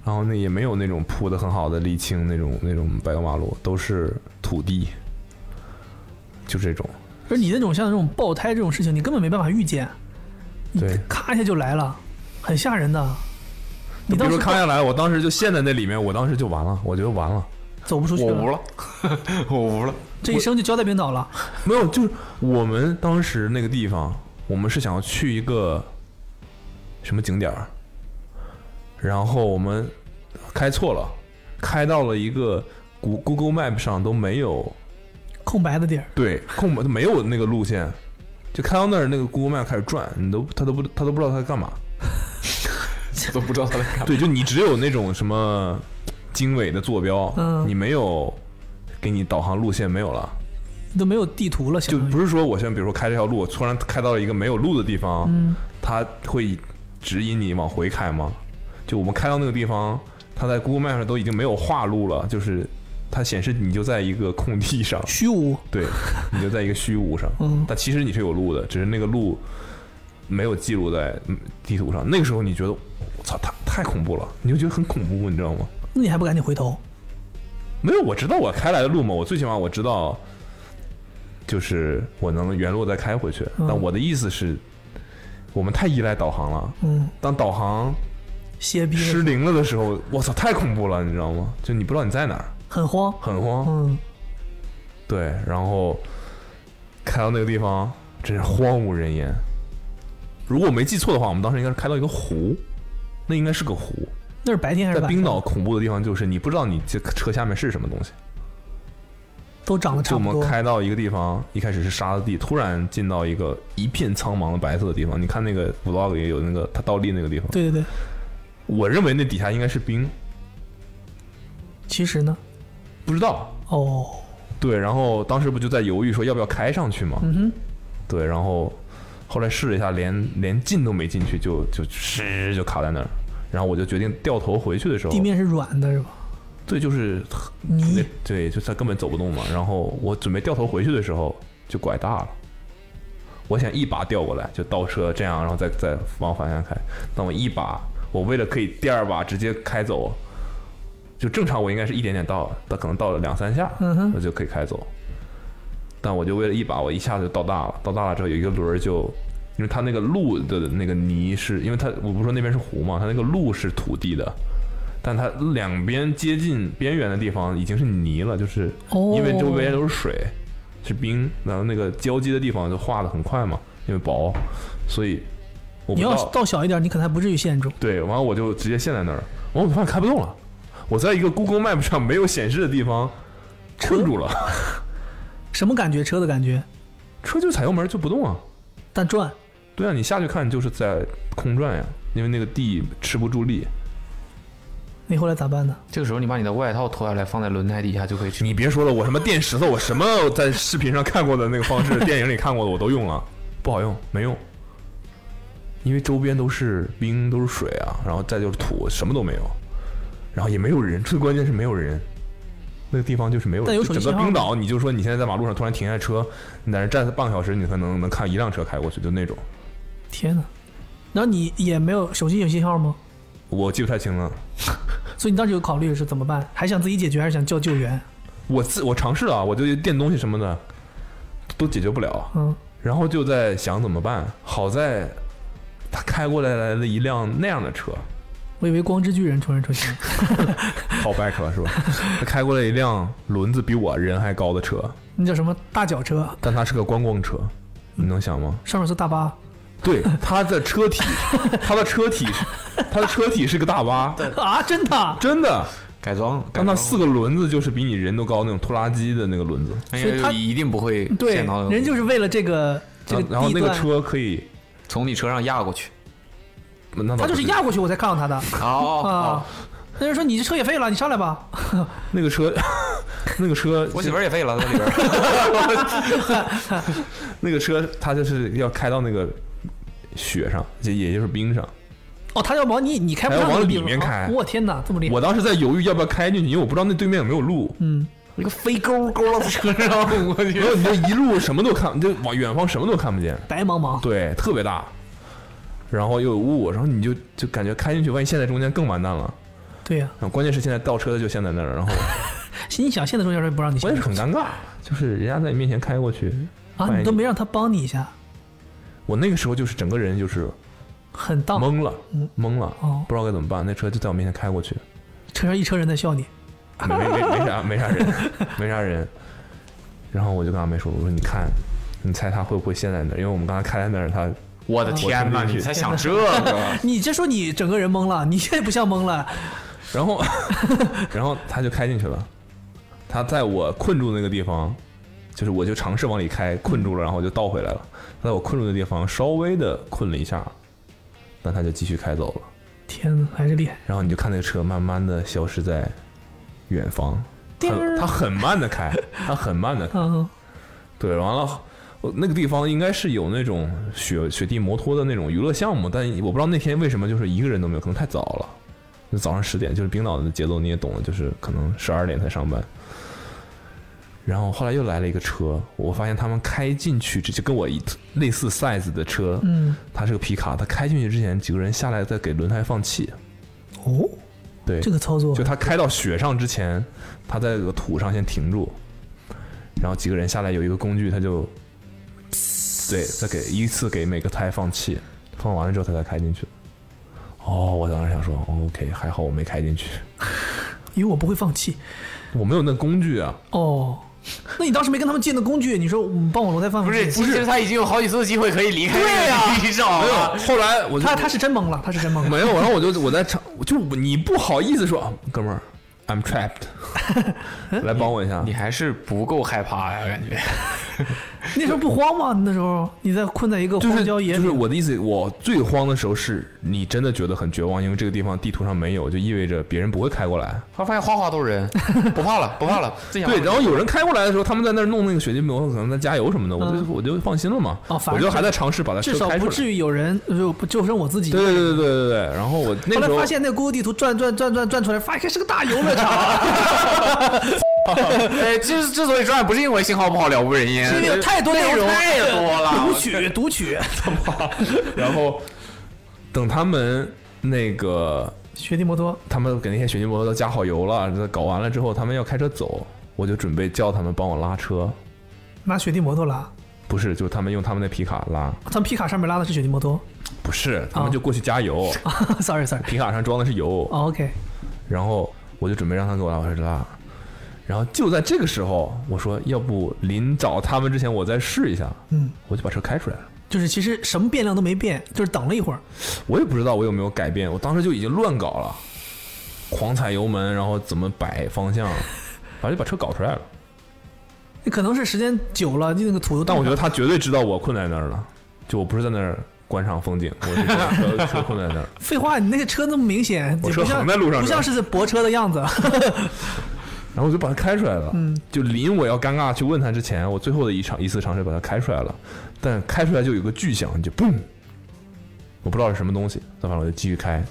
然后那也没有那种铺的很好的沥青那种那种柏油马路，都是土地，就这种。
而你那种像这种爆胎这种事情，你根本没办法预见，
对，
咔一下就来了，很吓人的。你
比如
当时
说扛下来，我当时就陷在那里面，我当时就完了，我觉得完了。
走不出去
我无
了，
了， 我无了，
这一生就交代冰岛了。
没有，就是我们当时那个地方，我们是想要去一个什么景点儿，然后我们开错了，开到了一个 Go Google Map 上都没有
空白的地儿，
对空白，都没有那个路线，就开到那儿，那个 Google Map 开始转，你都他都不他都不知道他在干嘛。
我都不知道他在干嘛。
对，就你只有那种什么经纬的坐标，
嗯
你没有给你导航路线没有了。
都没有地图了，
就
相当于
不是说我现在比如说开这条路，突然开到了一个没有路的地方，
嗯，
它会指引你往回开吗？就我们开到那个地方，它在 Google Map 上都已经没有画路了，就是它显示你就在一个空地上
虚无。
对，你就在一个虚无上
嗯，
但其实你是有路的，只是那个路没有记录在嗯地图上。那个时候你觉得我操，太太恐怖了，你就觉得很恐怖，你知道吗？
那你还不赶紧回头？
没有，我知道我开来的路嘛，我最起码我知道，就是我能原路再开回去。
嗯
但我的意思是，我们太依赖导航了。
嗯，
当导航
歇逼了
失灵了的时候，我操，太恐怖了，你知道吗？就你不知道你在哪儿，
很慌。
很慌。
嗯，
对，然后开到那个地方，真是荒无人烟。如果我没记错的话，我们当时应该是开到一个湖，那应该是个湖。
那是白天还是
在
晚上
冰岛恐怖的地方就是你不知道你这车下面是什么东西。
都长得
就
差
我
不
们
多。
开到一个地方，一开始是沙子地，突然进到一个一片苍茫的白色的地方。你看那个 vlog 也有那个他倒立那个地方，
对对对，
我认为那底下应该是冰，
其实呢，
不知道。
哦，
对，然后当时不就在犹豫说要不要开上去吗？
嗯哼，
对，然后后来试了一下，连连进都没进去，就就湿就卡在那儿。然后我就决定掉头回去的时候
地，面是软的是吧？
对，就是
泥
那对，就他根本走不动嘛。然后我准备掉头回去的时候，就拐大了。我想一把调过来，就倒车这样，然后再再往反向开。但我一把，我为了可以第二把直接开走，就正常我应该是一点点倒，但可能倒了两三下，
嗯哼
我就可以开走。但我就为了一把，我一下子就倒大了。倒大了之后，有一个轮儿就，因为它那个路的那个泥是，因为它我不是说那边是湖嘛，它那个路是土地的，但它两边接近边缘的地方已经是泥了，就是
哦
因为周围都是水，是冰，然后那个交接的地方就化的很快嘛，因为薄，所以我
你
不知
要
道
倒小一点，你可能还不至于陷住。
对，完了我就直接陷在那儿，完了我就发现开不动了，我在一个 Google Map 上没有显示的地方困住了，
什么感觉？车的感觉，
车就踩油门就不动啊。
但转
对啊，你下去看就是在空转呀，因为那个地吃不住力。
你后来咋办呢？
这个时候你把你的外套脱下来放在轮胎底下就可以去。
你别说了，我什么垫石头，我什么在视频上看过的那个方式， 电影里看过的我都用了，不好用，没用，因为周边都是冰，都是水啊，然后再就是土，什么都没有，然后也没有人，最关键是没有人，那个地方就是没有人。
但有
就
手机
整
信
个
号
冰岛，你就说你现在在马路上突然停下车，你在那站半个小时，你可能能看一辆车开过去，就那种，
天哪！然后你也没有手机有信号吗？
我记不太清了。
所以你当时有考虑是怎么办？还想自己解决，还是想叫救援？
我自我尝试了啊，我就垫东西什么的都解决不了，
嗯，
然后就在想怎么办。好在他开过来来了一辆那样的车，
我以为光之巨人冲人出现。
跑 back 了是 吧？他开过来一辆轮子比我人还高的车，
那叫什么大脚车？
但它是个观光车，你能想吗？
上面是大巴，
对，它的车体，它的车体，它的车体是个大巴，
啊，真的，
真的。
改装，改
但它
装，
四个轮子就是比你人都高那种拖拉机的那个轮子，
所
所以他
哎一定不会
对
见到，
人就是为了这个这个
然后然后
地
那个
段，
车可以，
从你车上压过去。
那倒
他就是
不
压过去我才看到他的
哦，
啊。那人说你这车也废了，你上来吧。
那 个车，那个车
我媳妇儿也废了，在里边儿。
那个车它就是要开到那个雪上，也也就是冰上。
哎
哦，他要往你你开不上
还要往
那个地方
里面开
啊我天哪，这么厉害！
我当时在犹豫要不要开进去，因为我不知道那对面有没有路。
嗯，
一个飞钩钩到 车上，我去
然后你就一路什么都看，你就往远方什么都看不见，
白茫茫，
对，特别大，然后又有雾，然后你就就感觉开进去，万一陷在中间更完蛋了。
对呀、
然后关键是现在倒车的就陷在那儿了，然后
你想现在中间人不让你
关键是
行
很尴尬，就是人家在你面前开过去，
啊，你都没让他帮你一下，
我那个时候就是整个人就是
很荡。
懵了，
嗯
懵了
哦，
不知道该怎么办，那车就在我面前开过去，
车上一车人在笑你，
没啊没没没啥没啥人，没啥人。然后我就跟阿梅说：“我说你看，你猜他会不会陷在那儿？因为我们刚才开在那儿，他
我的天哪！
我听进去
你才想这个？
你这说你整个人懵了，你现在不像懵了，
然后 然后他就开进去了。他在我困住那个地方，就是我就尝试往里开，困住了，然后我就倒回来了。他在我困住的地方稍微的困了一下，但他就继续开走了。
天哪，还是厉害。
然后你就看那个车慢慢的消失在远方，
叮
很
儿
他很慢的开，他很慢的开。
嗯，
对，完了，我那个地方应该是有那种雪雪地摩托的那种娱乐项目，但我不知道那天为什么就是一个人都没有，可能太早了。就早上十点，就是冰岛的节奏你也懂了，就是可能十二点才上班。然后后来又来了一个车，我发现他们开进去之，就跟我一类似 size 的车，
嗯，
它是个皮卡，它开进去之前几个人下来在给轮胎放气，
哦，
对，
这个操作
就他开到雪上之前，他在这个土上先停住，然后几个人下来有一个工具，他就对，再给依次给每个胎放气，放完了之后他才开进去。哦，我当时想说，OK，还好我没开进去，
因为我不会放弃。
我没有那工具啊。
哦，那你当时没跟他们借那工具，你说嗯帮我轮胎放
不
放
是，
气
其实他已经有好几次机会可以离开
啊
那个地上
没
了。
有，后来我就
他他是真懵了，他是真懵了。
没有，然后我就我在场，我就你不好意思说，啊哥们儿 ，I'm trapped，来帮我一下
你。还是不够害怕呀，感觉。
那时候不慌吗？那时候你在困在一个
就
荒
是
郊野
就是
岭，
我的意思，我最慌的时候是你真的觉得很绝望，因为这个地方地图上没有，就意味着别人不会开过来。
他发现花花都是人， 不怕了，不怕 了。自己
对，然后有人开过来的时候，他们在那儿弄那个雪地摩托，可能在加油什么的，我就我就放心了嘛。
嗯哦反
我
而
就是还在尝试把它车
至少
开出
不
来。
至于有人就就剩我自己。
对对对对对对。然后我那
后
个
来
时候
发现那个 Google 地图转转转转转出来，发现是个大游乐场，
哎，之之所以转，不是因为信号不好，了无人烟，
因为有太多内容
太 多了。
读取读取，
然后等他们那个
雪地摩托
他们给那些雪地摩托都加好油了，搞完了之后，他们要开车走，我就准备叫他们帮我拉车，
拿雪地摩托拉，
不是，就是他们用他们那皮卡拉，
他们皮卡上面拉的是雪地摩托。
不是，他们
啊
就过去加油。
sorry sorry，
皮卡上装的是油，
哦 OK，
然后我就准备让他给我拉，我说拉。然后就在这个时候，我说要不临找他们之前，我再试一下。
嗯，
我就把车开出来了。
就是其实什么变量都没变，就是等了一会儿。
我也不知道我有没有改变，我当时就已经乱搞了，狂踩油门，然后怎么摆方 向，反正就把车搞出来了。
那可能是时间久了，就那个土都
但我觉
得
得他绝对知道我困在那儿了，就我不是在那儿观赏风景，我是把车 车困在那儿。
废话，你那个车那么明显，
我
也
车
不像
横在路上
不像是泊车的样子。
然后我就把它开出来了。就临我要尴尬去问他之前，我最后的一场一次尝试把它开出来了，但开出来就有个巨响，就嘣，我不知道是什么东西，那反正我就继续开，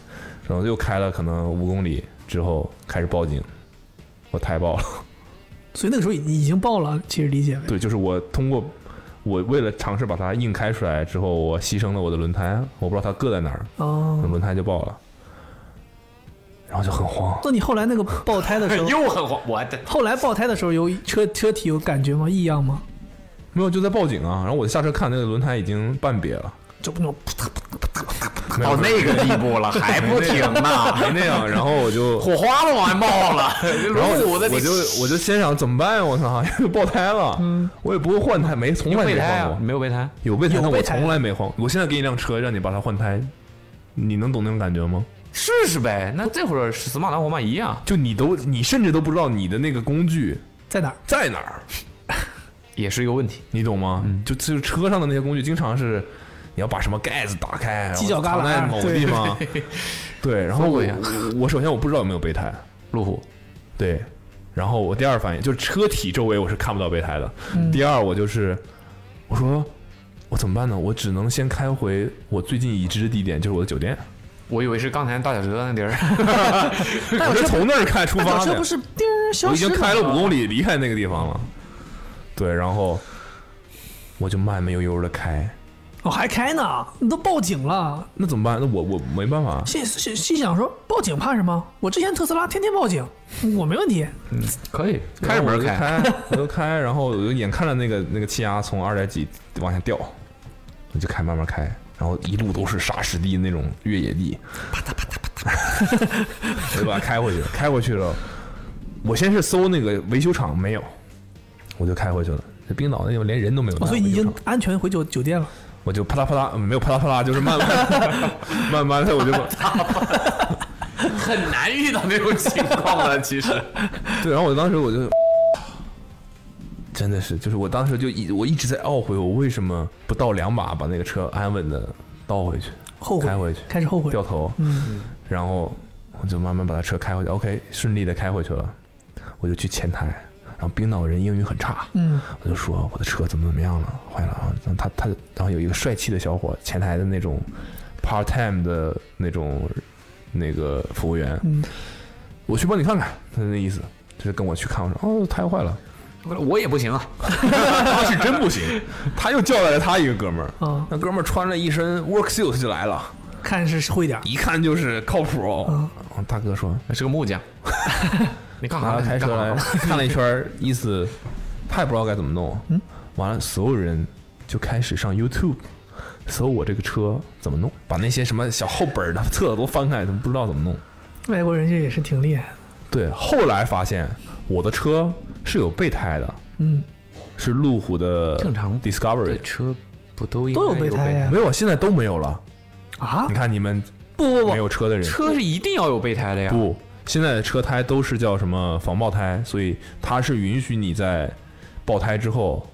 然后又开了可能五公里之后开始报警，我太爆了。
所以那个时候已已经爆了，其实理解为。
对，就是我通过我为了尝试把它硬开出来之后，我牺牲了我的轮胎，我不知道它硌在哪儿，
哦，
轮胎就爆了，然后就很慌。
那你后来那个爆胎的时 候，
又很慌，我的
后来爆胎的时候有车车体有感觉吗？异样吗？
没有，就在报警啊！然后我下车看，那个轮胎已经半瘪了。
就不那种扑嗒扑
到那个地步了，还不停
啊
呢，
哎没那样，然后我就，
火花都往外冒 了，
然后
我
我
的
就我就我就先想怎么办呀？我操， 又爆胎了，
嗯
我也不会换胎，没从来没
备胎
换
啊，
过，
没有备胎，
有备胎，
有
但我
备胎
从来没换。我现在给你辆车，让你把它换胎，你能懂那种感觉吗？
试试呗。那这会儿死马当活马医啊，
就你都你甚至都不知道你的那个工具
在哪儿？
在哪儿，
也是一个问题。
你懂吗？
嗯
就就是车上的那些工具，经常是你要把什么盖子打开，然后
犄角旮旯
藏在某个
对
地方，对，然后
搜
我
一下
我我首先我不知道有没有备胎，
路虎，
对，然后我第二反应就是车体周围我是看不到备胎的。
嗯
第二，我就是我说我怎么办呢？我只能先开回我最近已知的地点，就是我的酒店。
我以为是刚才大脚车那地 儿，
我是从那儿开出
那
发
车
的
不，是叮儿消
我已
失
经开了
了
五
吗？
公里离开那个地方了。对，然后我就慢慢悠悠的开，
我哦还开呢，你都报警了。
那怎么办？那我我没办法，啊
心心心想说，报警怕什么？我之前特斯拉天天报警，我没问题。
嗯可以开着
然后
门
我就
开，
开，我就开，然后我就眼看着那个那个气压从二点几往下掉，我就开慢慢开，然后一路都是沙石地那种越野地，啪嗒啪嗒啪嗒，我就把它开回去，开回去了。我先是搜那个维修厂没有，我就开回去了。这冰岛那地方连人都没有，
哦，所以你已
哪有维修
经
厂
安全回酒酒店了。
我就啪嗒啪嗒，嗯没有啪嗒啪嗒，就是慢慢 慢慢的我就
很难遇到那种情况 的。其实，
对，然后我当时我就，真的是，就是我当时就一我一直在懊悔，我为什么不倒两把把那个车安稳的倒回去，
后悔
开回去，
开始后悔
掉。头，然后我就慢慢把它车开回去，OK，顺利的开回去了，我就去前台，然后冰岛人英语很差，
嗯，
我就说我的车怎么怎么样了，坏了啊！然后他他然后有一个帅气的小伙，前台的那种 part time 的那种那个服务员，
嗯
我去帮你看看，他那意思就是跟我去看，我说哦胎坏了，
我也不行啊，
他是真不行。他又叫来了他一个哥们儿，
啊
那哥们儿穿着一身 work suit 就来了，
看是会点儿，
一看就是靠谱。大哥说
是个木 匠。你干
拿了
啥呢？
台
你啊干
车
啥
来
呢？，
看了一圈儿，意思他也不知道该怎么弄。完了，所有人就开始上 YouTube 搜我这个车怎么弄，把那些什么小后本儿的 册子都翻开，怎么不知道怎么弄。
外国人这也是挺厉害的。
对，后来发现我的车是有备胎的，
嗯，
是路虎的
正常
Discovery，
车不都应该
都有
有
备胎呀
没有，现在都没有了。
啊
你，看你们
不不
没有车的人，
车是一定要有备胎的呀。
不，现在的车胎都是叫什么防爆胎，所以它是允许你在爆胎之后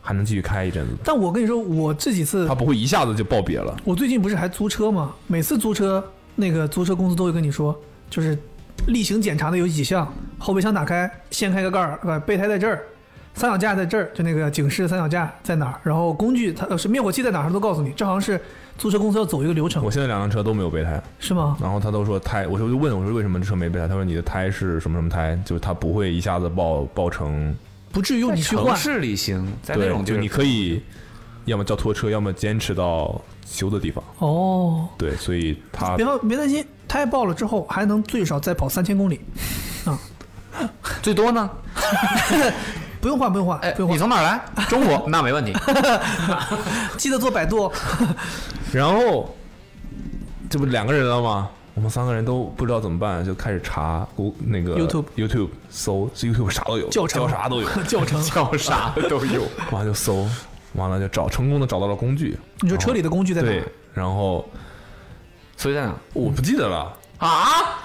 还能继续开一阵子的，
但我跟你说，我这几次
它不会一下子就爆瘪了。
我最近不是还租车吗？每次租车，那个租车公司都会跟你说，就是例行检查的有几项：后备箱打开，掀开个盖儿，呃，备胎在这儿，三脚架在这儿，就那个警示三脚架在哪儿，然后工具它呃是灭火器在哪儿，它都告诉你。这好像是租车公司要走一个流程
我，现在两辆车都没有备胎，
是吗？
然后他都说胎，我就问我说为什么这车没备胎，他说你的胎是什么什么胎，就是它不会一下子爆爆成，
不至于用
在
你去换
城，市里行，在那
对
种，地
就
儿
你可以要么叫拖车，要么坚持到修的地方，
哦，
对，所以它
别放别担心，胎爆了之后还能最少再跑三千公里，
最多呢？
不用换不用换
哎，
不用
你
换，
从哪儿来？中国 那没问题。
记得做百度哦。
然后这不两个人了吗？我们三个人都不知道怎么办，就开始查我那个
YouTube
YouTube 搜是 YouTube 啥都有，
教程
啥 都有，
教程，
叫啥都有。
完了就搜，完了就找成功的找到了工具，
你说车里的工具在哪
对
儿？，
然后
所以在哪？
我不记得了，
啊？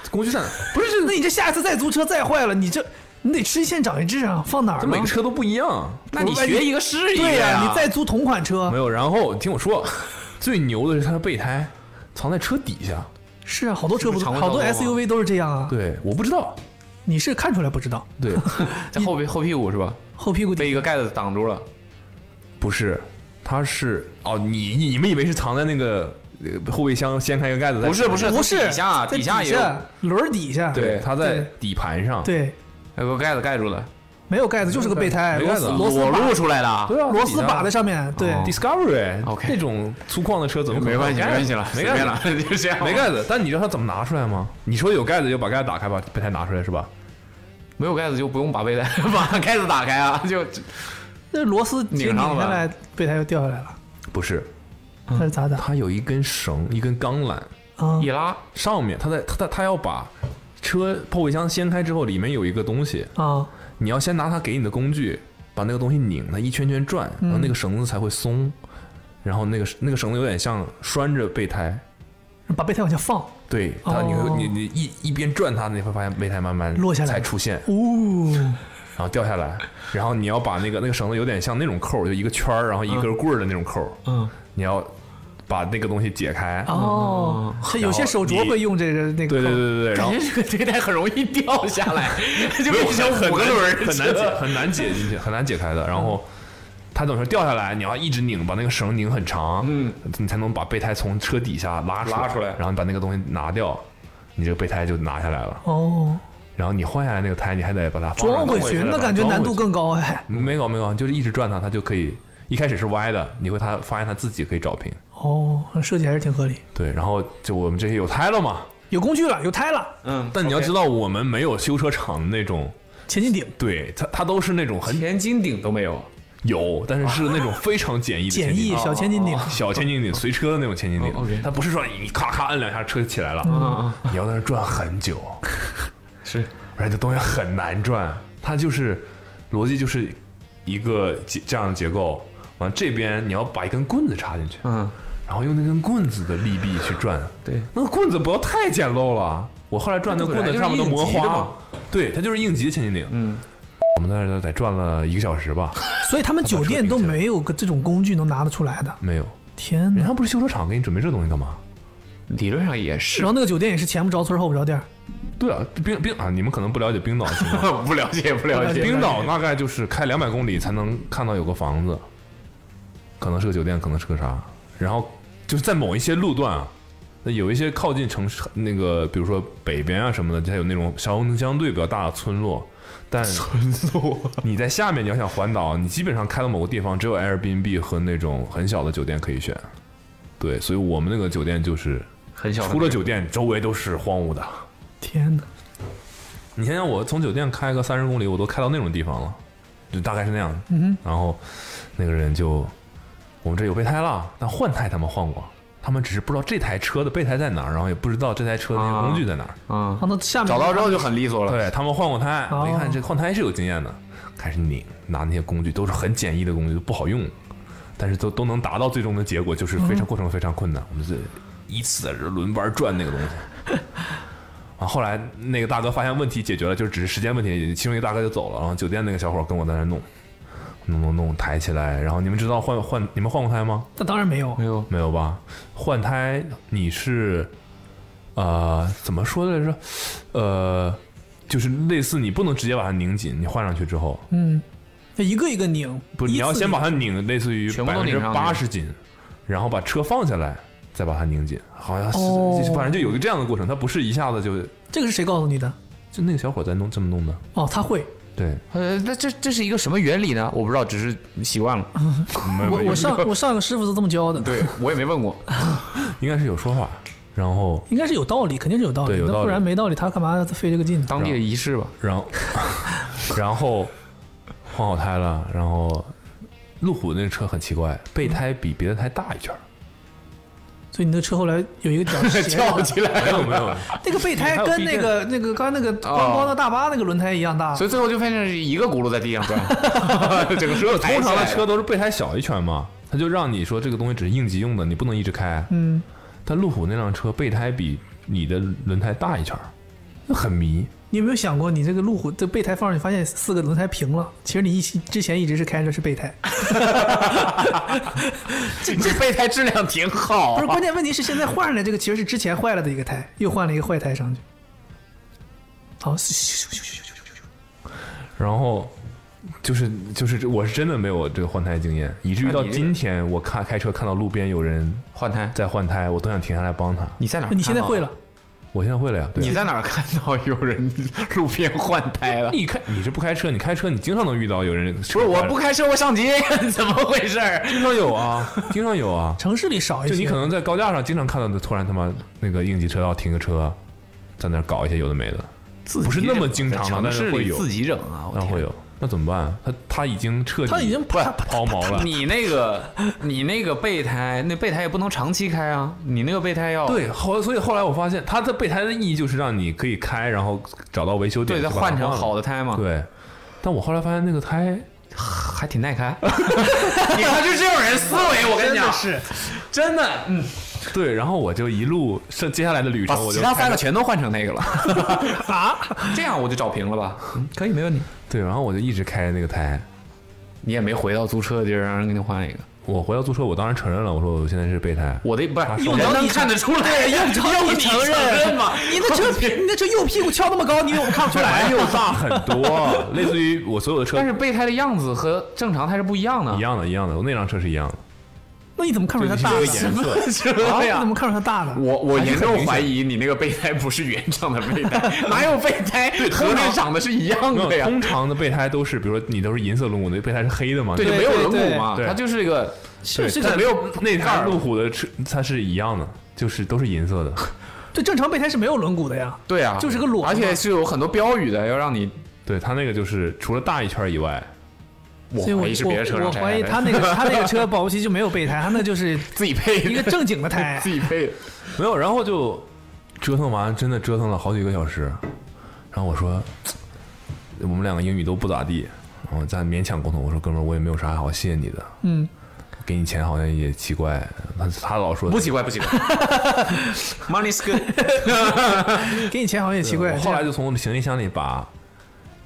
工具在哪？
不是，那你这下一次再租车再坏了，你这你得吃一堑长一智啊，放哪儿
这
呢？
每个车都不一样，
那你学一个是一个
对呀、
哎呀。
你再租同款车
没，有。然后你听我 说，最牛的是它的备胎藏在车底下，
是啊，好多车不
是不是常
好多
规道路
SUV 都是这样啊。
对，我不知道，
你是看出来不知道，
对，
在后背后屁股是吧？
后屁股
被一
底
个盖子挡住了。
不是，它是哦，你你们以为是藏在那个呃后备箱掀开一个盖子在，
不是不是
不是
底下啊
在
底下也有
轮儿底下，
对，
对
它在底盘上。
对，
有个哎盖子盖住了，
没有盖子，就是个备胎，
没
螺
盖子
丝
啊
螺丝
裸露
把
出来了。
对啊，
螺丝把在
的
上面，对，
哦
Discovery
OK
那种粗犷的车怎么可能
没关系，没
有盖
关
子
系了，
没
随
盖
便
子
了，就这样。
没，盖子。但你知道它怎么拿出来吗？你说有盖子就把盖子打开，把备胎拿出来是吧？
没有盖子就不用把备胎 把盖子打开啊，就
那螺丝直接拧
拧上了吧
下来，备胎就掉下来了，
不是，
它是咋的
它有一根绳，一根钢缆，
啊
一拉。
上面它在它它它要把车后备箱掀开之后，里面有一个东西，
啊？
你要先拿它给你的工具，把那个东西拧，它一圈圈转，然
嗯
后那个绳子才会松。然后那个那个绳子有点像拴着备胎，
把备胎往下放，
对它你会
哦
你你一一边转它，你会发现备胎慢慢
落下来
才出现。
哦，
然后掉下来，然后你要把那个那个绳子有点像那种扣儿，就一个圈儿，然后一根棍儿的那种扣儿，
嗯，
你要把那个东西解开。
哦，它有些手镯会用这个那个，
对对对对对，然
感
后
觉这个备胎很容易掉下来， 就变成
很
五个轮儿，
很难解，很难解 进去，很难解开的。然后它等于说掉下来，你要一直拧，把那个绳拧很长，
嗯，
你才能把备胎从车底下拉出
拉出来
然后你把那个东西拿掉，你这个备胎就拿下来了。
哦，
然后你换下来那个胎，你还得把它放
装
上
回
装
去，
再
那
把它
感觉
装
难
回
度
去
更高哎。
没搞没搞，就是一直转它，它就可以。一开始是歪的，你会它发现它自己可以找平。
哦，设计还是挺合理，
对，然后就我们这些有胎了嘛，
有工具了，有胎了，
嗯，
但你要知道我们没有修车厂的那种，
前进顶，
对，它它都是那种很
连金顶都没有，
有，但是是那种非常简易的
简
前进
易
顶哦
小前进顶，
小前进顶随车的那种前进顶
哦，OK，嗯
它不是说你咔咔摁两下车就起来了，
啊
你要在那转很久，
是
而且这东西很难转，它就是逻辑就是一个结这样的结构，完这边你要把一根棍子插进去，
嗯，
然后用那根棍子的力臂去转。
对，
那个棍子不要太简陋了。我后来转那个棍子上面都磨花
它就是应急的嘛
了。对，它就是应急的前进顶。嗯，我们在那儿得转了一个小时吧？
所以他们酒店都没有个这种工具能拿得出来的。
没有，
天
人
哪！
家不是修车厂给你准备这东西干嘛？
理论上也是
然后，那个酒店也是前不着村后不着店儿，
对啊，冰冰啊，你们可能不了解冰岛的情况。
不了解不了解，
呃冰岛大概就是开两百公里才能看到有个房子，可能是个酒店，可能是个啥，然后就是在某一些路段啊，那有一些靠近城市那个，比如说北边啊什么的，它有那种相相对比较大的村落。但你在下面，你要想环岛，你基本上开到某个地方，只有 Airbnb 和那种很小的酒店可以选。对，所以我们那个酒店就是
很小的
除了酒店，周围都是荒芜的。
天哪，
你想想，我从酒店开个三十公里，我都开到那种地方了，就大概是那样。嗯、然后那个人就，我们这有备胎了，但换胎他们换过，他们只是不知道这台车的备胎在哪儿，然后也不知道这台车的那个工具在哪儿。
啊
啊，，那下面
找到之后就很利索了。
对他们换过胎，
哦
我一看这换胎是有经验的，开始拧，拿那些工具都是很简易的工具，都不好用，但是都都能达到最终的结果，就是非常过程非常困难。我们这依次在这轮班转那个东西。啊，后来那个大哥发现问题解决了，就是只是时间问题，其中一个大哥就走了，然后酒店那个小伙跟我在那弄，弄弄弄抬起来，然后你们知道换换你们换过胎吗？
那当然没有
哎，呦，
没有吧？换胎你是，呃，怎么说来着？呃，就是类似你不能直接把它拧紧，你换上去之后，
嗯，那一个一个拧，
不，
依
你要
次
先把
拧
它拧，类似于
全部
百
都
分
拧
之
上去
八十紧，然后把车放下来，再把它拧紧，好像是，
哦
就是反正就有一个这样的过程，它不是一下子就
这个是谁告诉你的？
就那个小伙在弄这么弄的，
哦，他会，
对，
呃，那这这是一个什么原理呢？我不知道，只是习惯了。
没有
我
没有
我上我上个师傅是这么教的，
对我也没问过。
应该是有说法，然后
应该是有道理，肯定是有道理，
对有
那
道
不
理
然没道理，他干嘛费这个劲？
当地的仪式吧，
然后 然后换好胎了，然后路虎那车很奇怪，备胎比别的胎大一圈儿，
所以你的车后来有一个角 斜
翘
的，
起来
没有没有，
那个备胎跟那个那个刚才那个光光的大巴那个轮胎一样大，
所以最后就发现是一个轱辘在地上 转，整个车抬
通
起
常
来
的
了
车都是备胎小一圈嘛，他就让你说这个东西只是应急用的，你不能一直开。
嗯，
但路虎那辆车备胎比你的轮胎大一圈儿，就很迷。
你有没有想过，你这个路虎这备胎放上去，发现四个轮胎平了？其实你一起之前一直是开着是备胎，
这这备胎质量挺好
不是关键问题是现在换上来这个其实是之前坏了的一个胎，又换了一个坏胎上去。好，咻咻咻咻咻咻咻咻咻
然后就是就是我是真的没有这个换胎经验，以至于到
那你这个
今天我看开车看到路边有人
换胎。
在换胎，我都想停下来帮他。
你在哪儿看到？
你现在会了？
我现在会了呀，对
你在哪儿看到有人路边换胎了？
你开你是不开车，你开车你经常能遇到有人
不
不
是，我不开车，我上街， 怎么回事儿？
经常有啊， 经常有 啊。
城市里少一些，
就 你可能在高架上经常看到，突然他妈那个应急车道停个车，在那儿搞一些有的没的，不是那么经常的，但
城
是
市
会
里
有，
自己整啊，我
那
天
会。有，那怎么办？他他已经彻底
他已经
不是
抛锚了，
你那个，你那个备胎，那备胎也不能长期开啊，你那个备胎要
对，后所以后来我发现，它的备胎的意义就是让你可以开，然后找到维修点
对，再
去把它
换成
了
好的胎嘛，
对，但我后来发现那个胎
还挺耐开。 你看，就这种人思维，我跟你讲，
是
真的，嗯，
对，然后我就一路剩接下来的旅
把
程，我就
其他
开
三个
着
全都换成那个了啊，这样我就找平了吧？可以，没问题。
对，然后我就一直开那个胎，
你也没回到租车的地儿，让人给你换一个。
我回到租车，我当然承认了，我说我现在是备胎。
我的不是，
用
人
着
能
你
看得出来，用着
你承认
吗？
你那车你那车右屁股翘那么高，你有看不出来？啊
来又大很多，类似于我所有的车
但是备胎的样子和正常胎是不一样的
一。样的，一样的，我那辆车是一样的，
那你怎么看出来它
就
大
是
呢？
一个颜色。
啊
对
你
呀
怎么看出它大呢？
我我严重怀疑你那个备胎不是原厂的备胎，哪有备胎和原厂的是一样
没有，
的呀？
通常的备胎都是，比如说你都是银色轮毂，那备胎是黑的嘛？
对，就
对
没有轮毂嘛，
对对
它就是一个
是是
但
个
没有那台路虎的车，它是一样的，就是都是银色的。
对，正常备胎是没有轮毂的呀。
对啊，
就是个裸
而且
嘛
是有很多标语的，要让你
对，它那个就是除了大一圈以外，
我
所以我
怀疑是别的车
我
上
我
拆
怀疑
下来
他
的
那个他那个车保不齐就没有备胎，他那就是
自己配的
一个 正经的胎
自。己配的，
没有，然后就折腾完，真的折腾了好几个小时。然后我说，我们两个英语都不咋地，然后再勉强沟通。我说哥们儿，我也没有啥好谢你的，
嗯，
给你钱好像也奇怪。他他老说
不奇怪不奇 怪。Money is good，
给你钱好像也奇怪。
我后来就从我们行李箱里把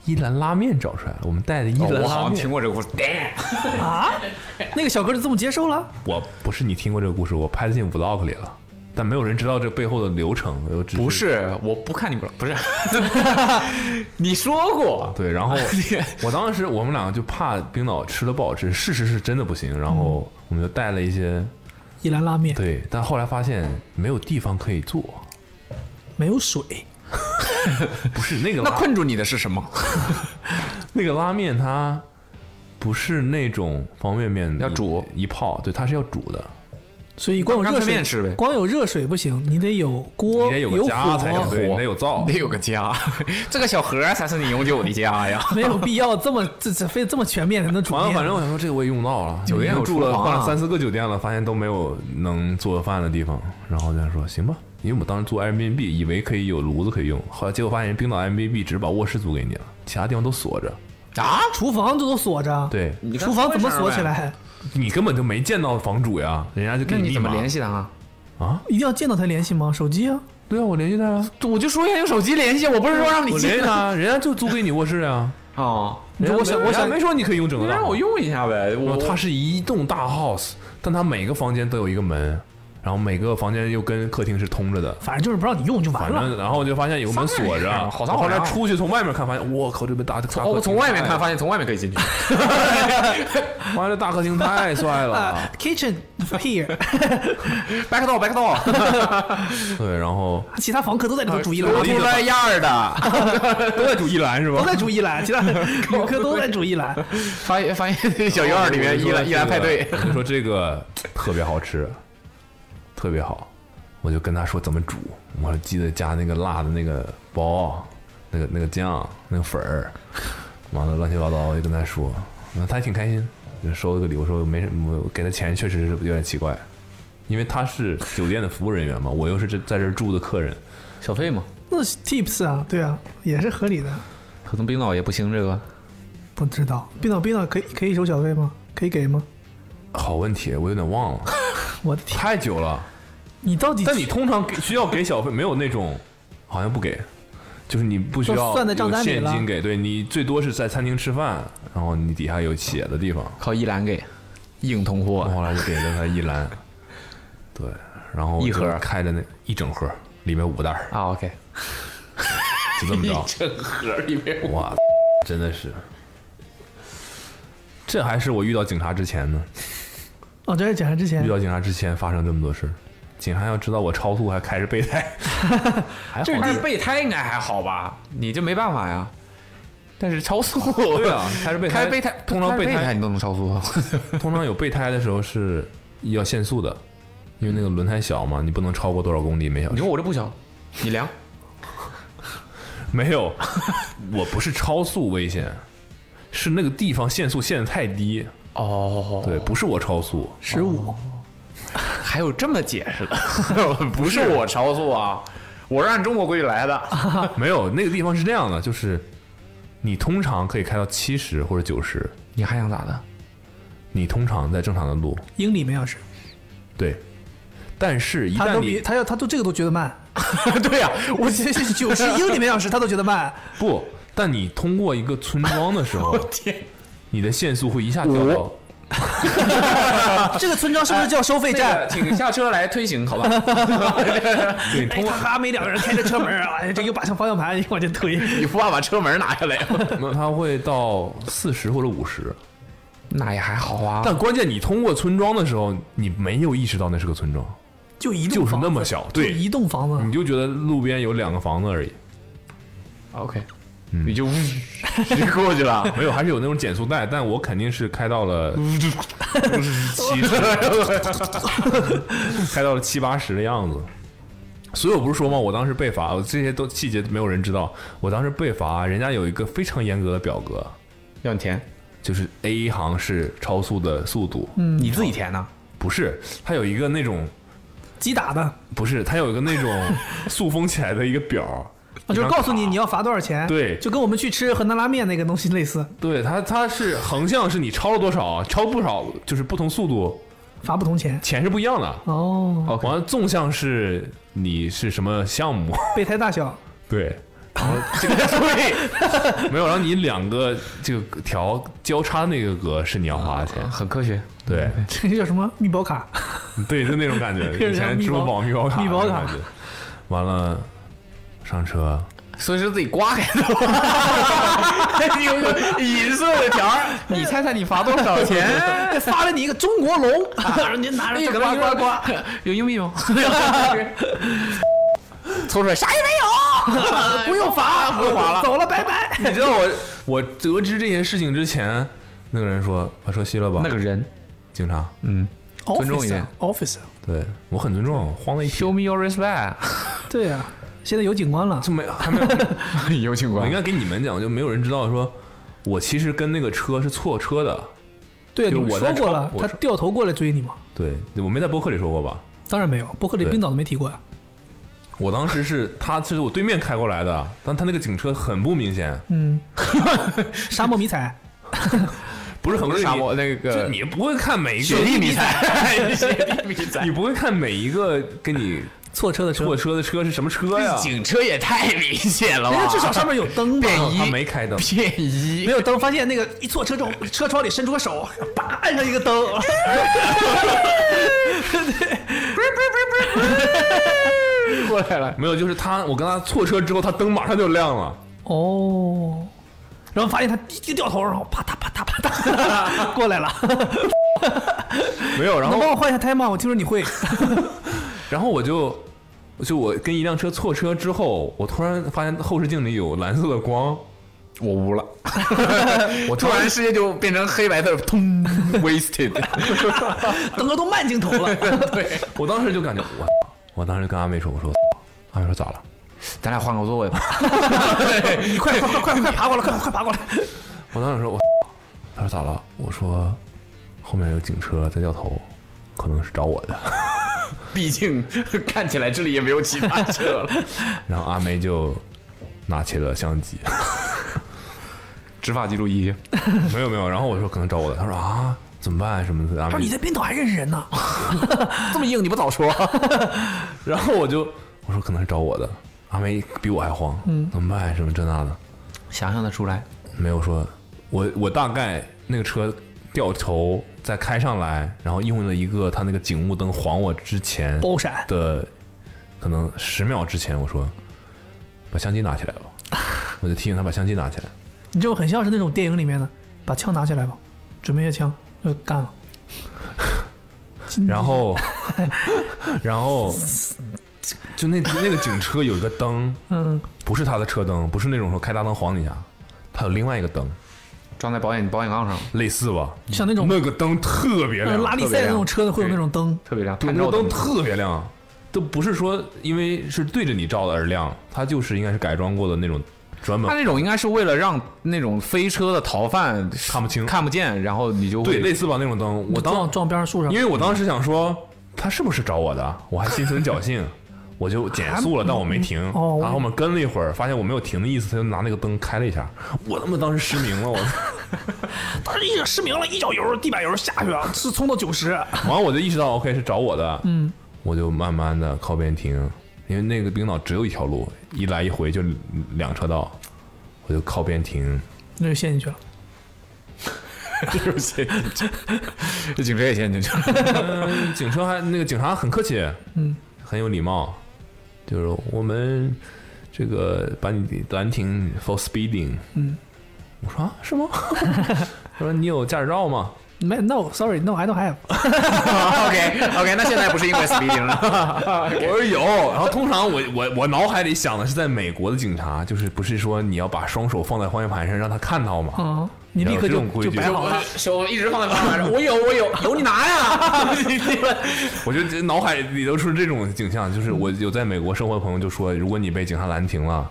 伊兰拉面找出来了，我们带的伊兰
哦我好
拉
像
面。
听过这个故事。
啊，那个小哥就这么接受了？
我不是你听过这个故事，我拍进 vlog 里了，但没有人知道这背后的流程。我只
不是，我不看你不不是， 你说过
对，然后 我当时我们两个就怕冰岛吃的不好吃，事实是真的不行，然后我们就带了一些
一兰拉面，
对，但后来发现没有地方可以坐，
没有水，
不是那个
那
拉
困住你的是什么？
那个拉面它不是那种方便面
要煮
一泡，对，它是要煮的，
所以光有
那
热
干脆
水
面吃呗
光有热水不行，你得有锅，
你得有个家才行，
火，
对，你得有灶
得。有个家， 这个小盒儿才是你永久的家呀。
没有必要这么这这非这么全面才能煮
完了，
面。
反正我想说，这个我也用到了，
酒店有
我住了
厨房啊
换了三四个酒店了，发现都没有能做饭的地方，然后就想说行吧，因为我们当时住 Airbnb，以为可以有炉子可以用，后来结果发现冰岛 Airbnb 只把卧室租给你了，其他地方都锁着，
啊？
厨房这都锁着，
对
你
厨房怎么锁起？来？
你根本就没见到房主呀，人家就
那
给
你
密
怎么
码
联系他啊？
啊？
一定要见到才联系吗？手机啊，
对啊，我联系他呀，
我就说要用手机联系，我不是说让你
我联
进
系
来
他，人家就租给你卧室呀。
哦，
人家
我想
没
我想
人家没说你可以用整
你
个大
让
房
我哦用一下呗。
然
我
后它是一栋大 house，但它每个房间都有一个门，然后每个房间又跟客厅是通着的。
反正就是不让你用就完
反
了。
正，然后我就发现有个门锁
放那儿
着，
好脏
我后来
好脏
出去从外面看，发现我靠，这边大大
哦，
客
我
厅
从外面
太
看，发现从外面可以 进去。
哇，这大客厅太帅了
啊。，kitchen here，
back door back door，
对，然后
其他房客都在里头煮一
我
篮，
住在样儿的。
都在煮一栏是
都
吧？
在煮一篮，其他旅客都在煮一篮。
发现发现
哦
小院儿里面依兰依兰派对，
我就 说这个特别好吃，特别好，我就跟他说怎么煮，我说记得加那个辣的那个包，那个那个酱，那个粉儿，完了乱七八糟，我就跟他说，嗯他还挺开心，就收了个礼物，我说没什么，我给他钱确实是有点奇怪，因为他是酒店的服务人员嘛，我又是这在这儿住的客人，
小费嘛，
那是 tips 啊，对啊，也是合理的。
可能冰岛也不兴这个。
不知道冰岛冰岛可以可以收小费吗？可以给吗？
好问题，我有点忘了，
我的天，
太久了。
你到底
但你通常给需要给小费，没有那种好像不给，就是你不需要
都算在账单里
有
了
现金给，对你最多是在餐厅吃饭，然后你底下有写的地方，
靠依兰给，硬通
我
货，
后来就给了他 一篮，对，然后
一盒
就是开的那一整盒，里面五袋儿，
啊，OK，，
哎
就这么着
整盒里 面
哇，真的是，这还是我遇到警察之前呢，
哦，这是检查之前
遇，到警察之前发生这么多事儿，警察要知道我超速还开着备 胎，还好
这
点
是备胎应该还好吧？你这没办法呀。但是超 速，
对啊，开着备胎，
开备胎，
通常
开
备胎
你都能超 速，
通常有备胎的时候是要限速的，因为那个轮胎小嘛，你不能超过多少公里每小
你
时。
说我这不小，你量
没有， 我不是超速危险，是那个地方限速限得太低。
哦，
对，不是我超速，
十五，
还有这么解释的， 不是我超速啊，我是按中国规矩来的。
没有那个地方是这样的，就是你通常可以开到七十或者九十，
你还想咋的？
你通常在正常的路，
英里每小时，
对。但是，一
他
旦
都比
你
他要他都这个都觉得慢，
对呀、
我九十英里每小时他都觉得慢，
不，但你通过一个村庄的 时候，
天，
你的限速会一下掉到
啊 这个村庄是不是叫收费
那个
哎
站？
请下车来推行，好 吧？
对，
哎，
你通过
他哈没两个人开着车门啊， 哎这又把上方向盘一往前推，
你不怕把车门拿下来？
那它会到四十或者五十。
那也还好啊。
但关键你通过村庄的时候，你没有意识到那是个村庄，
就一栋
就
房子
是那么小，
就
对，嗯
一栋房子
你，就觉得路边有两个房子而已，
OK，、你嗯就呜就过去
啊
了。
没有，还是有那种减速带，但我肯定是开到了 七十，开到了七八十的样子。所以我不是说吗？我当时被罚，我这些都细节没有人知道。我当时被罚，人家有一个非常严格的表格，
要你填，
就是 A 行是超速的速度，
嗯
你自己填呢？
不是，它有一个那种
击打的，啊
不是，它有一个那种塑封起来的一个表儿，
就是告诉你你要罚多少钱，
啊对
就跟我们去吃河南拉面那个东西类似，
对它它是横向是你超了多少，超不少就是不同速度
罚不同钱。
钱是不一样的。
哦，
完了，纵向是你是什么项目？
备胎大小，
对，然后这个对没有，然后你两个这个条交叉那个格是你要花的钱，
很科学。
对
这 叫什么密保 卡？
对，就那种感觉，以前支付宝密保卡
密保
那种
卡
感觉。完了，上车
所以是自己刮开的 吗？有个银色的条儿，你猜猜你罚多少钱？
发了你一个中国 龙，然后你拿着
一
这
个
么
刮
一个
刮刮，有硬 币吗？搓出来啥也没 有，不用罚，哎不用罚 了。
走了，拜 拜。
你知道我我得知这件事情之前，那个人说我说息了吧，
那个人，
警察，
嗯尊重一点
officer，
对我很尊重，慌了一
，Show
宿，
me your respect，
对呀、现在有警官了，
就没 还没有，
有请
我
官
应。该给你们讲，就没有人知道说我其实跟那个车是错车的，
对，啊
就
你
我
说
在
过
超
了，
我
他掉头过来追你嘛？
对我没在播客里说过吧？
当然没有，博客里
对
冰岛都没提过啊呀。
我当时是他是我对面开过来的，但他那个警车很不明显，
嗯，沙漠迷彩，
不是很
不是
明
沙
显
漠那
就
个
你不会看每一个
雪地迷彩，雪 地迷 彩
你，不会看每一个跟你
错车的车，
错车的车是什么车呀？
警车也太明显了
人
吧？
家至少上面有灯吧？
便衣
他没开灯，
便衣
没，有灯，发现那个一错车之后，车窗里伸出个手，叭按上一个灯，
过来了。
没有，就是他，我跟他错车之后，他灯马上就亮了。
哦，然后发现他一掉头，然后啪嗒啪嗒啪 嗒过来了。
没有，然
能
后
帮我换一下胎吗？我听说你 会。
然后我就就我跟一辆车错车之后，我突然发现后视镜里有蓝色的光，
我污 了，我突然世界就变成黑白的，通 wasted。
整个都慢镜头了。
我当时就感觉我，我当时就跟阿妹说，我说阿妹说咋了？
咱俩换个座位吧。
你快快快快快爬过来，快快爬过来！
我当时说我，她说咋了？我说后面有警车在掉头，可能是找我的。
毕竟看起来这里也没有其他车了。
然后阿梅就拿起了相机，
执法记录仪，
没有没有。然后我说可能找我的，她说啊怎么办什么的。阿
他说
梅
你在冰岛还认识人呢，
这么硬你不早说？
然后我就我说可能是找我的，阿梅比我还慌，怎么办？什么这那的，
想象得出来，
没有说，我我大概那个车掉头再开上来，然后用了一个他那个警务灯晃我之前
包闪。
的可能十秒之前，我说把相机拿起来吧，我就提醒他把相机拿起来。
你这种很像是那种电影里面的，把枪拿起来吧，准备一下枪要干了。
然后，然后就那那个警车有一个灯，
嗯，
不是他的车灯，不是那种说开大灯晃你一下，他有另外一个灯，
装在保险保险杠上，
类似吧？
像那种呃
那个灯特别亮，
拉力赛的那种车会有那种灯，
特别亮，
对，
探
那
照
个灯
灯。
特别亮，都不是说因为是对着你照的而亮，它就是应该是改装过的那种，专
他
门
那种应该是为了让那种飞车的逃犯
看不清，
看不见，然后你就
对
会
类似吧那种灯。我
撞
当
撞边上树上
因。为我当时想说他是不是找我的，我还心存侥幸，我就减速了，但我没停，
哦
然后后面跟了一会儿，发现我没有停的意思，他就拿那个灯开了一下，我他妈当时失明了，我
当时一脚失明了，一脚油，地板油下去了，是冲到九十。
完了我就意识到 OK 是找我的，
嗯，
我就慢慢的靠边停，因为那个冰岛只有一条路，一来一回就两车道，我就靠边停。
那就陷进去了。
这种陷进去，这警车也陷进 去了。
嗯，警车还那个警察很客气，
嗯，
很有礼貌，就是我们这个把你拦停 for speeding，
嗯，
我说啊是吗？ 他说你有驾驶照吗？
没，no，sorry，no，I don't have。
OK OK，那现在不是因为 speeding 了，
我说 有，然后通常我我我脑海里想的是在美国的警察，就是不是说你要把双手放在方向盘上让他看到吗？
嗯，你立刻
有这
就
种规
就
矩
摆好 了。
手一直放在方向盘上，我有我有，有你拿呀！
我就这脑海里都是这种景象，就是我有在美国生活的朋友就说，如果你被警察拦停了，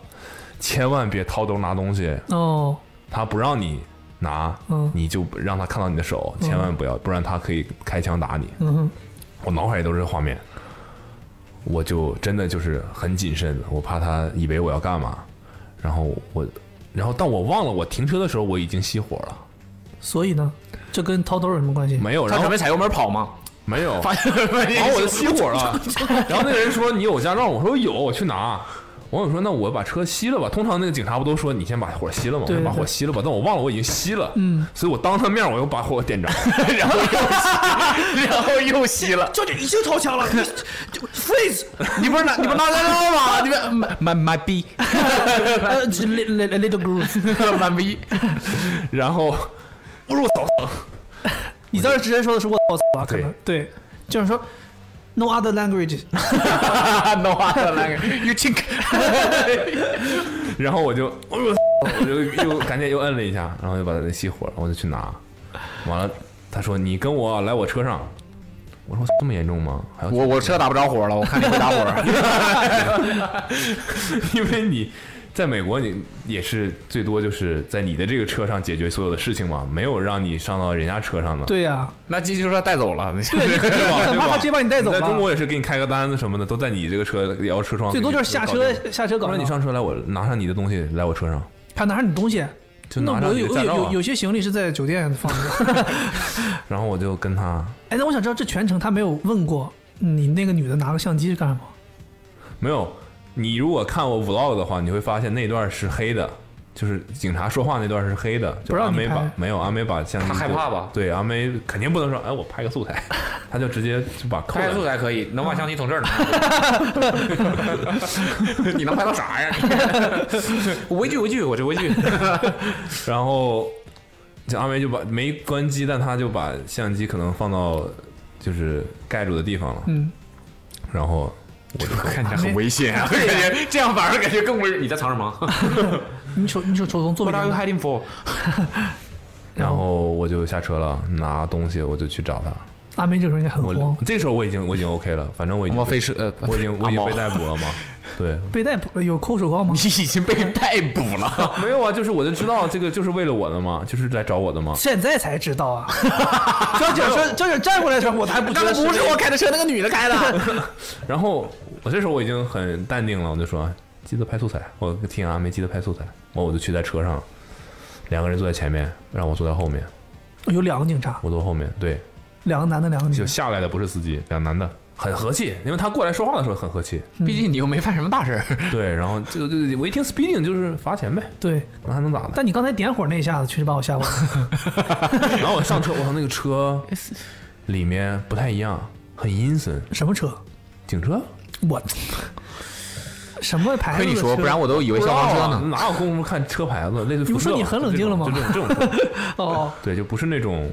千万别掏兜拿东西，
哦，
他不让你拿，
嗯
你就让他看到你的手，千万不要，不然他可以开枪打你。
嗯哼，
我脑海里都是这画面，我就真的就是很谨慎，我怕他以为我要干嘛，然后我，然后但我忘了我停车的时候我已经熄火了，
所以呢，这跟掏兜有什么关系？
没有，
他
然后
准备踩油门跑吗？
没有，哦
现 然
然后我就熄火了，然后那个人说你有驾照吗，我说有，我去拿。网友说：“那我把车熄了吧。”通常那个警察不都说你先把火熄了吗？我
对
先把
对
火熄了吧，但我忘了我已经熄了，嗯，所以我当他面我又把 火点着，然后
然后又吸了。
这就已经超强了 ，freeze，
你不是拿你不嗯拿来刀吗？ 你们买买逼，
呃，little little groove，
买逼。
然后我说我操，
你当时直接说的是我操吧，可能对，就是说 no other language，
no other language. You think?
然后我就我说我就又赶紧又摁了一下，然后又把它熄火了，我就去拿，完了他说：“你跟我来我车上。”我说：“这么严重吗？”还要
我我车打不着火了，我看你会打 火。
因为你在美国，你也是最多就是在你的这个车上解决所有的事情嘛，没有让你上到人家车上的。
对呀，
那机器车带走 了，
对吧，
很
对
怕
吧
他直接把你带走
在
了。
中国也是给你开个单子什么的，都在你这个车摇车窗，
最多就是下车下车搞
不然你上车来，我拿上你的东西来我车上，
还拿上你东西。
就
那
拿
我
上你
有有
的驾照
有
啊
有。些行李是在酒店放着。
然后我就跟他
哎，那我想知道这全程他没有问过你那个女的拿个相机是干什么？
没有。你如果看我 vlog 的话，你会发现那段是黑的，就是警察说话那段是黑的，就
不让
阿
你
梅把
拍
没有阿梅把相机
她害
就
怕吧
对，阿梅肯定不能说哎我拍个素 材，她就直接就把扣
拍素
了。
材可以，能把相机从这 儿拿。你能拍到啥呀？我微距微距，我这微 距。
然后这阿梅就把没关机，但她就把相机可能放到就是盖住的地方了。
嗯，
然后我就
看起来很危险 啊！感觉这样反而感觉更危。你在藏什么
你手你手手从左
？What
边
are you
拿
hiding for？
嗯
然后我就下车了，拿东西我就去找他。
阿梅这个时候应该很
我
慌，
这时候我已经我已经 OK 了，反正我已经
我飞车呃，
我已经我已经被
阿
逮捕了嘛。对，
被逮捕有扣手铐吗
猫，？ 你已经被逮捕了。
没有啊，就是我就知道这个就是为了我的嘛，就是来找我的嘛。
现在才知道啊！交警说，交警站过来的时候，我还不觉得
不是
为
我开的车，那个女的开的。
然后我这时候我已经很淡定了，我就说记得拍素材，我听阿梅记得拍素材。我我就去在车上，两个人坐在前面，让我坐在后面，
有两个警察，
我坐后面。对，
两个男的，两个女
就
的。
下来的不是司机，俩男的，很和气，因为他过来说话的时候很和气。
毕竟你又没犯什么大事儿。
对，然后这个这个我一听 speeding 就是罚钱呗，
对，
那还能咋的？
但你刚才点火那一下子，确实把我吓坏了。
然后我上车，我操，那个车里面不太一样，很阴森，
什么车？
警车。
我什么牌子？
亏你说，不然我都以为消防车呢。
哪有功夫看车牌子？类
你
似
不
辐射
说你
吧
很冷静了吗
就这种就这种 这种车，
哦，
对，就不是那种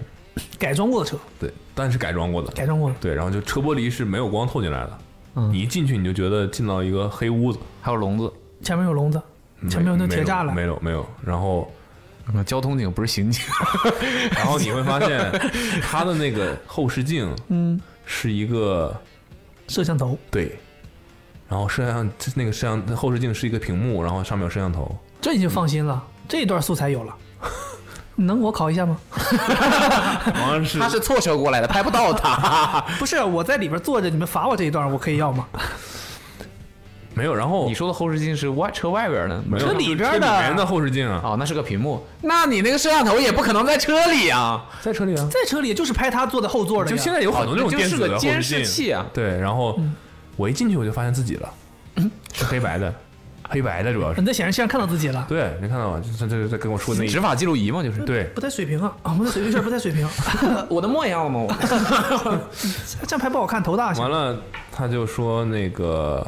改装过的车，
对，但是改装过的，
改装过的。
对，然后就车玻璃是没有光透进来的，
嗯
你一进去你就觉得进到一个黑屋子，
还有笼子，
前面有笼子，前面有那铁栅栏
没。有没有，然后
嗯交通警不是刑警。
然后你会发现它的那个后视镜，嗯，是一个
摄像头，
对。然后摄像那个摄像后视镜是一个屏幕，然后上面有摄像头，
这已经放心了，这一段素材有了。 能我考一下吗？
好像是
他是错车过来的，拍不到他。
不是，我在里边坐着，你们罚我这一段，我可以要吗？
没有。然后
你说的后视镜是外车外边的，
没有
车
就是
里边
车
的
里面的后视镜啊，
哦，那是个屏幕。那你那个摄像头也不可能在车里啊。
在车里啊。
在车里就是拍他坐在后座的呀。
就现在有很多那种
哦
电子
那
的
就是个
后视
监
镜
视器啊
对，然后我一进去我就发现自己了，是黑白的，黑白的主要是
你。在显示器上看到自己了，
对，你看到吗？就是他这在跟我说那一
执法记录仪嘛，就是。
对，
不太水平啊！啊，我们水平事不太水平，
我的墨一样了吗？我
这样拍不好看，头大。啊
完了他就说那个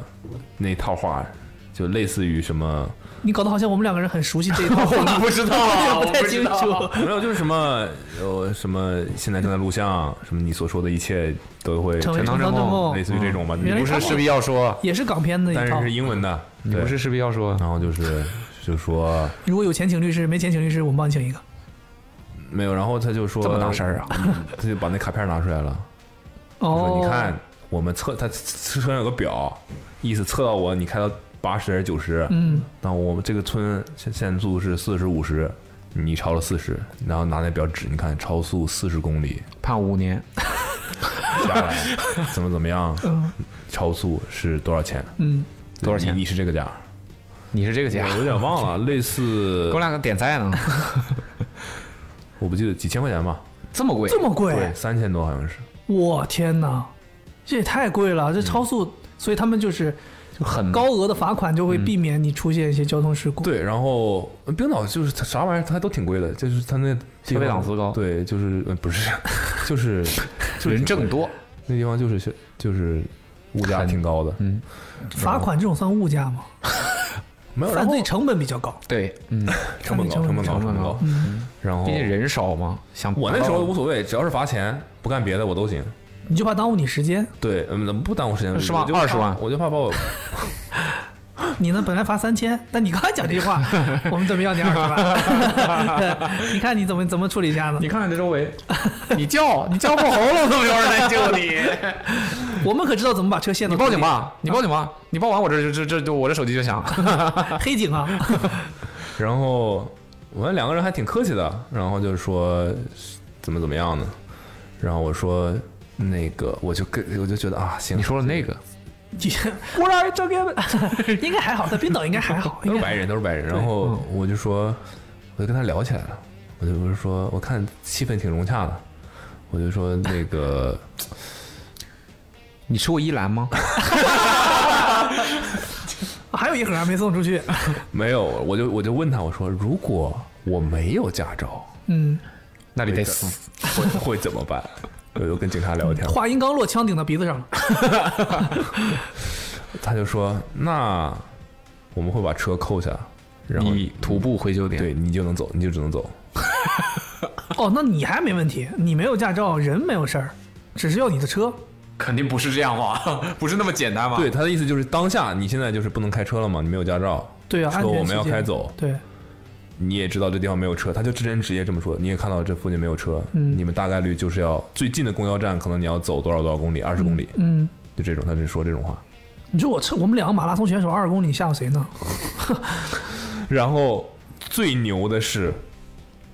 那套话，就类似于什么
你搞得好像我们两个人很熟悉这一套，我
不知道啊，
不太清
我不知
楚
道。
没有，就是什么呃什么现在正在录像，什么你所说的一切都会
成为
成
堂
堂
正
正
梦，嗯
类似于这种吧，你
原来
不
不
是，
是势必要说，嗯
也是港片的
但
一套嗯
是。是英文的，
你
对
不是，势必要说。
然后就是就说
如果有钱请律师，没钱请律师，我们帮你请一个。
没有，然后他就说嗯
这么大事儿啊，
他就把那卡片拿出来了。
哦，
说你看，我们测他车上有个表，意思测到我你开到八十还是九十，
嗯，
那我们这个村限限速是四十五十，你超了四十，然后拿那表指，你看超速四十公里
判五年，
下来怎么怎么样，超速是多少钱？
嗯，
多少钱
你你是这个 价，
你是这个
我
家，
有点忘了，类似
我两个点菜呢，
我不记得几千块钱吧，
这么贵
这么贵，
对，三千多好像是。
我天哪，这也太贵了，这超速，所以他们就是
就很
高额的罚款就会避免你出现一些交通事故。
对，然后呃冰岛就是它啥玩意儿，它都挺贵的，就是它那消
消费档次高
对，就是呃不 是，就是就是
人
挺贵
挣多，
那地方就是消就是物价
很
挺高的，
嗯，
罚款这种算物价吗？
没有然
犯
后
罪成本比较高。
对，嗯，
成本高，成本高，
成
成
本
本
高
高，然后
毕竟人少嘛，想
我那时候无所谓，只要是罚钱，不干别的我都行。
你就怕耽误你时间，
对，嗯，不耽误时间，
是吗
我就怕
20万
我就怕把我
你呢本来罚三千，但你刚才讲这话，我们准备要你二十万， 对你看你怎么怎么处理一下呢
你？看看这 周围，你叫你叫破喉咙都没有人来救 你，
我们可知道怎么把车陷到
你报警吧，你报警吧，你报完我这这这这我这手机就响，
黑警啊，
然后我们两个人还挺客气的，然后就是说怎么怎么样呢？然后我说那个，我就跟我就觉得啊，行，
你说了那个，
你我来这个 应该还好，在冰岛应该还好，
都
应
是
该
白人，都是白人。然
嗯
后我就说，我就跟他聊起来了，我就我就说，我看气氛挺融洽的，我就说那个，
你吃过依兰吗？
还有一盒还没送出去，
没有，我就我就问他，我说如果我没有驾照，
嗯，
那里得死。
会会怎么办？我就跟警察聊 天，
话音刚落，枪顶到鼻子上 了，
他就说，那我们会把车扣下，然后
你徒步回酒店，
对你就能走，你就只能走。
哦，那你还没问题，你没有驾照，人没有事儿，只是要你的车，
肯定不是这样吧？ 不是那么简单吧？
对，，他的意思就是当下你现在就是不能开车了嘛，你没有驾照，
对啊，安
车
全
我们要
起见
开走，
对，
你也知道这地方没有车，他就之前直接这么说，你也看到这附近没有车，
嗯
你们大概率就是要最近的公交站，可能你要走多少多少公里，二十公里，
嗯，
就这种，他就说这种话。
你说我车，我们两个马拉松选手二十公里吓唬谁呢？
然后最牛的是，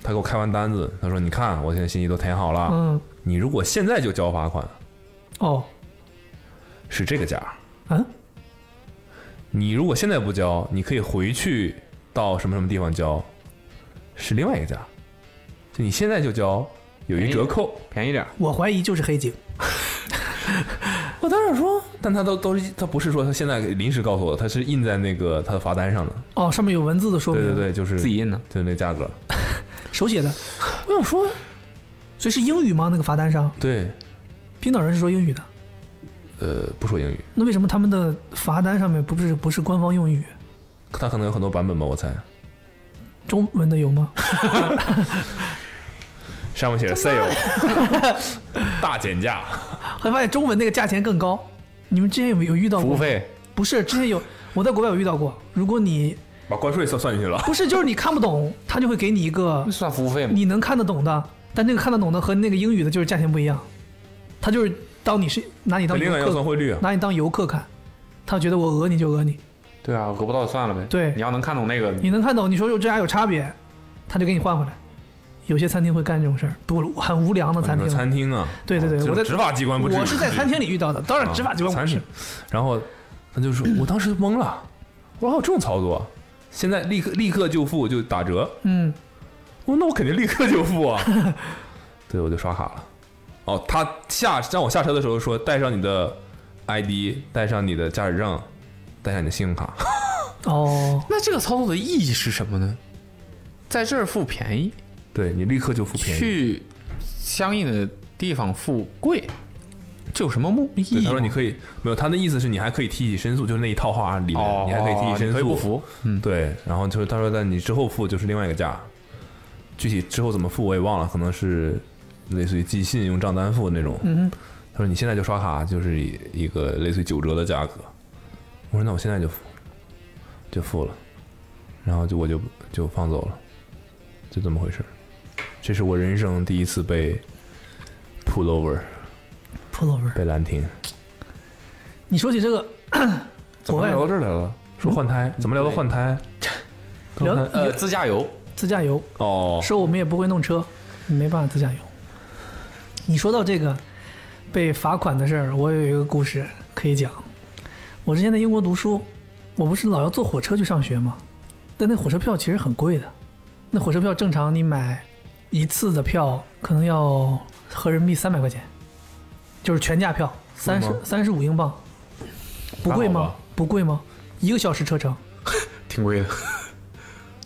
他给我开完单子，他说：“你看，我现在信息都填好了，
嗯，
你如果现在就交罚款，
哦，
是这个价儿；啊
嗯，
你如果现在不交，你可以回去到什么什么地方交，是另外一个价儿。就你现在就交，有一折扣。”
便宜点儿。
我怀疑就是黑警，
我当时说，但他都都是他不是说他现在临时告诉我，他是印在那个他的罚单上的。
哦，上面有文字的说
对
明，
对，对，就是
自己印的，
就是那价格。
手写的，
我想说，
所以是英语吗？那个罚单上，
对，
冰岛人是说英语的，
呃，不说英语，
那为什么他们的罚单上面不是不是官方用语？
他可能有很多版本吧，我猜。
中文的有吗？
上面写着 sale，大减价，
后来发现中文那个价钱更高。你们之前有没有遇到过？
服务 费
不是，之前有我在国外有遇到过。如果你
把关税算算 进去了。
不是就是你看不懂，他就会给你一个
嗯
算服务费吗？
你能看得懂的，但那个看得懂的和那个英语的就是价钱不一样。他就是当你是拿你当游
另外要算
客，
汇率啊，
拿你当游客看，他觉得我讹你就讹你，
对啊，讹不到就算了呗。
对
你要能看懂那个，
你能看懂，你说有这俩有差别，他就给你换回来。有些餐厅会干这种事儿，不很无良的餐
你说
厅。
餐厅啊，
对对对
这种
我在
执法机关不至于，
我是在餐厅里遇到的，当然
啊
执法机关
餐
不是
厅。然后他就说，我当时就懵了，我说哦还有这种操作，现在立刻立刻就付就打折，
嗯，
我说那我肯定立刻就付啊。 对，我就刷卡了。哦，他下让我下车的时候说，带上你的 ID，带上你的驾驶证，带上你的信用卡。
哦，
那这个操作的意义是什么呢？在这儿付便宜，
对你立刻就付便宜。
去相应的地方付贵，这有什么目意
对，
义吗？
他说你可以没有，他的意思是你还可以提起申诉，就是那一套话里面、
哦，
你还可以提起申
你可以
诉。
不服，嗯，
对，然后就是他说，但你之后付就是另外一个价，具体之后怎么付我也忘了，可能是类似于寄信用账单付那种。
嗯哼，
他说你现在就刷卡，就是一一个类似于九折的价格。我说那我现在就付，就付了，然后就我就就放走了，就这么回事儿。这是我人生第一次被 pull over，
普罗文，
被拦停。
你说起这个，国外
到这儿
啊
来了？说换胎，怎么聊到换胎？
聊
换胎
呃，自驾游
自驾游，
哦，
说我们也不会弄车，没办法自驾游。你说到这个被罚款的事儿，我有一个故事可以讲。我之前在英国读书，我不是老要坐火车去上学吗？但那火车票其实很贵的，那火车票正常你买一次的票可能要合人民币三百块钱，就是全价票，三十
贵吗
三十五英镑，不贵
还好
吗
吧？
不贵吗？一个小时车程，
挺贵的，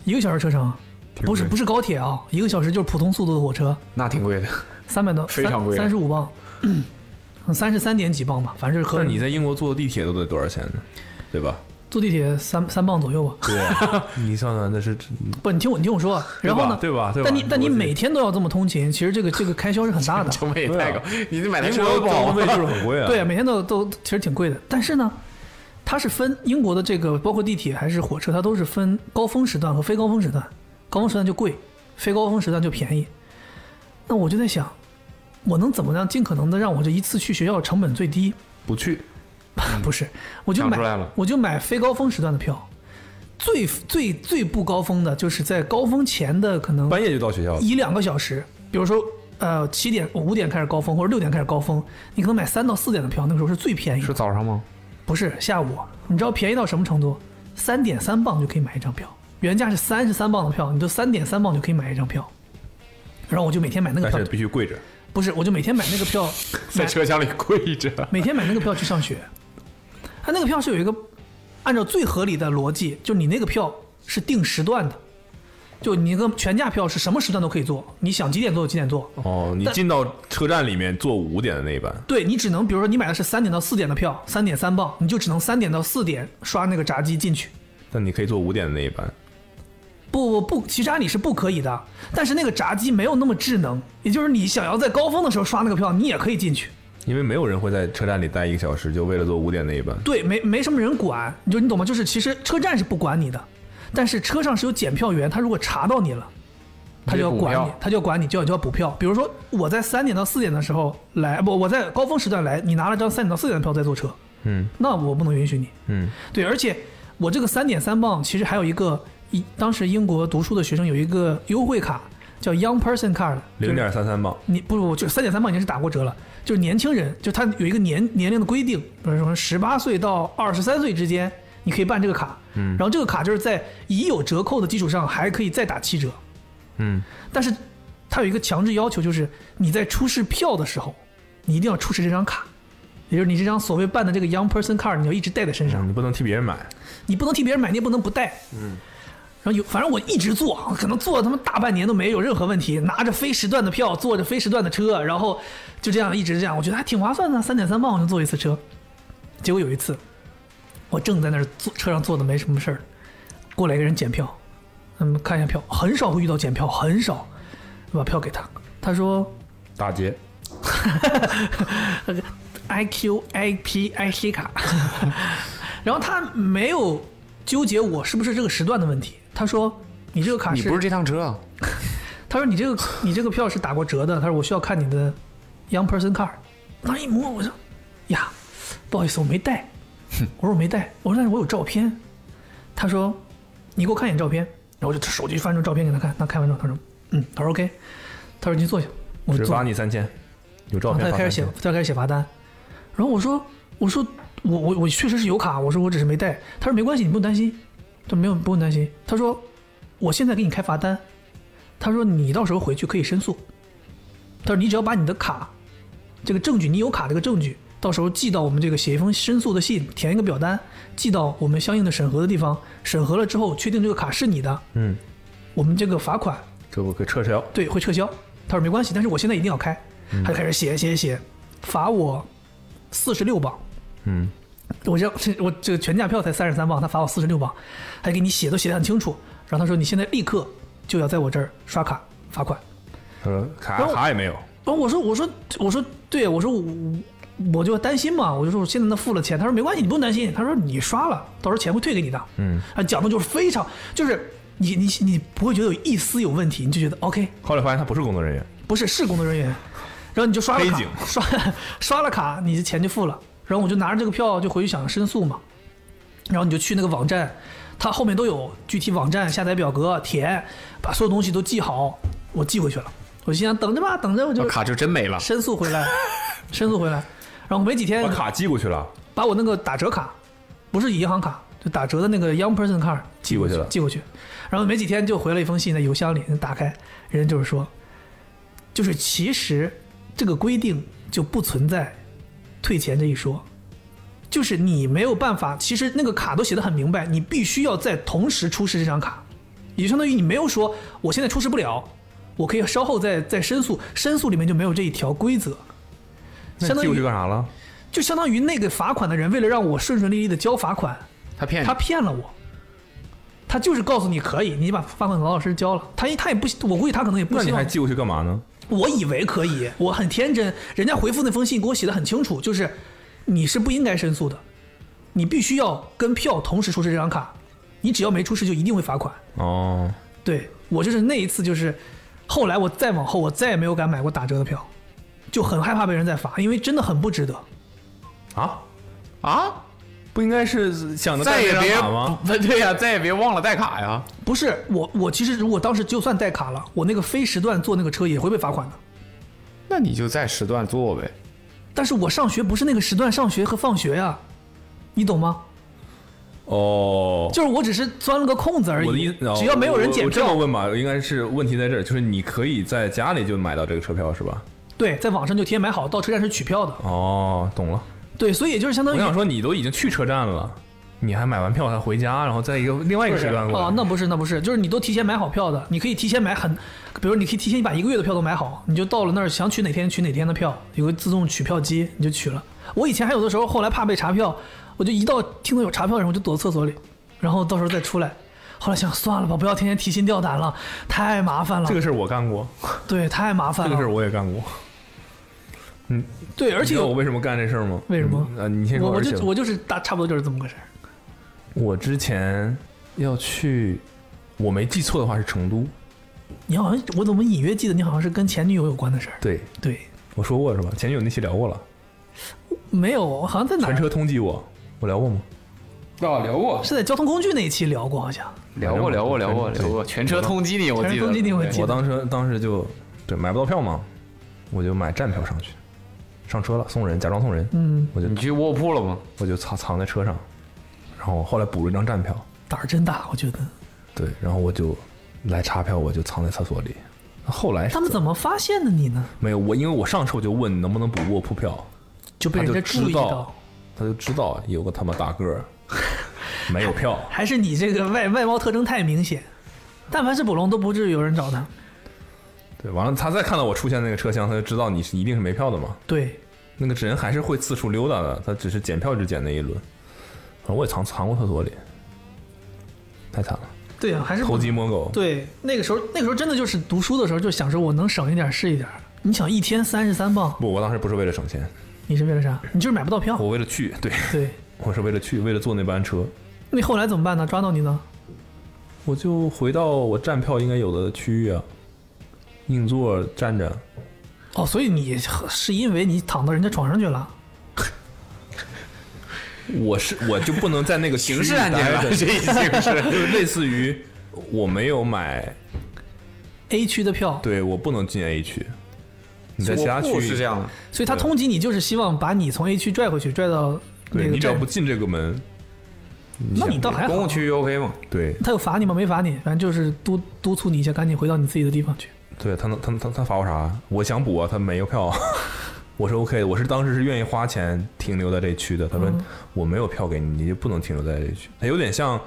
一个小时车程，
挺
不是
贵
不是高铁啊，一个小时就是普通速度的火车，
那挺 贵的。
三百多，
非常贵了
三十五磅，嗯三十三点几磅吧，反正是合
但是你
理。
在英国坐地铁都得多少钱呢？对吧？
坐地铁三三磅左右吧。
对、你算算那是
不，你听我，你听我说，啊
对
然
吧
后呢？
对吧对吧
但你
你
但你
逻辑
每天都要这么通勤，其实这个这个开销是很 大的。
成本也太高，你这买台
英国的
车啊都不好
交通费就是很贵啊。
对，每天都都其实挺贵的。但是呢，它是分英国的这个，包括地铁还是火车，它都是分高峰时段和非高峰时段。高峰时段就贵，非高峰时段就便宜。那我就在想，我能怎么样尽可能的让我这一次去学校成本最低？
不去，
不是，我就
想
买
出来了
我就买非高峰时段的票。最最最不高峰的就是在高峰前的可能
半夜就到学校了，
一两个小时，比如说呃七点五点开始高峰或者六点开始高峰，你可能买三到四点的票，那个时候是最便宜
是
的，
早上吗？
不是下午。你知道便宜到什么程度？三点三磅就可以买一张票，原价是三十三磅的票，你就三点三磅就可以买一张票。然后我就每天买那个
但
票
是，必须跪着。
不是，我就每天买那个 票，
在
买
车厢里跪着，
每天买那个票去上学。它那个票是有一个，按照最合理的逻辑，就你那个票是定时段的，就你那个全价票是什么时段都可以坐，你想几点坐就几点坐。
哦，你
但
进到车站里面坐五点的那一班，
对你只能，比如说你买的是三点到四点的票，三点三磅，你就只能三点到四点刷那个闸机进去。
但你可以坐五点的那一班。
不不不，其实按理是不可以的，但是那个闸机没有那么智能，也就是你想要在高峰的时候刷那个票，你也可以进去。
因为没有人会在车站里待一个小时，就为了坐五点那一班。
对，没没什么人管，你就你懂吗？就是其实车站是不管你的，但是车上是有检票员，他如果查到你了，他就要
补
管
票
你，他就要管你，就要就要补票。比如说我在三点到四点的时候来，不，我在高峰时段来，你拿了张三点到四点的票再坐车，
嗯
那我不能允许你。
嗯，
对，而且我这个三点三磅其实还有一个，一当时英国读书的学生有一个优惠卡叫 Young Person Card，就是
零点三三磅。
你不不就三点三磅已经是打过折了，就是年轻人，就他有一个年年龄的规定，比如说十八岁到二十三岁之间，你可以办这个卡，嗯，然后这个卡就是在已有折扣的基础上还可以再打七折，
嗯，
但是它有一个强制要求，就是你在出示票的时候，你一定要出示这张卡，也就是你这张所谓办的这个 Young Person Card，你要一直带在身上。
你不能替别人买，
你不能替别人买，你也不能不带。嗯。然后有，反正我一直坐，可能坐他妈大半年都没有任何问题，拿着非时段的票，坐着非时段的车，然后就这样一直这样，我觉得还挺划算的，三点三磅我就坐一次车。结果有一次，我正在那儿坐车上坐的没什么事儿，过来一个人检票，嗯，看一下票，很少会遇到检票，很少，我把票给他，他说
打劫。
I Q I P I C 卡， 然后他没有纠结我是不是这个时段的问题，他说你这个卡
你
是，
不是这趟车啊？
他说你这个你这个票是打过折的，他说我需要看你的 Young Person Card，我当时一摸我说呀，不好意思我没带，我说我没带，我说但是我有照片，他说你给我看一眼照片，然后我就手机翻出照片给他看，他看完之后他说嗯，他说 OK，他说你坐下，我就
只
坐下
罚你三千，有照
然后他
片
就
罚
开
三
始写
千。，
他就开始写罚单。然后我说，我说，我我我确实是有卡，我说我只是没带。他说没关系，你不用担心。他说没有不用担心。他说我现在给你开罚单。他说你到时候回去可以申诉。他说你只要把你的卡，这个证据，你有卡这个证据，到时候寄到我们这个写一封申诉的信，填一个表单，寄到我们相应的审核的地方，审核了之后确定这个卡是你的，
嗯，
我们这个罚款
这我可撤销。
对，会撤销。他说没关系，但是我现在一定要开。他就开始写写写，罚我四十六磅。
嗯，
我这这我这个全价票才三十三磅，他罚我四十六磅，还给你写都写的很清楚。然后他说你现在立刻就要在我这儿刷卡罚款。
他说卡
然后
卡也没有，
然后我说我说我说对，我说我我就担心嘛，我就说我现在那付了钱，他说没关系，你不用担心，他说你刷了，到时候钱会退给你的。
嗯，
啊，讲的就是非常就是你你你不会觉得有一丝有问题，你就觉得 OK
后来发现他不是工作人员，
不是是工作人员，然后你就刷了
黑
卡
警，
刷 刷了卡，你的钱就付了。然后我就拿着这个票就回去想申诉嘛，然后你就去那个网站，它后面都有具体网站下载表格填，把所有东西都记好，我寄回去了。我心想等着吧，等着我就
卡就真没了。
申诉回来，申诉回来。然后没几天
把卡寄过去了，
把我那个打折卡，不是银行卡，就打折的那个 Young Person Card
寄过去了
寄过去。然后没几天就回了一封信，在邮箱里打开，人家就是说，就是其实这个规定就不存在退钱这一说，就是你没有办法，其实那个卡都写的很明白，你必须要在同时出示这张卡，也就相当于你没有说我现在出示不了，我可以稍后再再申诉，申诉里面就没有这一条规则，
那
相当
记过去
于
干啥了？
就相当于那个罚款的人为了让我顺顺利利的交罚款，
他
哎
骗你
他，骗了我。他就是告诉你可以，你把罚款老老实实交了。他他也不，我估计他可能也不
那
希
你
望
还寄过去干嘛呢？
我以为可以，我很天真。人家回复那封信给我写的很清楚，就是你是不应该申诉的，你必须要跟票同时出示这张卡，你只要没出示就一定会罚款。
哦，
对我就是那一次，就是后来我再往后我再也没有敢买过打折的票，就很害怕被人再罚，因为真的很不值得。
啊，
啊，
不应该是想着
再也
带这
别
张卡吗？
不 对呀、再也别忘了带卡呀。
不是我，我其实如果当时就算带卡了，我那个非时段坐那个车也会被罚款的。
那你就在时段做呗。
但是我上学不是那个时段上学和放学呀、你懂吗？
哦，
就是我只是钻了个空子而
我的
已
意，思，哦
只要没有人
我
检
我这
票
么，问吧，应该是问题在这儿，就是你可以在家里就买到这个车票是吧？
对，在网上就提前买好，到车站是取票的。
哦，懂了。
对，所以也就是相当
我
于
想说，你都已经去车站了，你还买完票还回家，然后在一个另外一个时段过来
哦，那不是那不是，就是你都提前买好票的，你可以提前买很，比如你可以提前把一个月的票都买好，你就到了那儿想取哪天取哪天的票，有个自动取票机你就取了。我以前还有的时候后来怕被查票，我就一到听到有查票的人我就躲厕所里，然后到时候再出来。后来想算了吧，不要天天提心吊胆了，太麻烦了。
这个事儿我干过，
对，太麻烦
这
了。
个事儿我也干过。
对，而
而
且有
我为什么干这事儿吗？
为什么
嗯啊，你先
我
说。
我
而且
就我就是大差不多就是这么个事儿。
我之前要去，我没记错的话是成都。
你好像我怎么隐约记得你好像是跟前女友有关的事儿？
对，
对，
我说过是吧？前女友那期聊过了，
没有，我好像在哪
全
儿？
车通缉我，我聊过吗？
哦，聊过，
是在交通工具那一期聊过，好像。
聊过，聊过，聊过，聊过，全车通缉你，我记
全
得，
车通缉你我
对
记得
我当时当时就对买不到票嘛，我就买站票上去，上车了送人，假装送人，
嗯，
我就
你去卧铺了吗？
我就藏藏在车上，然后后来补了一张站票，
胆儿真大，我觉得。
对，然后我就来查票，我就藏在厕所里。后来是
他们怎么发现的你呢？
没有我？因为我上车我就问能不能补卧铺票，
就被
他
人家
就
注
知
意
道，他就知道有个他妈大个 儿没有票，
还是你这个外外貌特征太明显。但凡是捕龙，都不至于有人找他。
对，完了他再看到我出现那个车厢，他就知道你是一定是没票的嘛。
对，
那个人还是会四处溜达的，他只是检票只检那一轮，反正我也藏藏过厕所里，太惨了，
对啊，还是
偷鸡摸狗。
对，那个时候，那个时候真的就是读书的时候，就想着我能省一点是一点儿。你想一天三十三磅，
不，我当时不是为了省钱，
你是为了啥？你就是买不到票。
我为了去，对
对，
我是为了去，为了坐那班车，
那后来怎么办呢？抓到你呢？
我就回到我站票应该有的区域啊，硬座站着，
哦，所以你是因为你躺到人家床上去了。
我是我就不能在那个
刑 事案件了，
区域待着
这已经是。
就是类似于我没有买，
A 区的票，
对我不能进 A 区，你在其他区
卧铺
域
是这，样的，
所以他
对
通缉你就是希望把你从 A 区拽回去，拽到那
对
个
你只要
站
不进这个门，
那
想
你倒还好。啊
公共区域 OK 吗？
对
他有罚你吗？没罚你，反正就是督督促你一下，赶紧回到你自己的地方去。
对他能他他他罚我啥？我想补啊，他 没有票，我是 OK 的，我是当时是愿意花钱停留在这区的。他说、我没有票给你，你就不能停留在这区。他有点像，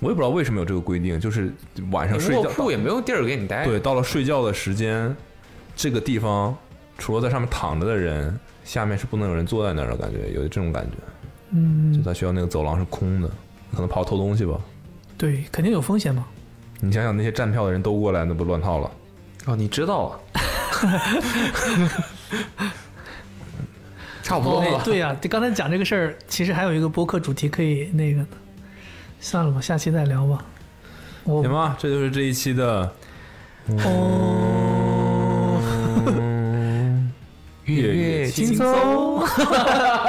我也不知道为什么有这个规定，就是晚上睡
卧
觉，
铺也没有地儿给你待。
对，到了睡觉的时间，这个地方除了在上面躺着的人，下面是不能有人坐在那儿的感觉，有这种感觉。
嗯
就，在学校那个走廊是空的，可能跑偷东西吧。
对，肯定有风险嘛。
你想想那些站票的人都过来，那不乱套了。
哦，你知道 啊，差不多
哎
吧。
对呀、这刚才讲这个事儿，其实还有一个播客主题可以那个的，算了吧，下期再聊吧。我
行吧，这就是这一期的
哦，
月
月
轻
轻
松，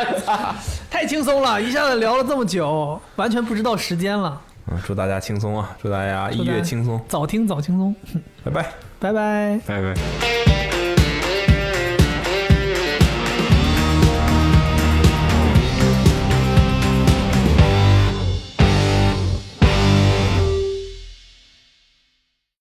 太轻松了，一下子聊了这么久，完全不知道时间了。
啊，祝大家轻松啊，祝大家一
祝大
月
家
轻松，
早听早轻松，
拜拜。
拜拜。
拜拜。